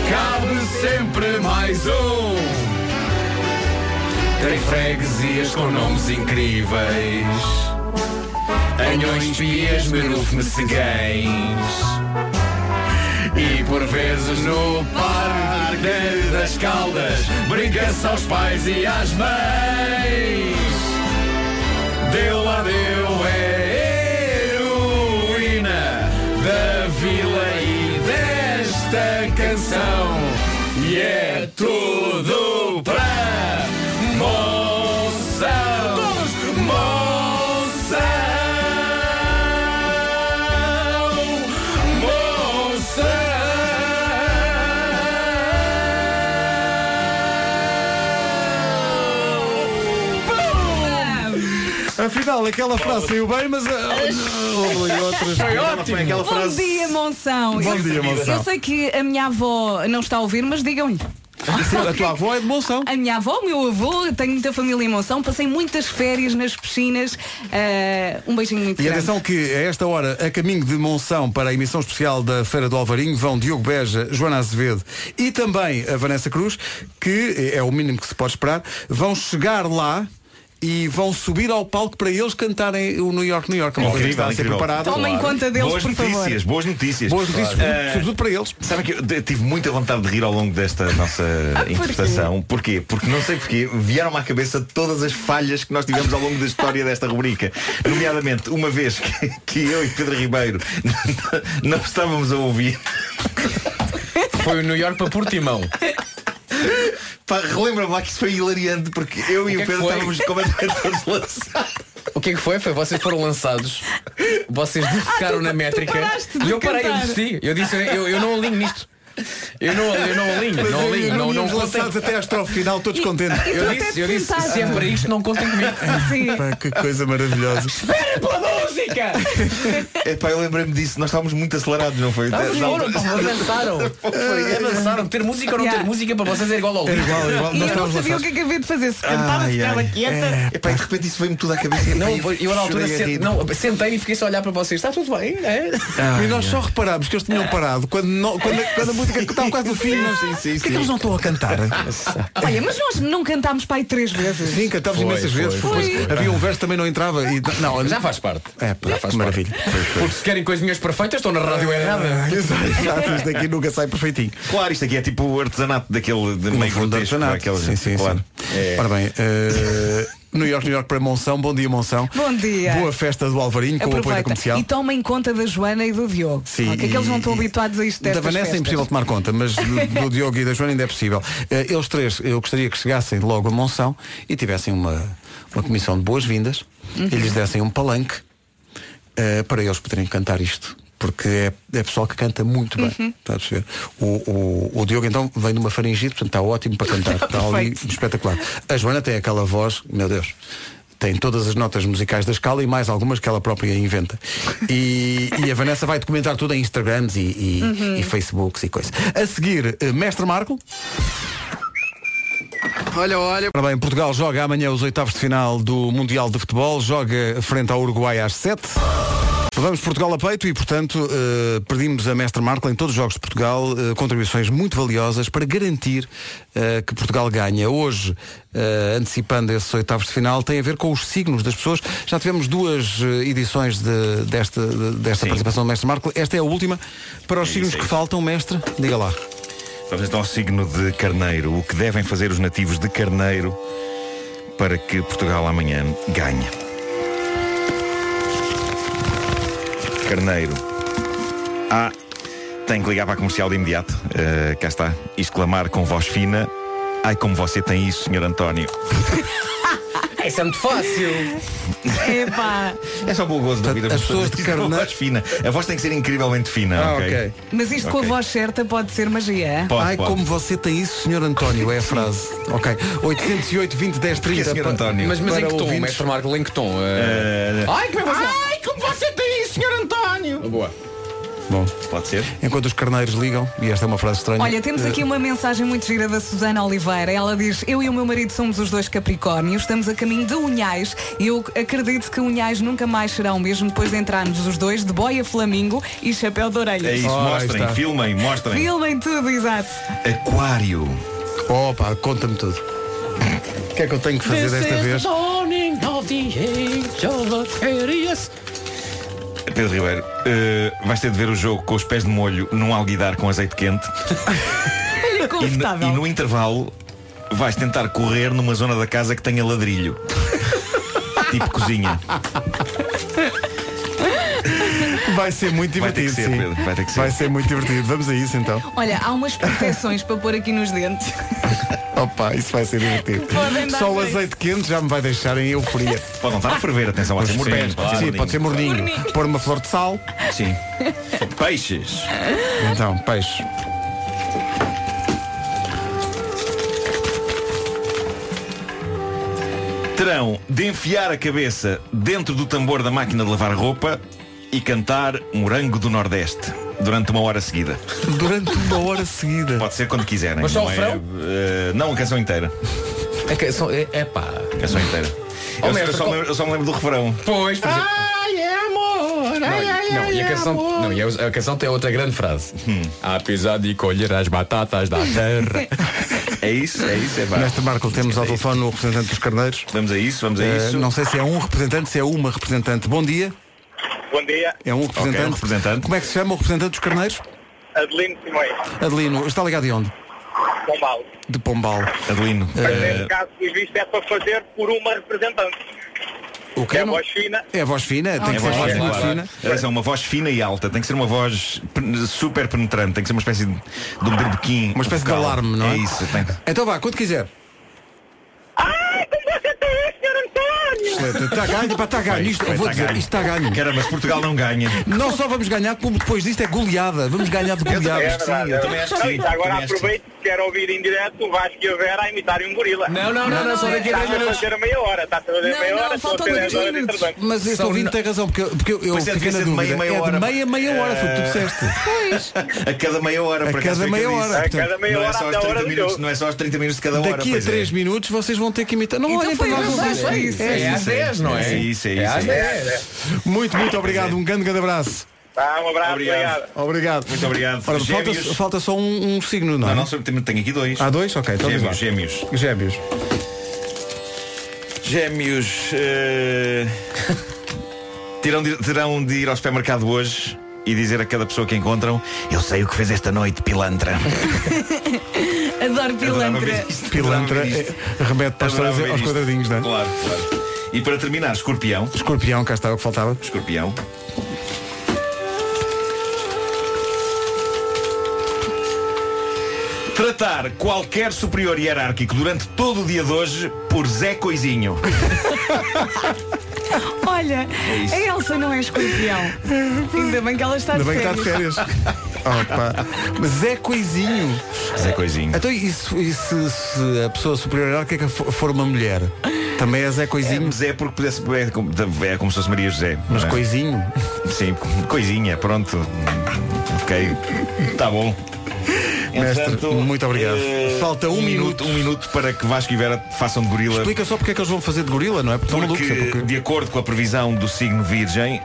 [SPEAKER 11] Cabe sempre mais um tem freguesias com nomes incríveis Anhões, pias, merufo, mecegães E por vezes no parque das caldas Brinca-se aos pais e às mães Deu a deu é heroína Da vila e desta canção E é tudo para Moção Moção Moção
[SPEAKER 2] Afinal, aquela frase saiu bem, mas. ah, houve outras. Aquela
[SPEAKER 1] Bom
[SPEAKER 2] frase-
[SPEAKER 1] dia, Monção.
[SPEAKER 2] Bom
[SPEAKER 1] Eu-
[SPEAKER 2] dia, Monção.
[SPEAKER 1] Eu sei que a minha avó não está a ouvir, mas digam-lhe.
[SPEAKER 2] a tua avó é de Monção.
[SPEAKER 1] A minha avó, o meu avô, eu tenho muita família em Monção, passei muitas férias nas piscinas. Ah, um beijinho muito
[SPEAKER 2] E
[SPEAKER 1] grande.
[SPEAKER 2] atenção que a esta hora, a caminho de Monção para a emissão especial da Feira do Alvarinho, vão Diogo Beja, Joana Azevedo e também a Vanessa Cruz, que é o mínimo que se pode esperar, vão chegar lá e vão subir ao palco para eles cantarem o New York, New York. A malta que está a ser preparada.
[SPEAKER 1] Tomem conta deles,
[SPEAKER 14] boas
[SPEAKER 1] por favor.
[SPEAKER 14] notícias, Boas notícias.
[SPEAKER 2] Boas notícias, sobretudo-
[SPEAKER 14] Eh,
[SPEAKER 2] sobretudo para eles.
[SPEAKER 14] Sabem que eu de- tive muita vontade de rir ao longo desta nossa
[SPEAKER 1] porquê?
[SPEAKER 14] interpretação. Porquê? Porque não sei porquê, vieram-me à cabeça todas as falhas que nós tivemos ao longo da história desta rubrica. Nomeadamente, uma vez que, que eu e Pedro Ribeiro não estávamos a ouvir.
[SPEAKER 7] Foi o New York para Portimão.
[SPEAKER 14] Pá, relembra-me lá que isso foi hilariante porque eu e o, Pedro estávamos completamente todos lançados.
[SPEAKER 7] O que é que foi? Foi vocês foram lançados, vocês defecaram na métrica
[SPEAKER 11] paraste de
[SPEAKER 7] e eu parei, eu
[SPEAKER 11] cantar.
[SPEAKER 7] desisti. Eu disse, eu, eu não alinho nisto. Eu não, eu não alinho,
[SPEAKER 2] Mas
[SPEAKER 7] não
[SPEAKER 2] eu-
[SPEAKER 7] alinho,
[SPEAKER 2] eu
[SPEAKER 7] não, não,
[SPEAKER 2] íamos
[SPEAKER 7] contem.
[SPEAKER 2] lançados até à estrofe final, todos
[SPEAKER 7] E-
[SPEAKER 2] contentes.
[SPEAKER 7] e tu Eu até disse- eu disse, tentaste. se é para isto, não contem comigo.
[SPEAKER 14] É.
[SPEAKER 7] Sim.
[SPEAKER 2] Pá, que coisa maravilhosa.
[SPEAKER 7] Espera pela música!
[SPEAKER 14] Epá, eu lembrei-me disso, nós estávamos muito acelerados, não foi?
[SPEAKER 7] Eles
[SPEAKER 14] Da- da-
[SPEAKER 1] Tá
[SPEAKER 7] foram, Ah, pá, avançaram. Avançaram. Ter música ou não ter música para vocês é igual ao livro.
[SPEAKER 1] E eu não sabia o que é que havia de fazer. Se cantava,
[SPEAKER 14] Ai,
[SPEAKER 1] ficava
[SPEAKER 14] ai.
[SPEAKER 1] quieta.
[SPEAKER 14] É, pá, e de repente isso veio-me tudo à cabeça.
[SPEAKER 7] Não,
[SPEAKER 14] Epá,
[SPEAKER 7] eu na altura
[SPEAKER 2] é
[SPEAKER 14] chorei a
[SPEAKER 7] sent-
[SPEAKER 14] rir.
[SPEAKER 7] não, sentei-me e fiquei só a olhar para vocês. Está tudo bem, é?
[SPEAKER 2] e nós só reparámos que eles tinham parado quando, não- quando, a- quando a música estava quase no fim. Mas,
[SPEAKER 14] sim, sim,
[SPEAKER 2] que é que eles não estão a cantar?
[SPEAKER 1] Olha, mas nós não cantámos pai três vezes.
[SPEAKER 2] Sim, cantámos
[SPEAKER 7] Foi,
[SPEAKER 2] imensas
[SPEAKER 7] foi,
[SPEAKER 2] vezes.
[SPEAKER 7] foi.
[SPEAKER 2] porque depois Havia um verso que também não entrava. E, não,
[SPEAKER 7] Já faz parte.
[SPEAKER 2] É, pá, que maravilha.
[SPEAKER 7] Porque se querem coisinhas perfeitas, estão na rádio é errada.
[SPEAKER 2] Ah, Exato, exato, isto aqui nunca sai perfeitinho.
[SPEAKER 14] Claro, isto aqui é tipo o artesanato daquele de meio
[SPEAKER 2] fundo,
[SPEAKER 14] grotesco. não é? Aquele-
[SPEAKER 2] Sim, sim,
[SPEAKER 14] claro.
[SPEAKER 2] sim.
[SPEAKER 14] É.
[SPEAKER 2] Ora bem, eh, New York, New York para Monção. Bom dia, Monção.
[SPEAKER 1] Bom dia.
[SPEAKER 2] Boa festa do Alvarinho com o apoio da
[SPEAKER 1] Aproveita.
[SPEAKER 2] comercial.
[SPEAKER 1] E tomem conta da Joana e do Diogo.
[SPEAKER 2] Sim,
[SPEAKER 1] Ok, que eles não estão
[SPEAKER 2] e-
[SPEAKER 1] habituados a isto
[SPEAKER 2] Da
[SPEAKER 1] destas
[SPEAKER 2] Vanessa é
[SPEAKER 1] festas.
[SPEAKER 2] impossível tomar conta, mas do, do Diogo e da Joana ainda é possível. Eh, eles três, eu gostaria que chegassem logo a Monção e tivessem uma, uma comissão de boas-vindas e lhes dessem um palanque eh, para eles poderem cantar isto. Porque é, é pessoal que canta muito bem. Está a perceber? O, o, o Diogo então vem de uma faringite, portanto está ótimo para cantar. Está ali espetacular. A Joana tem aquela voz, meu Deus. Tem todas as notas musicais da escala e mais algumas que ela própria inventa. E, e a Vanessa vai documentar tudo em Instagrams e, e,
[SPEAKER 11] Uhum.
[SPEAKER 2] e Facebooks e coisas. A seguir, eh, Mestre Marco. Olha, olha. Ora bem, Portugal joga amanhã os oitavos de final do Mundial de Futebol, joga frente ao Uruguai às 7. Vamos Portugal a peito e, portanto, eh, pedimos a Mestre Marco em todos os Jogos de Portugal eh, contribuições muito valiosas para garantir eh, que Portugal ganha. Hoje, eh, antecipando esses oitavos de final, tem a ver com os signos das pessoas. Já tivemos duas eh, edições de- desta, de- desta participação do Mestre Marco. Esta é a última. Para os signos que faltam, Mestre, diga lá.
[SPEAKER 14] Vamos então ao signo de Carneiro. O que devem fazer os nativos de Carneiro para que Portugal amanhã ganhe? Carneiro. Ah, tenho que ligar para a comercial de imediato. Eh, cá está. Exclamar com voz fina. Ai, como você tem isso, Sr. António.
[SPEAKER 7] Isso é muito fácil.
[SPEAKER 1] Epá.
[SPEAKER 14] É só pelo gozo da vida.
[SPEAKER 2] Ah. as pessoas
[SPEAKER 14] de Carneiro. voz fina. A voz tem que ser incrivelmente fina,
[SPEAKER 2] Ah,
[SPEAKER 14] ok?
[SPEAKER 2] ok.
[SPEAKER 1] Mas isto com a
[SPEAKER 14] Ok.
[SPEAKER 1] voz certa pode ser magia. é?
[SPEAKER 14] Pode,
[SPEAKER 2] Ai,
[SPEAKER 14] pode.
[SPEAKER 2] como você tem isso, Sr. António, é a frase. ok. 808 20 10 30.
[SPEAKER 14] Sr.
[SPEAKER 2] pa-
[SPEAKER 14] António?
[SPEAKER 7] Mas, mas em
[SPEAKER 2] para
[SPEAKER 7] que tom,
[SPEAKER 2] ouvintes.
[SPEAKER 7] mestre Marco, em que tom?
[SPEAKER 14] Eh,
[SPEAKER 7] Ai, como é você...
[SPEAKER 11] Ai, como você tem isso, senhor António?
[SPEAKER 7] Boa.
[SPEAKER 2] Bom,
[SPEAKER 14] pode ser.
[SPEAKER 2] Enquanto os carneiros ligam, e esta é uma frase estranha.
[SPEAKER 1] Olha, temos aqui um-
[SPEAKER 2] eh,
[SPEAKER 1] uma mensagem muito gira da Susana Oliveira. Ela diz: Eu e o meu marido somos os dois Capricórnios, estamos a caminho de Unhais e eu acredito que Unhais nunca mais será o mesmo depois de entrarmos os dois de boia Flamingo e chapéu de orelhas.
[SPEAKER 14] É isso, mostrem, filmem, mostrem.
[SPEAKER 1] Filmem tudo, exato.
[SPEAKER 14] Aquário.
[SPEAKER 2] Opa, conta-me tudo. O que é que eu tenho que fazer desta vez?
[SPEAKER 14] Pedro Ribeiro, eh, vais ter de ver o jogo com os pés de molho num alguidar com azeite quente
[SPEAKER 1] Olha,
[SPEAKER 14] e, no-
[SPEAKER 1] confortável.
[SPEAKER 14] e no intervalo vais tentar correr numa zona da casa que tenha ladrilho. tipo cozinha.
[SPEAKER 2] Vai ser muito
[SPEAKER 14] Vai ter que
[SPEAKER 2] divertido,
[SPEAKER 14] ser,
[SPEAKER 2] sim.
[SPEAKER 14] Pedro, vai ter que ser.
[SPEAKER 2] muito divertido. Vamos a isso então.
[SPEAKER 1] Olha, há umas proteções para pôr aqui nos dentes.
[SPEAKER 2] Opa, isso vai ser divertido.
[SPEAKER 1] Podem dar
[SPEAKER 2] Só o
[SPEAKER 1] jeito.
[SPEAKER 2] azeite quente já me vai deixar em euforia.
[SPEAKER 14] Pode não estar a ferver, atenção, há
[SPEAKER 2] Os
[SPEAKER 14] de ser
[SPEAKER 2] pés.
[SPEAKER 14] morninho, claro,
[SPEAKER 2] Sim,
[SPEAKER 14] morninho,
[SPEAKER 2] pode ser morninho.
[SPEAKER 1] Morninho.
[SPEAKER 2] Pôr uma flor de sal.
[SPEAKER 14] Sim. Peixes.
[SPEAKER 2] Então, peixe.
[SPEAKER 14] terão de enfiar a cabeça dentro do tambor da máquina de lavar roupa e cantar Morango do Nordeste durante uma hora seguida.
[SPEAKER 2] Durante uma hora seguida.
[SPEAKER 14] Pode ser quando quiserem.
[SPEAKER 7] Mas só
[SPEAKER 14] não
[SPEAKER 7] o
[SPEAKER 14] é,
[SPEAKER 7] refrão?
[SPEAKER 14] eh, não, a canção inteira.
[SPEAKER 7] É, que são- é, é pá.
[SPEAKER 14] A canção inteira.
[SPEAKER 7] Oh,
[SPEAKER 14] eu, eu
[SPEAKER 7] mestre,
[SPEAKER 14] só
[SPEAKER 7] qual-
[SPEAKER 14] me lembro, eu só me lembro do refrão.
[SPEAKER 7] Pois, por exemplo.
[SPEAKER 11] Ai, é amor, ai, ai,
[SPEAKER 7] Não,
[SPEAKER 11] ai, é
[SPEAKER 7] e a canção,
[SPEAKER 11] amor.
[SPEAKER 7] não, e a, a canção tem outra grande frase. Apesar de colher as batatas da terra.
[SPEAKER 14] é isso, é isso, é pá.
[SPEAKER 2] Neste Marco temos ao telefone o representante dos carneiros.
[SPEAKER 14] Vamos a isso, vamos a
[SPEAKER 2] Eh,
[SPEAKER 14] isso.
[SPEAKER 2] Não sei se é um representante, se é uma representante. Bom dia.
[SPEAKER 16] Bom dia,
[SPEAKER 2] É um
[SPEAKER 14] Ok,
[SPEAKER 2] representante.
[SPEAKER 14] um representante.
[SPEAKER 2] Como é que se chama o representante dos carneiros?
[SPEAKER 16] Adelino Simões,
[SPEAKER 2] Adelino, está ligado de onde?
[SPEAKER 16] Pombal.
[SPEAKER 2] De Pombal. Eh,
[SPEAKER 14] Adelino.
[SPEAKER 2] É.
[SPEAKER 16] Mas neste caso, os vistos é para fazer por uma representante.
[SPEAKER 2] O que
[SPEAKER 16] é voz fina.
[SPEAKER 2] É a voz fina, tem
[SPEAKER 14] é
[SPEAKER 2] que ser
[SPEAKER 14] voz
[SPEAKER 2] voz
[SPEAKER 14] fina,
[SPEAKER 2] muito
[SPEAKER 14] claro.
[SPEAKER 2] fina.
[SPEAKER 14] Atenção, uma voz fina e alta. Tem que ser uma voz pen- super penetrante. Tem que ser uma espécie de, de um berbequim.
[SPEAKER 2] Uma espécie de
[SPEAKER 14] vocal.
[SPEAKER 2] alarme, não é?
[SPEAKER 14] É isso. Tem...
[SPEAKER 2] Então vá, quando quiser.
[SPEAKER 16] tá
[SPEAKER 2] Excelente. Está ganho, pá, está ganho. Isto, eu vou dizer, isto está ganho.
[SPEAKER 14] Cara, tá mas Portugal não ganha.
[SPEAKER 2] Não só vamos ganhar, como depois disto é goleada. Vamos ganhar de goleada.
[SPEAKER 16] É verdade, é verdade. Agora
[SPEAKER 14] sim, também acho que
[SPEAKER 16] aproveito que quero ouvir em direto o Vasco e a Vera a imitarem um gorila.
[SPEAKER 7] Não, não, não, não, só daqui a
[SPEAKER 16] Está
[SPEAKER 7] dez
[SPEAKER 16] a
[SPEAKER 7] minutos.
[SPEAKER 16] fazer meia hora,
[SPEAKER 14] tá,
[SPEAKER 16] está a fazer
[SPEAKER 7] Não,
[SPEAKER 16] meia
[SPEAKER 7] não,
[SPEAKER 16] hora, estou a
[SPEAKER 7] faltam
[SPEAKER 16] fazer
[SPEAKER 7] dois
[SPEAKER 16] horas,
[SPEAKER 7] minutos.
[SPEAKER 16] entretanto.
[SPEAKER 2] Mas este
[SPEAKER 7] Só um
[SPEAKER 2] ouvinte
[SPEAKER 7] não-
[SPEAKER 2] tem razão, porque, eu- porque eu eu
[SPEAKER 14] Pois é,
[SPEAKER 2] fiquei
[SPEAKER 14] devia
[SPEAKER 2] na
[SPEAKER 14] ser de
[SPEAKER 2] dúvida.
[SPEAKER 14] meia, meia
[SPEAKER 2] é
[SPEAKER 14] hora.
[SPEAKER 2] de meia, meia hora, foi o que tu disseste.
[SPEAKER 18] Pois.
[SPEAKER 14] A cada meia hora,
[SPEAKER 2] A
[SPEAKER 14] por acaso,
[SPEAKER 2] cada
[SPEAKER 14] foi o que eu
[SPEAKER 2] meia
[SPEAKER 14] disse.
[SPEAKER 2] hora,
[SPEAKER 16] A cada meia
[SPEAKER 14] não é
[SPEAKER 16] hora
[SPEAKER 14] só
[SPEAKER 16] até
[SPEAKER 14] aos
[SPEAKER 16] a hora
[SPEAKER 14] 30
[SPEAKER 16] do
[SPEAKER 14] minutos,
[SPEAKER 16] jogo.
[SPEAKER 14] não é só aos 30 minutos de cada hora.
[SPEAKER 2] Daqui a
[SPEAKER 14] pois é.
[SPEAKER 2] 3 minutos vocês vão ter que imitar. Não olhem para nós.
[SPEAKER 18] Então foi,
[SPEAKER 2] ouvintes.
[SPEAKER 18] foi,
[SPEAKER 14] isso, é
[SPEAKER 7] às
[SPEAKER 14] isso,
[SPEAKER 7] 10, não é?
[SPEAKER 14] É isso, é
[SPEAKER 7] É
[SPEAKER 14] isso,
[SPEAKER 7] às
[SPEAKER 14] é
[SPEAKER 7] 10.
[SPEAKER 2] Muito, muito obrigado. Um grande, grande abraço.
[SPEAKER 16] Tá, um abraço,
[SPEAKER 14] Obrigado.
[SPEAKER 16] obrigado.
[SPEAKER 2] Obrigado.
[SPEAKER 14] Muito obrigado.
[SPEAKER 2] Ora, falta,
[SPEAKER 14] Gêmeos.
[SPEAKER 2] falta só um, um signo, não é?
[SPEAKER 14] Não, não, só tenho tenho aqui dois.
[SPEAKER 2] Há dois? Ok, então diz lá.
[SPEAKER 14] Gêmeos, gêmeos.
[SPEAKER 2] Gêmeos.
[SPEAKER 14] Gêmeos eh, terão, de, terão de ir ao supermercado hoje e dizer a cada pessoa que encontram Eu sei o que fez esta noite, pilantra.
[SPEAKER 1] Adoro
[SPEAKER 14] Adorava ver
[SPEAKER 1] pilantra.
[SPEAKER 14] isto,
[SPEAKER 2] Pilantra
[SPEAKER 14] adorava ver isto.
[SPEAKER 2] eh, remete para as histórias
[SPEAKER 14] Adorava ver
[SPEAKER 2] aos
[SPEAKER 14] isto.
[SPEAKER 2] quadradinhos, não é?
[SPEAKER 14] Claro, claro. E para terminar, escorpião.
[SPEAKER 2] Escorpião, cá está o que faltava.
[SPEAKER 14] Escorpião. Tratar qualquer superior hierárquico durante todo o dia de hoje por Zé Coisinho.
[SPEAKER 1] Olha,
[SPEAKER 14] É isso.
[SPEAKER 1] a Elsa não é escorpião. Ainda bem que ela está de
[SPEAKER 2] Ainda bem que está
[SPEAKER 1] férias.
[SPEAKER 2] de férias. Opa. Mas é coisinho.
[SPEAKER 14] Zé É Coisinho.
[SPEAKER 2] Então, e se, e se- se a pessoa superior hierárquica fo- for uma mulher? Também é Zé Coisinho?
[SPEAKER 14] Mas é porque pudesse. É como, é como se fosse Maria José. não
[SPEAKER 2] Mas
[SPEAKER 14] é?
[SPEAKER 2] coisinho?
[SPEAKER 14] Sim, coisinha, pronto. Ok. Está bom.
[SPEAKER 2] Mestre,
[SPEAKER 14] Entretanto,
[SPEAKER 2] muito obrigado.
[SPEAKER 14] eh,
[SPEAKER 2] Falta um minuto.
[SPEAKER 14] Um minuto para que Vasco e Vera façam de gorila.
[SPEAKER 2] Explica só porque é que eles vão fazer de gorila, não é? Porque, são malucos,
[SPEAKER 14] Porque,
[SPEAKER 2] é porque-
[SPEAKER 14] de acordo com a previsão do signo virgem,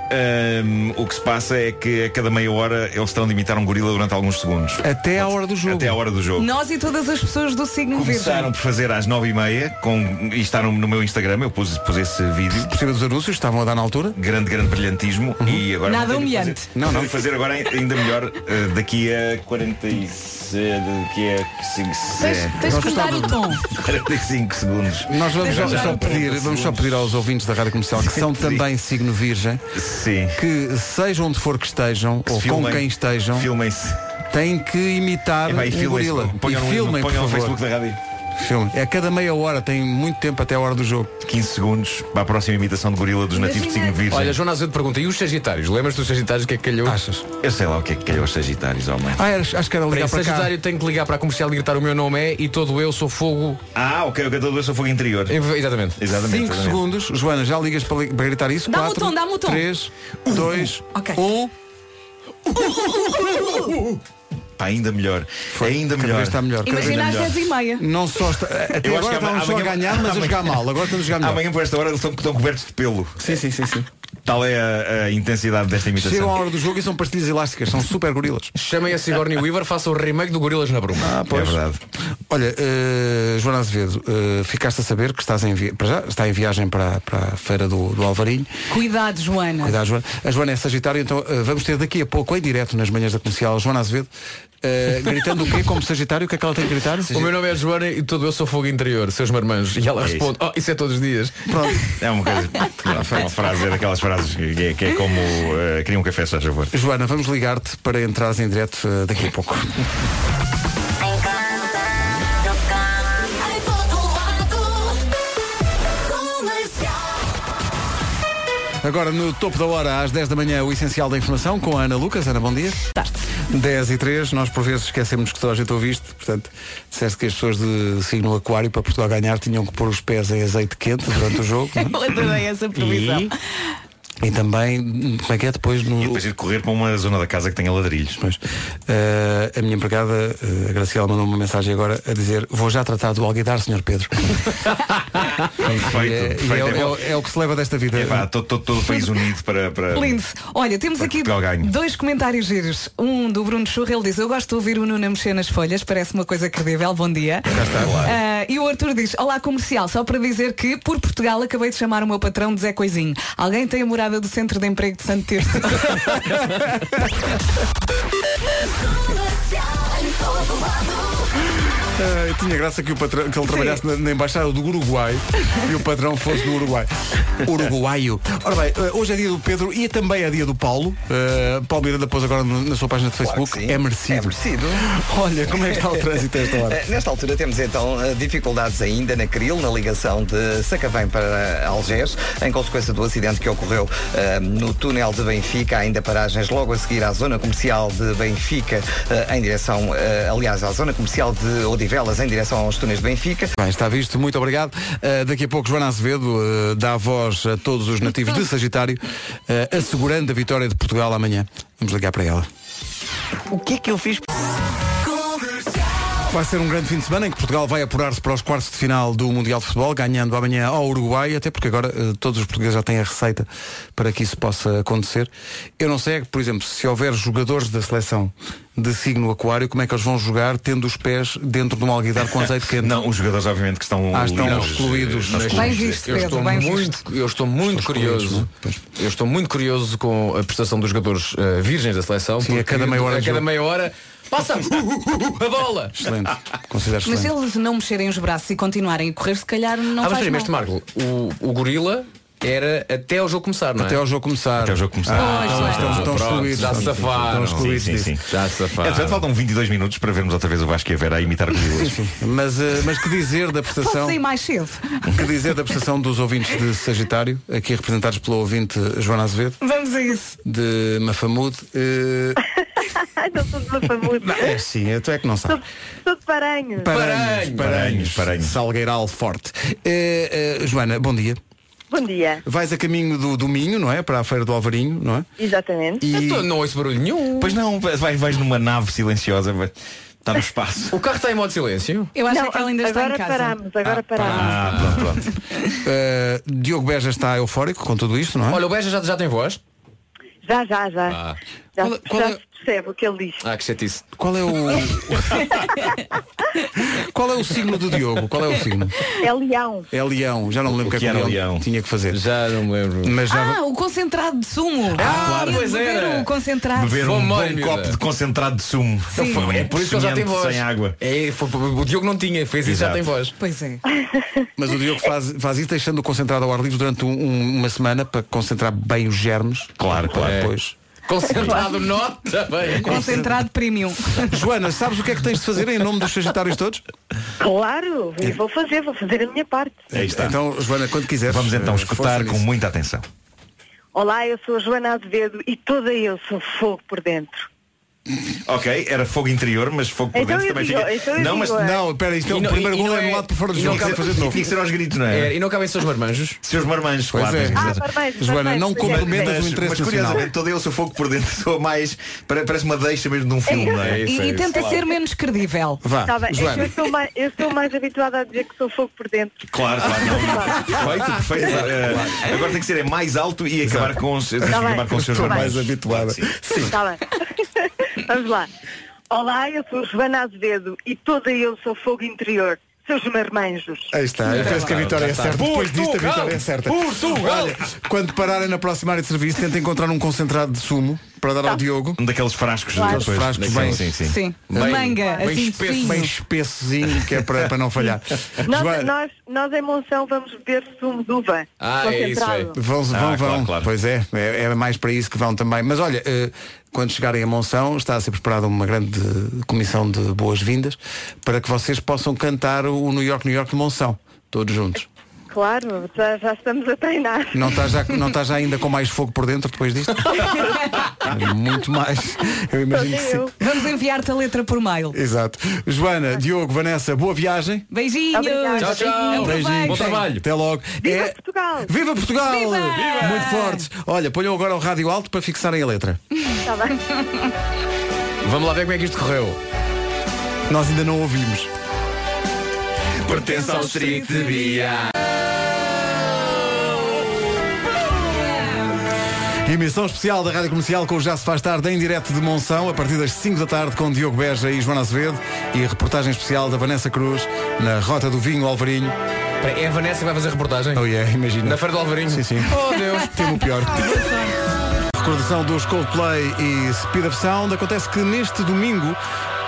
[SPEAKER 14] hum, o que se passa é que a cada meia hora eles terão de imitar um gorila durante alguns segundos.
[SPEAKER 2] Até à hora do jogo.
[SPEAKER 14] Até à hora do jogo.
[SPEAKER 1] Nós e todas as pessoas do signo
[SPEAKER 14] Começaram
[SPEAKER 1] virgem.
[SPEAKER 14] por fazer às nove e meia com, e está no, no meu Instagram, eu pus, pus esse vídeo.
[SPEAKER 2] Por cima dos anúncios, estavam a dar na altura. Uhum.
[SPEAKER 14] Grande, grande brilhantismo e agora
[SPEAKER 1] Nada
[SPEAKER 14] vou ter de
[SPEAKER 1] humilhante.
[SPEAKER 14] fazer- Não, não, vou fazer agora ainda melhor eh, daqui a 46, daqui a cinco-
[SPEAKER 18] Tens,
[SPEAKER 14] É.
[SPEAKER 18] tens que mudar o tom.
[SPEAKER 14] 45 segundos.
[SPEAKER 2] Nós vamos só,
[SPEAKER 14] Agora já
[SPEAKER 2] só
[SPEAKER 14] não
[SPEAKER 2] pedir,
[SPEAKER 14] tem
[SPEAKER 2] vamos só pedir aos ouvintes da Rádio Comercial que são
[SPEAKER 14] um assim. Sim.
[SPEAKER 2] também signo virgem,
[SPEAKER 14] Sim.
[SPEAKER 2] que seja onde for que estejam, ou com
[SPEAKER 14] Filmem-
[SPEAKER 2] quem estejam,
[SPEAKER 14] Filmem-se.
[SPEAKER 2] têm que imitar
[SPEAKER 14] É, vai, e
[SPEAKER 2] um
[SPEAKER 14] filmem-se.
[SPEAKER 2] gorila.
[SPEAKER 14] Ponham
[SPEAKER 2] e
[SPEAKER 14] no-
[SPEAKER 2] filmem, por
[SPEAKER 14] ponham no
[SPEAKER 2] favor.
[SPEAKER 14] Facebook da rádio.
[SPEAKER 2] Filmem. É a cada meia hora, tem muito tempo até a hora do jogo.
[SPEAKER 14] 15 segundos para a próxima imitação de gorila dos nativos de signo virgem.
[SPEAKER 7] Olha, João Azevedo pergunta, e os Sagitários? Lembras-te dos Sagitários o que é que calhou?
[SPEAKER 2] Achas?
[SPEAKER 14] eu sei lá o que é que calhou aos Sagitários, homem.
[SPEAKER 2] Ah, era- acho que era
[SPEAKER 7] Para
[SPEAKER 2] ligar
[SPEAKER 7] em
[SPEAKER 2] para cá.
[SPEAKER 7] Sagitário tenho que ligar para a comercial e gritar o meu nome é e todo eu sou fogo.
[SPEAKER 14] Ah, ok, o que eu estou a ver fogo interior.
[SPEAKER 7] Exatamente.
[SPEAKER 14] Exatamente.
[SPEAKER 2] 5
[SPEAKER 14] exatamente.
[SPEAKER 2] segundos, Joana, já ligas para, li- para gritar isso?
[SPEAKER 1] Dá-me o
[SPEAKER 2] 4,
[SPEAKER 1] tom, dá-me o tom.
[SPEAKER 14] Uh,
[SPEAKER 2] 3, 2,
[SPEAKER 1] Ok.
[SPEAKER 2] 1.
[SPEAKER 14] Pá, ainda melhor. Ainda
[SPEAKER 2] Cada
[SPEAKER 14] melhor.
[SPEAKER 2] vez está melhor. cada vez-
[SPEAKER 1] Imagina às
[SPEAKER 14] Melhor.
[SPEAKER 1] 10 e meia.
[SPEAKER 2] Não só está. Até
[SPEAKER 14] acho
[SPEAKER 2] agora
[SPEAKER 14] que ama-
[SPEAKER 2] estávamos só a
[SPEAKER 14] amanhã-
[SPEAKER 2] ganhar, mas a jogar mal. Agora estamos a jogar melhor.
[SPEAKER 14] Amanhã por esta hora eles estão, estão cobertos de pelo.
[SPEAKER 2] Sim, sim, sim, sim.
[SPEAKER 14] Tal é a, a intensidade desta
[SPEAKER 2] Chegam à
[SPEAKER 14] imitação.
[SPEAKER 2] hora do jogo e são pastilhas elásticas, são super gorilas.
[SPEAKER 7] Chamem a Sigourney Weaver, faça o remake do Gorilas na Bruma.
[SPEAKER 14] É verdade.
[SPEAKER 2] Olha, eh, Joana Azevedo, eh, ficaste a saber que estás em, vi- para já, está em viagem para, para a feira do, do Alvarinho.
[SPEAKER 1] Cuidado, Joana.
[SPEAKER 2] Cuidado, Joana. A Joana é Sagitário, então eh, vamos ter daqui a pouco, em direto, nas manhãs da comercial, a Joana Azevedo, eh, gritando o quê? Como Sagitário, o que é que ela tem que gritar?
[SPEAKER 7] O meu nome é Joana e todo eu sou fogo interior, seus marmanjos. E ela
[SPEAKER 14] É isso.
[SPEAKER 7] responde, oh, isso é todos os dias.
[SPEAKER 2] Pronto.
[SPEAKER 14] É uma coisa. Foi uma frase, é daquelas frases que é, que é como. eh, queria um café, se faz favor.
[SPEAKER 2] Joana, vamos ligar-te para entrares em direto eh, daqui a pouco. Agora, no topo da hora, às 10 da manhã, o essencial da informação com a Ana Lucas. Ana, bom dia. Tarde. 10 e 3, nós por vezes esquecemos que toda a gente ouviste, portanto, disseste que as pessoas de signo aquário para Portugal ganhar tinham que pôr os pés em azeite quente durante o jogo. não
[SPEAKER 1] Eu
[SPEAKER 2] é?
[SPEAKER 1] adorei essa previsão.
[SPEAKER 2] E? E também, como é que é depois no.
[SPEAKER 14] E depois ir correr para uma zona da casa que tenha ladrilhos.
[SPEAKER 2] Pois. Eh, a minha empregada, eh, a Graciela, mandou uma mensagem agora a dizer vou já tratar do alguidar, Sr. Pedro.
[SPEAKER 14] Perfeito,
[SPEAKER 2] é-
[SPEAKER 14] perfeito.
[SPEAKER 2] e é- é o- é o que se leva desta vida.
[SPEAKER 14] Estou todo o país unido para. para...
[SPEAKER 1] Lindo. Olha, temos
[SPEAKER 14] É. Para
[SPEAKER 1] aqui
[SPEAKER 14] Portugal ganhe.
[SPEAKER 1] dois comentários giros. Um do Bruno Churra, ele diz, eu gosto de ouvir o Nuno a mexer nas folhas, parece uma coisa credível, bom dia. Ah, e o Arthur diz, olá comercial, só para dizer que por Portugal acabei de chamar o meu patrão de Zé Coisinho. Alguém tem a morada do Centro de Emprego de Santo Terço?
[SPEAKER 2] Eh, tinha graça que, o patrão, que ele trabalhasse na, na embaixada do Uruguai e o patrão fosse do Uruguai. Uruguaio. Ora bem, eh, hoje é dia do Pedro e também é dia do Paulo. Eh, Paulo Miranda pôs agora no- na sua página de Facebook. é merecido. É
[SPEAKER 5] merecido.
[SPEAKER 2] Olha, como é que está o trânsito a esta hora?
[SPEAKER 5] Eh, Nesta altura temos então eh, dificuldades ainda na Cril, na ligação de Sacavém para Algés, em consequência do acidente que ocorreu eh, no túnel de Benfica, há ainda paragens logo a seguir à zona comercial de Benfica, eh, em direção, eh, aliás, à zona comercial de Odivelas, em direção aos túneis de Benfica.
[SPEAKER 2] Bem, está visto, muito obrigado. Uh, daqui a pouco Joana Azevedo uh, dá voz a todos os nativos de Sagitário, uh, assegurando a vitória de Portugal amanhã. Vamos ligar para ela.
[SPEAKER 14] O que é que eu fiz?
[SPEAKER 2] Vai ser um grande fim de semana em que Portugal vai apurar-se para os quartos de final do Mundial de Futebol, ganhando amanhã ao Uruguai, até porque agora eh, todos os portugueses já têm a receita para que isso possa acontecer. Eu não sei, é que, por exemplo, se houver jogadores da seleção de signo aquário, como é que eles vão jogar tendo os pés dentro de um alguidar com azeite quente?
[SPEAKER 14] Não, os jogadores obviamente que estão,
[SPEAKER 2] Ah, estão
[SPEAKER 14] não,
[SPEAKER 2] excluídos.
[SPEAKER 14] estão
[SPEAKER 2] Bem
[SPEAKER 14] excluídos.
[SPEAKER 2] visto,
[SPEAKER 7] eu estou
[SPEAKER 2] Pedro, bem
[SPEAKER 7] muito,
[SPEAKER 2] visto.
[SPEAKER 7] Eu estou muito
[SPEAKER 2] excluídos,
[SPEAKER 7] curioso. Eu estou muito curioso com a prestação dos jogadores eh, virgens da seleção.
[SPEAKER 2] Sim, a
[SPEAKER 7] porque
[SPEAKER 2] cada meia hora
[SPEAKER 7] A
[SPEAKER 2] de
[SPEAKER 7] cada
[SPEAKER 2] jogo.
[SPEAKER 7] meia hora. Passa a bola!
[SPEAKER 2] Excelente. Considero
[SPEAKER 1] Mas
[SPEAKER 7] excelente.
[SPEAKER 1] eles não mexerem os braços e continuarem a correr, se calhar não
[SPEAKER 7] ah, mas
[SPEAKER 1] faz
[SPEAKER 7] espera,
[SPEAKER 1] mal.
[SPEAKER 7] este Marco, o, o gorila era até ao jogo começar, não é?
[SPEAKER 2] Até ao jogo começar. Até ao
[SPEAKER 14] jogo começar.
[SPEAKER 7] Ah,
[SPEAKER 14] Pois,
[SPEAKER 7] então
[SPEAKER 14] é.
[SPEAKER 7] estão- estão
[SPEAKER 14] Pronto,
[SPEAKER 7] excluídos. Já
[SPEAKER 14] sim,
[SPEAKER 7] se
[SPEAKER 14] sim,
[SPEAKER 7] safaram.
[SPEAKER 14] estão excluídos
[SPEAKER 7] Sim, sim,
[SPEAKER 14] disso.
[SPEAKER 7] sim. Já se safaram.
[SPEAKER 14] É, portanto, faltam 22 minutos para vermos outra vez o Vasco e a Vera a imitar gorilas.
[SPEAKER 2] Mas, eh, mas que dizer da prestação?
[SPEAKER 1] Posso sair mais cedo.
[SPEAKER 2] Que dizer da prestação dos ouvintes de Sagitário, aqui representados pelo ouvinte Joana Azevedo,
[SPEAKER 1] Vamos a isso.
[SPEAKER 2] de Mafamude. eh,
[SPEAKER 19] Estou tudo de famoso.
[SPEAKER 2] não, é sim, é, tu é que não sabes.
[SPEAKER 19] Estou de paranho.
[SPEAKER 2] Paranhos, Paranhos, Paranhos. Salgueiral Forte. Eh, eh, Joana, bom dia.
[SPEAKER 19] Bom dia.
[SPEAKER 2] Vais a caminho do, do Minho, não é? Para a Feira do Alvarinho, não é?
[SPEAKER 19] Exatamente.
[SPEAKER 2] Então,
[SPEAKER 7] não ouço barulho nenhum.
[SPEAKER 14] Pois não, vais, vais numa nave silenciosa, vai- está no espaço.
[SPEAKER 7] O carro está em modo silêncio?
[SPEAKER 1] Eu acho
[SPEAKER 19] Não,
[SPEAKER 1] que ela ainda está em
[SPEAKER 19] agora
[SPEAKER 1] casa.
[SPEAKER 19] paramos, agora paramos.
[SPEAKER 14] Ah, pronto, pronto.
[SPEAKER 2] Eh, Diogo Beja está eufórico com tudo isto, não é?
[SPEAKER 7] Olha, o Beja já, já tem voz?
[SPEAKER 19] Já, já, já. Já,
[SPEAKER 2] Qual é- qual
[SPEAKER 19] já
[SPEAKER 2] é-
[SPEAKER 19] se percebe o que ele diz.
[SPEAKER 7] Ah, que chatice.
[SPEAKER 2] Qual é o. Qual é o signo do Diogo? Qual é o signo?
[SPEAKER 19] É leão.
[SPEAKER 2] É Leão, já não me lembro o que, é que o Leão tinha que fazer.
[SPEAKER 7] Já não me lembro.
[SPEAKER 2] Mas já
[SPEAKER 1] Ah, o concentrado de sumo.
[SPEAKER 2] Ah, claro.
[SPEAKER 1] Ia
[SPEAKER 2] pois
[SPEAKER 1] beber
[SPEAKER 2] era.
[SPEAKER 1] o concentrado.
[SPEAKER 14] Beber um bom copo de concentrado de sumo.
[SPEAKER 1] Sim.
[SPEAKER 2] um
[SPEAKER 14] É
[SPEAKER 7] Por isso que ele já tem
[SPEAKER 14] suficiente,
[SPEAKER 7] voz.
[SPEAKER 14] Sem água.
[SPEAKER 7] É, foi- o Diogo não tinha, fez isso já
[SPEAKER 14] Exato.
[SPEAKER 7] tem voz.
[SPEAKER 1] Pois é.
[SPEAKER 2] Mas o Diogo faz, faz isso deixando-o concentrado ao ar livre durante um- um- uma semana para concentrar bem os germes.
[SPEAKER 14] Claro, claro.
[SPEAKER 2] Depois.
[SPEAKER 7] Concentrado, nota bem.
[SPEAKER 1] Concentrado premium.
[SPEAKER 2] Joana, sabes o que é que tens de fazer em nome dos Sagitários todos?
[SPEAKER 19] Claro,
[SPEAKER 2] É.
[SPEAKER 19] e vou fazer, vou fazer a minha parte.
[SPEAKER 14] Aí está.
[SPEAKER 2] Então, Joana, quando quiseres.
[SPEAKER 14] Vamos então
[SPEAKER 2] eh,
[SPEAKER 14] escutar
[SPEAKER 2] força
[SPEAKER 14] com
[SPEAKER 2] nisso.
[SPEAKER 14] muita atenção.
[SPEAKER 19] Olá, eu sou a Joana Azevedo e toda eu sou fogo por dentro.
[SPEAKER 14] Ok, era fogo interior, mas fogo por
[SPEAKER 19] Então
[SPEAKER 14] dentro
[SPEAKER 19] eu
[SPEAKER 14] também
[SPEAKER 19] digo-
[SPEAKER 14] fica.
[SPEAKER 19] então eu
[SPEAKER 14] não, mas
[SPEAKER 19] digo, é.
[SPEAKER 2] Não, espera, isto é
[SPEAKER 7] E
[SPEAKER 2] o
[SPEAKER 7] não-
[SPEAKER 2] primeiro
[SPEAKER 7] e- e
[SPEAKER 2] gol
[SPEAKER 7] não
[SPEAKER 2] é
[SPEAKER 7] é-
[SPEAKER 2] anulado por fora do
[SPEAKER 7] e não
[SPEAKER 2] jogo.
[SPEAKER 7] cabe-
[SPEAKER 2] Tem que fazer de novo.
[SPEAKER 14] Tinha que ser aos gritos, não
[SPEAKER 7] É,
[SPEAKER 14] é?
[SPEAKER 7] e não cabem seus marmanjos?
[SPEAKER 14] Seus marmanjos,
[SPEAKER 2] Pois
[SPEAKER 14] claro.
[SPEAKER 2] é.
[SPEAKER 14] tens razão.
[SPEAKER 19] Ah, parabéns,
[SPEAKER 2] Joana, não
[SPEAKER 19] parabéns,
[SPEAKER 2] comprometas
[SPEAKER 14] Mas,
[SPEAKER 2] o
[SPEAKER 14] mas
[SPEAKER 2] interesse nacional.
[SPEAKER 14] curiosamente todo eu sou fogo por dentro, sou mais. pare- Parece uma deixa mesmo de um filme, não é?
[SPEAKER 1] e e tenta ser menos credível.
[SPEAKER 2] Vá,
[SPEAKER 19] Tá bem, é que
[SPEAKER 2] Joana.
[SPEAKER 19] eu, sou mais, eu sou mais habituada a dizer que sou fogo por dentro.
[SPEAKER 14] Claro, claro. não. perfeito, perfeito. Eh, agora tem que ser é mais alto e acabar com os, tens que
[SPEAKER 19] Tá bem.
[SPEAKER 14] acabar com os seus
[SPEAKER 19] Estou
[SPEAKER 14] marmanjos.
[SPEAKER 2] mais habituada.
[SPEAKER 19] Está Tá bem. Vamos lá. Olá, eu sou a Joana Azevedo e toda eu sou fogo interior. Seus marmanjos.
[SPEAKER 2] Aí está, eu penso que a vitória é certa. Depois disto a
[SPEAKER 7] Portugal!
[SPEAKER 2] vitória é certa.
[SPEAKER 7] Portugal!
[SPEAKER 2] Olha, quando pararem na próxima área de serviço, tentem encontrar um concentrado de sumo para dar
[SPEAKER 19] Tá.
[SPEAKER 2] ao Diogo.
[SPEAKER 14] Um daqueles frascos.
[SPEAKER 2] Claro.
[SPEAKER 14] depois,
[SPEAKER 2] Frascos
[SPEAKER 14] daquele-
[SPEAKER 2] bem-
[SPEAKER 14] sim, sim.
[SPEAKER 1] Sim. De
[SPEAKER 7] Bem-
[SPEAKER 1] manga,
[SPEAKER 7] bem
[SPEAKER 1] assim,
[SPEAKER 7] espesso,
[SPEAKER 1] fininho.
[SPEAKER 2] Bem espessozinho, que é para, para não falhar.
[SPEAKER 19] Nós,
[SPEAKER 2] Joana,
[SPEAKER 19] nós, nós em Monção vamos beber sumo de uva.
[SPEAKER 7] Ah, é isso,
[SPEAKER 19] concentrado.
[SPEAKER 2] Vão, vão,
[SPEAKER 14] claro,
[SPEAKER 2] vão.
[SPEAKER 14] claro.
[SPEAKER 2] Pois é, é, é mais para isso que vão também. Mas olha, eh, quando chegarem a Monção, está a ser preparada uma grande comissão de boas-vindas para que vocês possam cantar o New York, New York de Monção, todos juntos.
[SPEAKER 19] claro, já, já estamos a treinar.
[SPEAKER 2] Não estás, já, não estás já ainda com mais fogo por dentro depois disto? Muito mais. Eu imagino que sim.
[SPEAKER 1] Vamos enviar-te a letra por mail.
[SPEAKER 2] Exato. Joana, Diogo, Vanessa, boa viagem.
[SPEAKER 1] Beijinhos.
[SPEAKER 2] Tchau, tchau.
[SPEAKER 1] Aproveitem.
[SPEAKER 2] Até logo. É Viva Portugal. Viva Portugal. Muito forte. Olha, ponham agora o rádio alto para fixarem a letra.
[SPEAKER 1] Tá
[SPEAKER 19] Está bem.
[SPEAKER 7] Vamos lá ver como é que isto correu.
[SPEAKER 2] Nós ainda não ouvimos.
[SPEAKER 14] Pertence ao street via.
[SPEAKER 2] Emissão especial da Rádio Comercial com o Já se faz tarde em direto de Monção, a partir das 5 da tarde com Diogo Beja e Joana Azevedo e a reportagem especial da Vanessa Cruz na Rota do Vinho Alvarinho.
[SPEAKER 7] Espera, É a Vanessa que vai fazer reportagem?
[SPEAKER 2] Oh yeah, imagina.
[SPEAKER 7] Na Feira do Alvarinho?
[SPEAKER 2] Sim, sim.
[SPEAKER 7] Oh Deus.
[SPEAKER 2] Temo o pior. Recordação dos Coldplay e Speed Up Sound. Acontece que neste domingo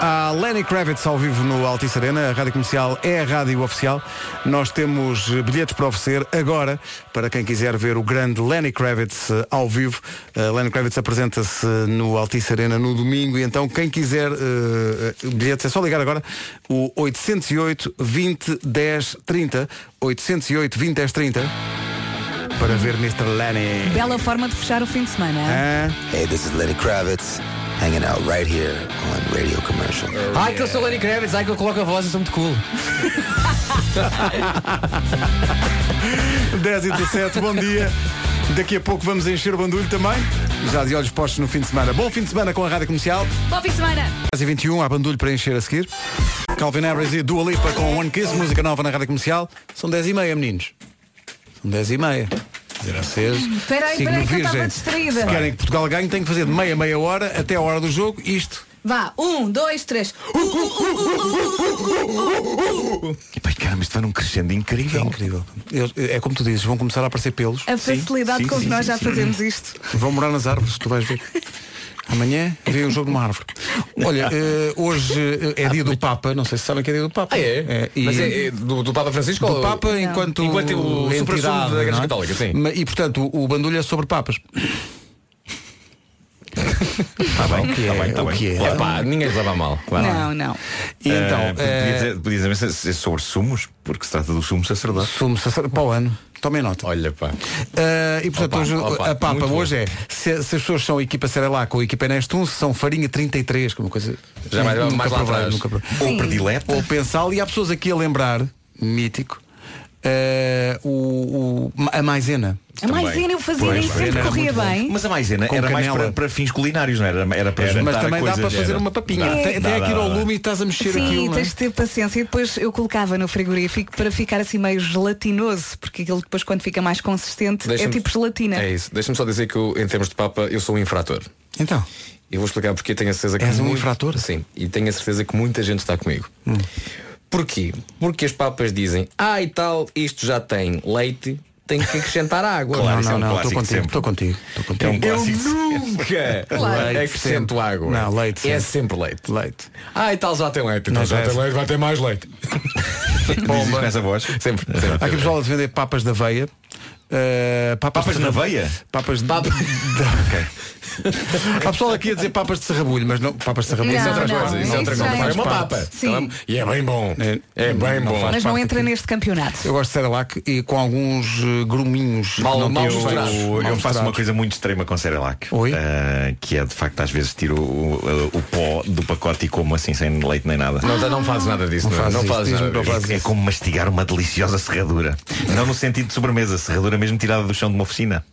[SPEAKER 2] há Lenny Kravitz ao vivo no Altice Arena. A rádio comercial é a rádio oficial. Nós temos eh, bilhetes para oferecer agora para quem quiser ver o grande Lenny Kravitz eh, ao vivo. Eh, Lenny Kravitz apresenta-se no Altice Arena no domingo e então quem quiser eh, eh, bilhetes é só ligar agora o 808 20 10 30 808 20 10 30 para ver Mr. Lenny.
[SPEAKER 1] Bela forma de fechar o fim de semana.
[SPEAKER 2] Ah.
[SPEAKER 1] hein?
[SPEAKER 20] Hey, this is Lenny Kravitz, hanging out right here on Radio Commercial.
[SPEAKER 7] Ai que eu sou Lenny Kravitz, ai que eu coloco a voz e sou muito cool.
[SPEAKER 2] 10 e 17, bom dia. Daqui a pouco vamos encher o bandulho também. Já de olhos postos no fim de semana. Bom fim de semana com a Rádio Comercial.
[SPEAKER 1] Bom fim de semana.
[SPEAKER 2] 10 e 21, há bandulho para encher a seguir. Calvin Harris e Dua Lipa com One Kiss, música nova na Rádio Comercial. São 10 e meia, meninos. São 10 e meia. Dizer a vocês,
[SPEAKER 1] Peraí,
[SPEAKER 2] signo
[SPEAKER 1] peraí, que
[SPEAKER 2] virgem.
[SPEAKER 1] eu estava distraída.
[SPEAKER 2] Se querem que Portugal ganhe, tem que fazer de meia, meia hora até a hora do jogo isto.
[SPEAKER 1] Vá, um, dois, três. Uh, uh, uh, uh, uh, uh, uh, uh, uh.
[SPEAKER 14] Pai, caramba, isto vai num crescendo incrível.
[SPEAKER 2] incrível. Eles- É como tu dizes, vão começar a aparecer pelos.
[SPEAKER 1] A facilidade
[SPEAKER 2] sim,
[SPEAKER 1] com que
[SPEAKER 2] sim,
[SPEAKER 1] nós
[SPEAKER 2] sim,
[SPEAKER 1] já
[SPEAKER 2] sim.
[SPEAKER 1] fazemos isto.
[SPEAKER 2] Vão morar nas árvores, tu vais ver. Amanhã vê um jogo numa árvore. Olha, eh, hoje eh, é dia do Papa, não sei se sabem que é dia do Papa.
[SPEAKER 7] Ah, é? Mas é- é do- do Papa Francisco
[SPEAKER 2] Do
[SPEAKER 7] ou-
[SPEAKER 2] Papa
[SPEAKER 7] Não.
[SPEAKER 2] enquanto,
[SPEAKER 7] Enquanto é o
[SPEAKER 2] entidade,
[SPEAKER 7] supra-sumo da Igreja
[SPEAKER 2] não é?
[SPEAKER 7] Católica, sim.
[SPEAKER 2] Ma- E portanto, o, o bandulho é sobre papas.
[SPEAKER 14] Está Tá bem,
[SPEAKER 7] Tá
[SPEAKER 2] o que
[SPEAKER 14] está
[SPEAKER 2] é,
[SPEAKER 14] bem, está
[SPEAKER 2] o
[SPEAKER 14] bem.
[SPEAKER 2] que é.
[SPEAKER 14] Claro.
[SPEAKER 7] Pá, ninguém leva a mal. Vá lá.
[SPEAKER 1] Não, não.
[SPEAKER 2] E então,
[SPEAKER 14] Ah,
[SPEAKER 2] eh,
[SPEAKER 14] podia dizer, podia dizer, mas é- é sobre sumos, porque se trata do sumo sacerdote.
[SPEAKER 2] Sumo sacerdote para o ano. Tomem nota.
[SPEAKER 7] Olha, pá.
[SPEAKER 2] Eh, e portanto,
[SPEAKER 14] Opa,
[SPEAKER 2] hoje,
[SPEAKER 14] opa,
[SPEAKER 2] a Papa
[SPEAKER 14] muito
[SPEAKER 2] hoje é se, se as pessoas são equipa Serelac ou equipa Nestum, se são farinha 33, como é coisa.
[SPEAKER 7] Já mais-
[SPEAKER 2] nunca
[SPEAKER 7] mais lá
[SPEAKER 2] provei,
[SPEAKER 7] atrás.
[SPEAKER 2] nunca provei.
[SPEAKER 14] Ou Sim. predileta.
[SPEAKER 2] Ou pensal. E há pessoas aqui a lembrar, mítico, eh, o, o- a maisena.
[SPEAKER 1] A maisena eu fazia
[SPEAKER 14] Pois,
[SPEAKER 1] e sempre
[SPEAKER 14] era
[SPEAKER 1] corria
[SPEAKER 14] muito bom.
[SPEAKER 1] bem.
[SPEAKER 14] Mas a maisena
[SPEAKER 2] Com
[SPEAKER 14] era mais
[SPEAKER 2] canela.
[SPEAKER 14] para, para fins culinários, não era? Era para
[SPEAKER 2] Mas
[SPEAKER 14] juntar
[SPEAKER 2] também dá
[SPEAKER 14] coisas,
[SPEAKER 2] para fazer
[SPEAKER 14] era.
[SPEAKER 2] uma papinha.
[SPEAKER 1] É.
[SPEAKER 14] Dá,
[SPEAKER 2] Até,
[SPEAKER 14] dá,
[SPEAKER 2] até aqui
[SPEAKER 14] dá,
[SPEAKER 2] ao
[SPEAKER 14] dá.
[SPEAKER 2] lume e estás a mexer
[SPEAKER 1] Sim,
[SPEAKER 2] aquilo. não é?
[SPEAKER 1] tens de ter paciência. E depois eu colocava no frigorífico para ficar assim meio gelatinoso, porque aquilo depois quando fica mais consistente é
[SPEAKER 7] Deixa-me-
[SPEAKER 1] tipo gelatina.
[SPEAKER 2] né?
[SPEAKER 7] É isso. Deixa-me só dizer que eu, em termos de Papa, eu sou um infrator.
[SPEAKER 2] Então.
[SPEAKER 7] Eu vou explicar porque tenho a certeza que.
[SPEAKER 2] És um Hum.
[SPEAKER 7] infrator? Sim. E tenho a certeza que muita gente está comigo. Porquê? Porque os papas dizem, ah e tal, isto já tem leite, tem que acrescentar água.
[SPEAKER 2] Não,
[SPEAKER 14] isso é
[SPEAKER 2] não,
[SPEAKER 14] um
[SPEAKER 2] não, estou
[SPEAKER 14] clássico
[SPEAKER 2] contigo,
[SPEAKER 14] sempre.
[SPEAKER 2] estou contigo, estou contigo.
[SPEAKER 14] É um
[SPEAKER 7] Eu
[SPEAKER 14] clássico.
[SPEAKER 7] nunca
[SPEAKER 2] Leite
[SPEAKER 7] acrescento
[SPEAKER 2] sempre.
[SPEAKER 7] água.
[SPEAKER 2] Não, leite
[SPEAKER 7] É
[SPEAKER 2] sempre.
[SPEAKER 7] sempre leite.
[SPEAKER 2] Leite.
[SPEAKER 7] Ah, e tal, já tem leite.
[SPEAKER 2] Não
[SPEAKER 7] Então já
[SPEAKER 2] interessa.
[SPEAKER 7] tem leite, vai ter mais leite.
[SPEAKER 14] Diz isto com essa voz.
[SPEAKER 7] Sempre.
[SPEAKER 2] Há aqui
[SPEAKER 7] sempre.
[SPEAKER 2] pessoal a vender papas da veia. eh, papas
[SPEAKER 14] Papas
[SPEAKER 2] de
[SPEAKER 14] na
[SPEAKER 2] serra-
[SPEAKER 14] veia?
[SPEAKER 2] Papas de.
[SPEAKER 7] Papas-
[SPEAKER 2] Há pessoal aqui a dizer papas de serrabulho, mas não, papas de serrabulho.
[SPEAKER 7] Isso é
[SPEAKER 1] Não,
[SPEAKER 7] outra
[SPEAKER 1] não,
[SPEAKER 7] coisa. Isso é outra
[SPEAKER 1] isso
[SPEAKER 7] coisa.
[SPEAKER 1] já é
[SPEAKER 7] É uma
[SPEAKER 1] parte.
[SPEAKER 7] papa.
[SPEAKER 1] Sim.
[SPEAKER 7] Então, E é bem bom.
[SPEAKER 2] Tá É,
[SPEAKER 7] É bem
[SPEAKER 2] não
[SPEAKER 7] bom.
[SPEAKER 2] faz
[SPEAKER 1] Mas não
[SPEAKER 2] parte
[SPEAKER 1] entra
[SPEAKER 2] aqui.
[SPEAKER 1] neste campeonato.
[SPEAKER 2] Eu gosto de Cerelac e com alguns eh, gruminhos
[SPEAKER 7] Mal-
[SPEAKER 2] que não
[SPEAKER 7] mal
[SPEAKER 2] têm
[SPEAKER 14] Eu,
[SPEAKER 7] mostrados.
[SPEAKER 2] feitos.
[SPEAKER 14] eu
[SPEAKER 2] Mal
[SPEAKER 14] faço uma
[SPEAKER 2] mostrados.
[SPEAKER 14] coisa muito extrema com Cerelac
[SPEAKER 2] Oi?
[SPEAKER 14] Ah, Que é de facto às vezes tiro o, o- o pó do pacote e como assim sem leite nem nada
[SPEAKER 7] Não, não faz nada disso.
[SPEAKER 2] Não
[SPEAKER 7] Não, é?
[SPEAKER 2] faz
[SPEAKER 7] não
[SPEAKER 2] isso,
[SPEAKER 7] faz
[SPEAKER 2] diz-me
[SPEAKER 7] nada
[SPEAKER 2] para
[SPEAKER 7] disso.
[SPEAKER 2] fazer.
[SPEAKER 14] É, é como mastigar uma deliciosa serradura Não no sentido de sobremesa Serradura mesmo tirada do chão de uma oficina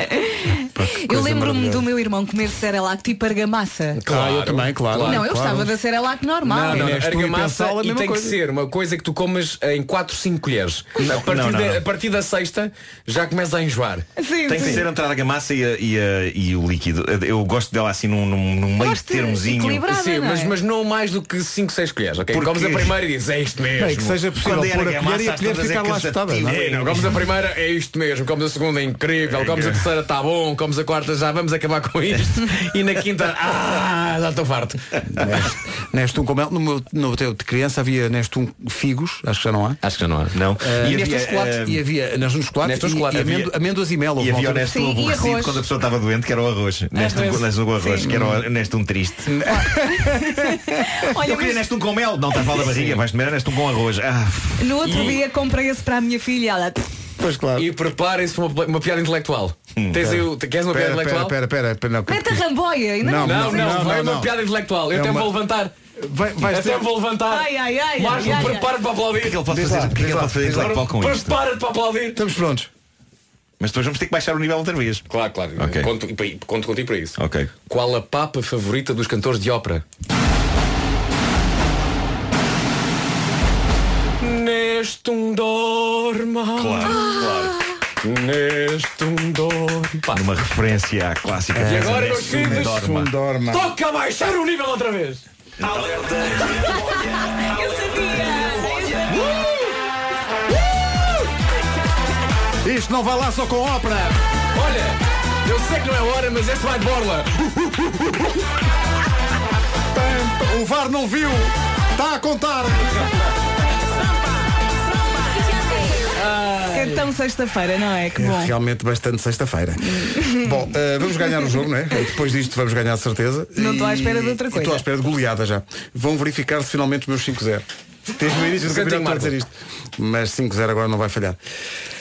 [SPEAKER 1] Eu
[SPEAKER 2] coisa
[SPEAKER 1] lembro-me
[SPEAKER 2] maravilhosa.
[SPEAKER 1] do meu irmão comer Cerelac tipo argamassa.
[SPEAKER 2] Ah, eu também, claro.
[SPEAKER 1] não, eu
[SPEAKER 2] claro.
[SPEAKER 1] gostava da Cerelac
[SPEAKER 7] Não,
[SPEAKER 1] normal.
[SPEAKER 7] não, não.
[SPEAKER 2] Inês, É, tu e
[SPEAKER 7] Argamassa
[SPEAKER 2] pensal, a
[SPEAKER 7] e
[SPEAKER 2] mesma
[SPEAKER 7] tem
[SPEAKER 2] coisa.
[SPEAKER 7] que ser uma coisa que tu comes em 4, 5 colheres. A partir,
[SPEAKER 14] não, não,
[SPEAKER 7] da-
[SPEAKER 14] não.
[SPEAKER 7] a partir da sexta já começa a enjoar.
[SPEAKER 1] Sim,
[SPEAKER 14] Tem que
[SPEAKER 1] sim.
[SPEAKER 14] ser entre a argamassa e, a- e a- e o líquido Eu gosto dela assim num, num- num meio
[SPEAKER 1] Gosto de
[SPEAKER 14] termozinho
[SPEAKER 1] equilibrado. Brava,
[SPEAKER 7] Sim,
[SPEAKER 1] não
[SPEAKER 7] mas,
[SPEAKER 1] é?
[SPEAKER 7] mas não mais do que 5, 6 colheres, ok?
[SPEAKER 14] Porque-
[SPEAKER 7] Comes a primeira e dizes, é isto mesmo.
[SPEAKER 2] Bem, que seja possível
[SPEAKER 14] Quando é
[SPEAKER 2] pôr a
[SPEAKER 14] argamassa,
[SPEAKER 2] colher e a
[SPEAKER 14] às
[SPEAKER 2] colher
[SPEAKER 14] tantas é
[SPEAKER 2] ficar lá espetada.
[SPEAKER 14] cansativo.
[SPEAKER 2] não é?
[SPEAKER 7] É, não, comes a primeira, é isto mesmo. Comes a segunda, é incrível. Comes a terceira, está bom. Comes a quarta, já vamos acabar com isto. E na quinta, ah, já estou farto.
[SPEAKER 2] Nestum um com mel. No meu no hotel de criança havia Nestum figos, acho que já não há.
[SPEAKER 7] Acho que já não há. Não.
[SPEAKER 2] e, havia, chocolate,
[SPEAKER 14] eh,
[SPEAKER 2] Ah, e havia Nestum chocolate,
[SPEAKER 14] Nestum
[SPEAKER 2] e-
[SPEAKER 14] chocolate.
[SPEAKER 2] e
[SPEAKER 14] Havia-
[SPEAKER 2] amêndo- amêndoas e mel. houve
[SPEAKER 14] E
[SPEAKER 2] uma
[SPEAKER 14] havia o
[SPEAKER 2] altura.
[SPEAKER 14] Nestum aborrecido quando a pessoa estava doente, que era o arroz. Nestum
[SPEAKER 2] Arroz.
[SPEAKER 14] Nestum com arroz,
[SPEAKER 2] Sim.
[SPEAKER 14] que era o Nestum triste.
[SPEAKER 1] Olha,
[SPEAKER 14] Eu queria
[SPEAKER 1] mas
[SPEAKER 14] Nestum com mel. Não, está a falar da barriga, vais comer Nestum com arroz. Ah,
[SPEAKER 1] no outro
[SPEAKER 14] E-
[SPEAKER 1] dia comprei esse para a minha filha. e Ela...
[SPEAKER 2] Pois claro.
[SPEAKER 7] E preparem-se para uma, uma piada intelectual. Tens aí o- queres uma piada
[SPEAKER 2] Pera,
[SPEAKER 7] intelectual?
[SPEAKER 2] pera, pera, pera, não, que-
[SPEAKER 1] Mete a ramboia. Ainda não,
[SPEAKER 7] Não, não,
[SPEAKER 1] fizemos.
[SPEAKER 7] não, vai uma piada
[SPEAKER 11] É
[SPEAKER 7] intelectual. Eu um até vou levantar.
[SPEAKER 2] Vai, vai
[SPEAKER 7] Até vou levantar.
[SPEAKER 1] Ai, ai, ai.
[SPEAKER 7] Marco,
[SPEAKER 1] ai, ai,
[SPEAKER 7] prepara-te para aplaudir.
[SPEAKER 14] ele pode fazer? O que é que ele pode fazer intelectual com isto?
[SPEAKER 7] Prepara-te para aplaudir.
[SPEAKER 2] Estamos prontos.
[SPEAKER 14] Mas depois vamos ter que baixar o nível outra vez.
[SPEAKER 7] Claro, claro. Conto, e para- conto contigo para isso.
[SPEAKER 14] Ok.
[SPEAKER 7] Qual a papa favorita dos cantores de ópera? Neste um dorma. Ah!
[SPEAKER 14] Claro,
[SPEAKER 7] claro. Neste um dorma. Pá,
[SPEAKER 14] Uma referência à clássica.
[SPEAKER 2] Ah, É,
[SPEAKER 7] E
[SPEAKER 14] frase,
[SPEAKER 7] agora, meus
[SPEAKER 14] Nestum
[SPEAKER 2] um
[SPEAKER 7] filhos,
[SPEAKER 14] dorma.
[SPEAKER 7] toca a baixar o nível outra vez.
[SPEAKER 2] Então, Uh! Isto não vai lá só com ópera.
[SPEAKER 7] Olha, eu sei que não é hora, mas este vai de borla.
[SPEAKER 2] O VAR não viu. Está a contar.
[SPEAKER 1] Então sexta-feira, não é? Que bom.
[SPEAKER 2] Realmente bastante sexta-feira. Bom, eh, vamos ganhar o jogo, não é? Depois disto vamos ganhar de certeza.
[SPEAKER 1] Não estou à
[SPEAKER 2] E-
[SPEAKER 1] espera de outra
[SPEAKER 2] e
[SPEAKER 1] coisa.
[SPEAKER 2] Estou à espera de goleada já. Vão verificar se finalmente os meus 5-0. Desde o início do
[SPEAKER 1] Santinho
[SPEAKER 2] campeonato estou a dizer isto. Mas 5-0 agora não vai falhar.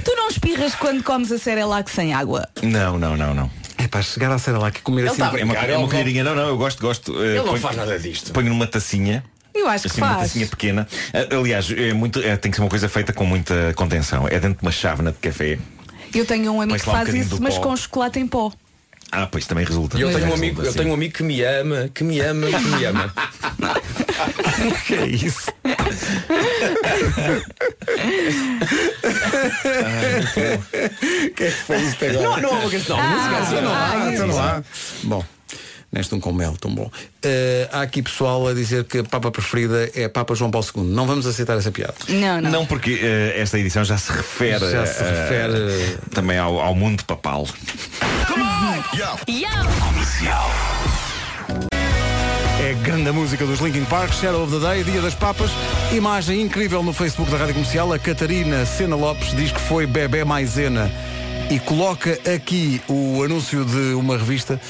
[SPEAKER 1] Tu não espirras quando comes a Cerelac sem água.
[SPEAKER 14] Não, não, não, não.
[SPEAKER 2] É para chegar à cera lá que comer
[SPEAKER 1] Ele
[SPEAKER 2] assim.
[SPEAKER 1] tá a
[SPEAKER 14] É uma,
[SPEAKER 1] brincar,
[SPEAKER 14] é uma
[SPEAKER 1] ele-
[SPEAKER 14] colherinha, não, não, eu gosto, gosto. eh,
[SPEAKER 1] Ele não faz nada disto.
[SPEAKER 14] Ponho numa tacinha.
[SPEAKER 1] Eu acho que
[SPEAKER 14] assim, uma
[SPEAKER 1] faz.
[SPEAKER 14] tacinha pequena. Ah, Aliás, é muito, é, tem que ser uma coisa feita com muita contenção. É dentro de uma chávena de café.
[SPEAKER 1] Eu tenho um amigo
[SPEAKER 14] Põe-se
[SPEAKER 1] que
[SPEAKER 14] lá um
[SPEAKER 1] faz
[SPEAKER 14] bocadinho
[SPEAKER 1] isso,
[SPEAKER 14] do
[SPEAKER 1] mas
[SPEAKER 14] pó.
[SPEAKER 1] com chocolate em pó.
[SPEAKER 14] Ah, pois também resulta.
[SPEAKER 7] E eu
[SPEAKER 14] Também é assim.
[SPEAKER 7] tenho um
[SPEAKER 14] resulta,
[SPEAKER 7] amigo, eu
[SPEAKER 14] sim.
[SPEAKER 7] tenho um amigo que me ama, que me ama, que me ama.
[SPEAKER 2] que é isso?
[SPEAKER 14] Ah,
[SPEAKER 2] que é que foi isto agora?
[SPEAKER 7] Não, não há uma questão. Ah,
[SPEAKER 2] Então não há,
[SPEAKER 7] ah,
[SPEAKER 2] então não
[SPEAKER 7] é.
[SPEAKER 2] há. Bom. Neste um com mel, tão bom. Eh, há aqui pessoal a dizer que a papa preferida é Papa João Paulo II. Não vamos aceitar essa piada.
[SPEAKER 1] Não,
[SPEAKER 14] não. porque eh, esta edição já se refere,
[SPEAKER 2] Já se
[SPEAKER 14] eh,
[SPEAKER 2] refere-
[SPEAKER 14] também ao, ao mundo papal.
[SPEAKER 2] É grande a música dos Linkin Park, Shadow of the Day, Dia das Papas. Imagem incrível no Facebook da Rádio Comercial. A Catarina Sena Lopes diz que foi bebê maisena e coloca aqui o anúncio de uma revista.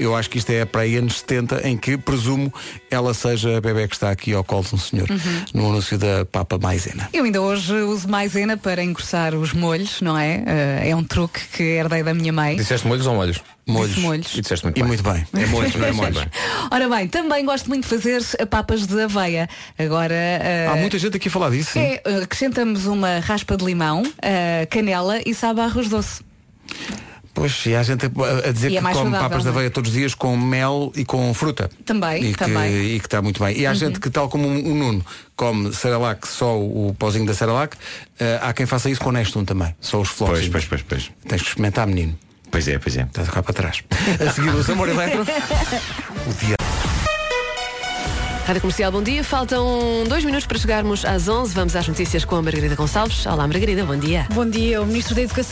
[SPEAKER 2] Eu acho que isto é para aí anos 70, em que, presumo, ela seja a bebê que está aqui ao colo de um senhor,
[SPEAKER 1] Uhum.
[SPEAKER 2] no anúncio da Papa Maisena.
[SPEAKER 1] Eu ainda hoje uso maisena para engrossar os molhos, não é? Eh, é um truque que herdei da minha mãe.
[SPEAKER 7] Disseste molhos ou molhos?
[SPEAKER 2] Molhos.
[SPEAKER 1] molhos.
[SPEAKER 7] E disseste muito bem.
[SPEAKER 2] muito bem.
[SPEAKER 7] É molhos, não é
[SPEAKER 1] Molhos.
[SPEAKER 7] molhos.
[SPEAKER 1] Ora bem, também gosto muito de fazer papas de aveia. Agora. eh,
[SPEAKER 2] Há muita gente aqui a falar disso.
[SPEAKER 1] é, eh, acrescentamos uma raspa de limão, eh, canela e sabe a arroz doce.
[SPEAKER 2] Pois, e há gente a, a dizer
[SPEAKER 1] E é
[SPEAKER 2] que
[SPEAKER 1] mais
[SPEAKER 2] come
[SPEAKER 1] saudável,
[SPEAKER 2] papas de
[SPEAKER 1] não é?
[SPEAKER 2] aveia todos os dias com mel e com fruta.
[SPEAKER 1] Também,
[SPEAKER 2] e
[SPEAKER 1] também. Uhum.
[SPEAKER 2] Que, e que está muito bem. E há gente que, tal como o Nuno come Saralac, só o pozinho da Saralac, eh, há quem faça isso com Nestum também. Só os flores.
[SPEAKER 14] Pois, pois, pois, pois.
[SPEAKER 2] Tens que experimentar, menino.
[SPEAKER 14] Pois é, pois é.
[SPEAKER 2] Estás cá para trás. A seguir, o Zamor Eletro. O dia.
[SPEAKER 21] Rádio Comercial, bom dia. Faltam dois minutos para chegarmos às 11. Vamos às notícias com a Margarida Gonçalves. Olá, Margarida, bom dia.
[SPEAKER 22] Bom dia. O Ministro da Educação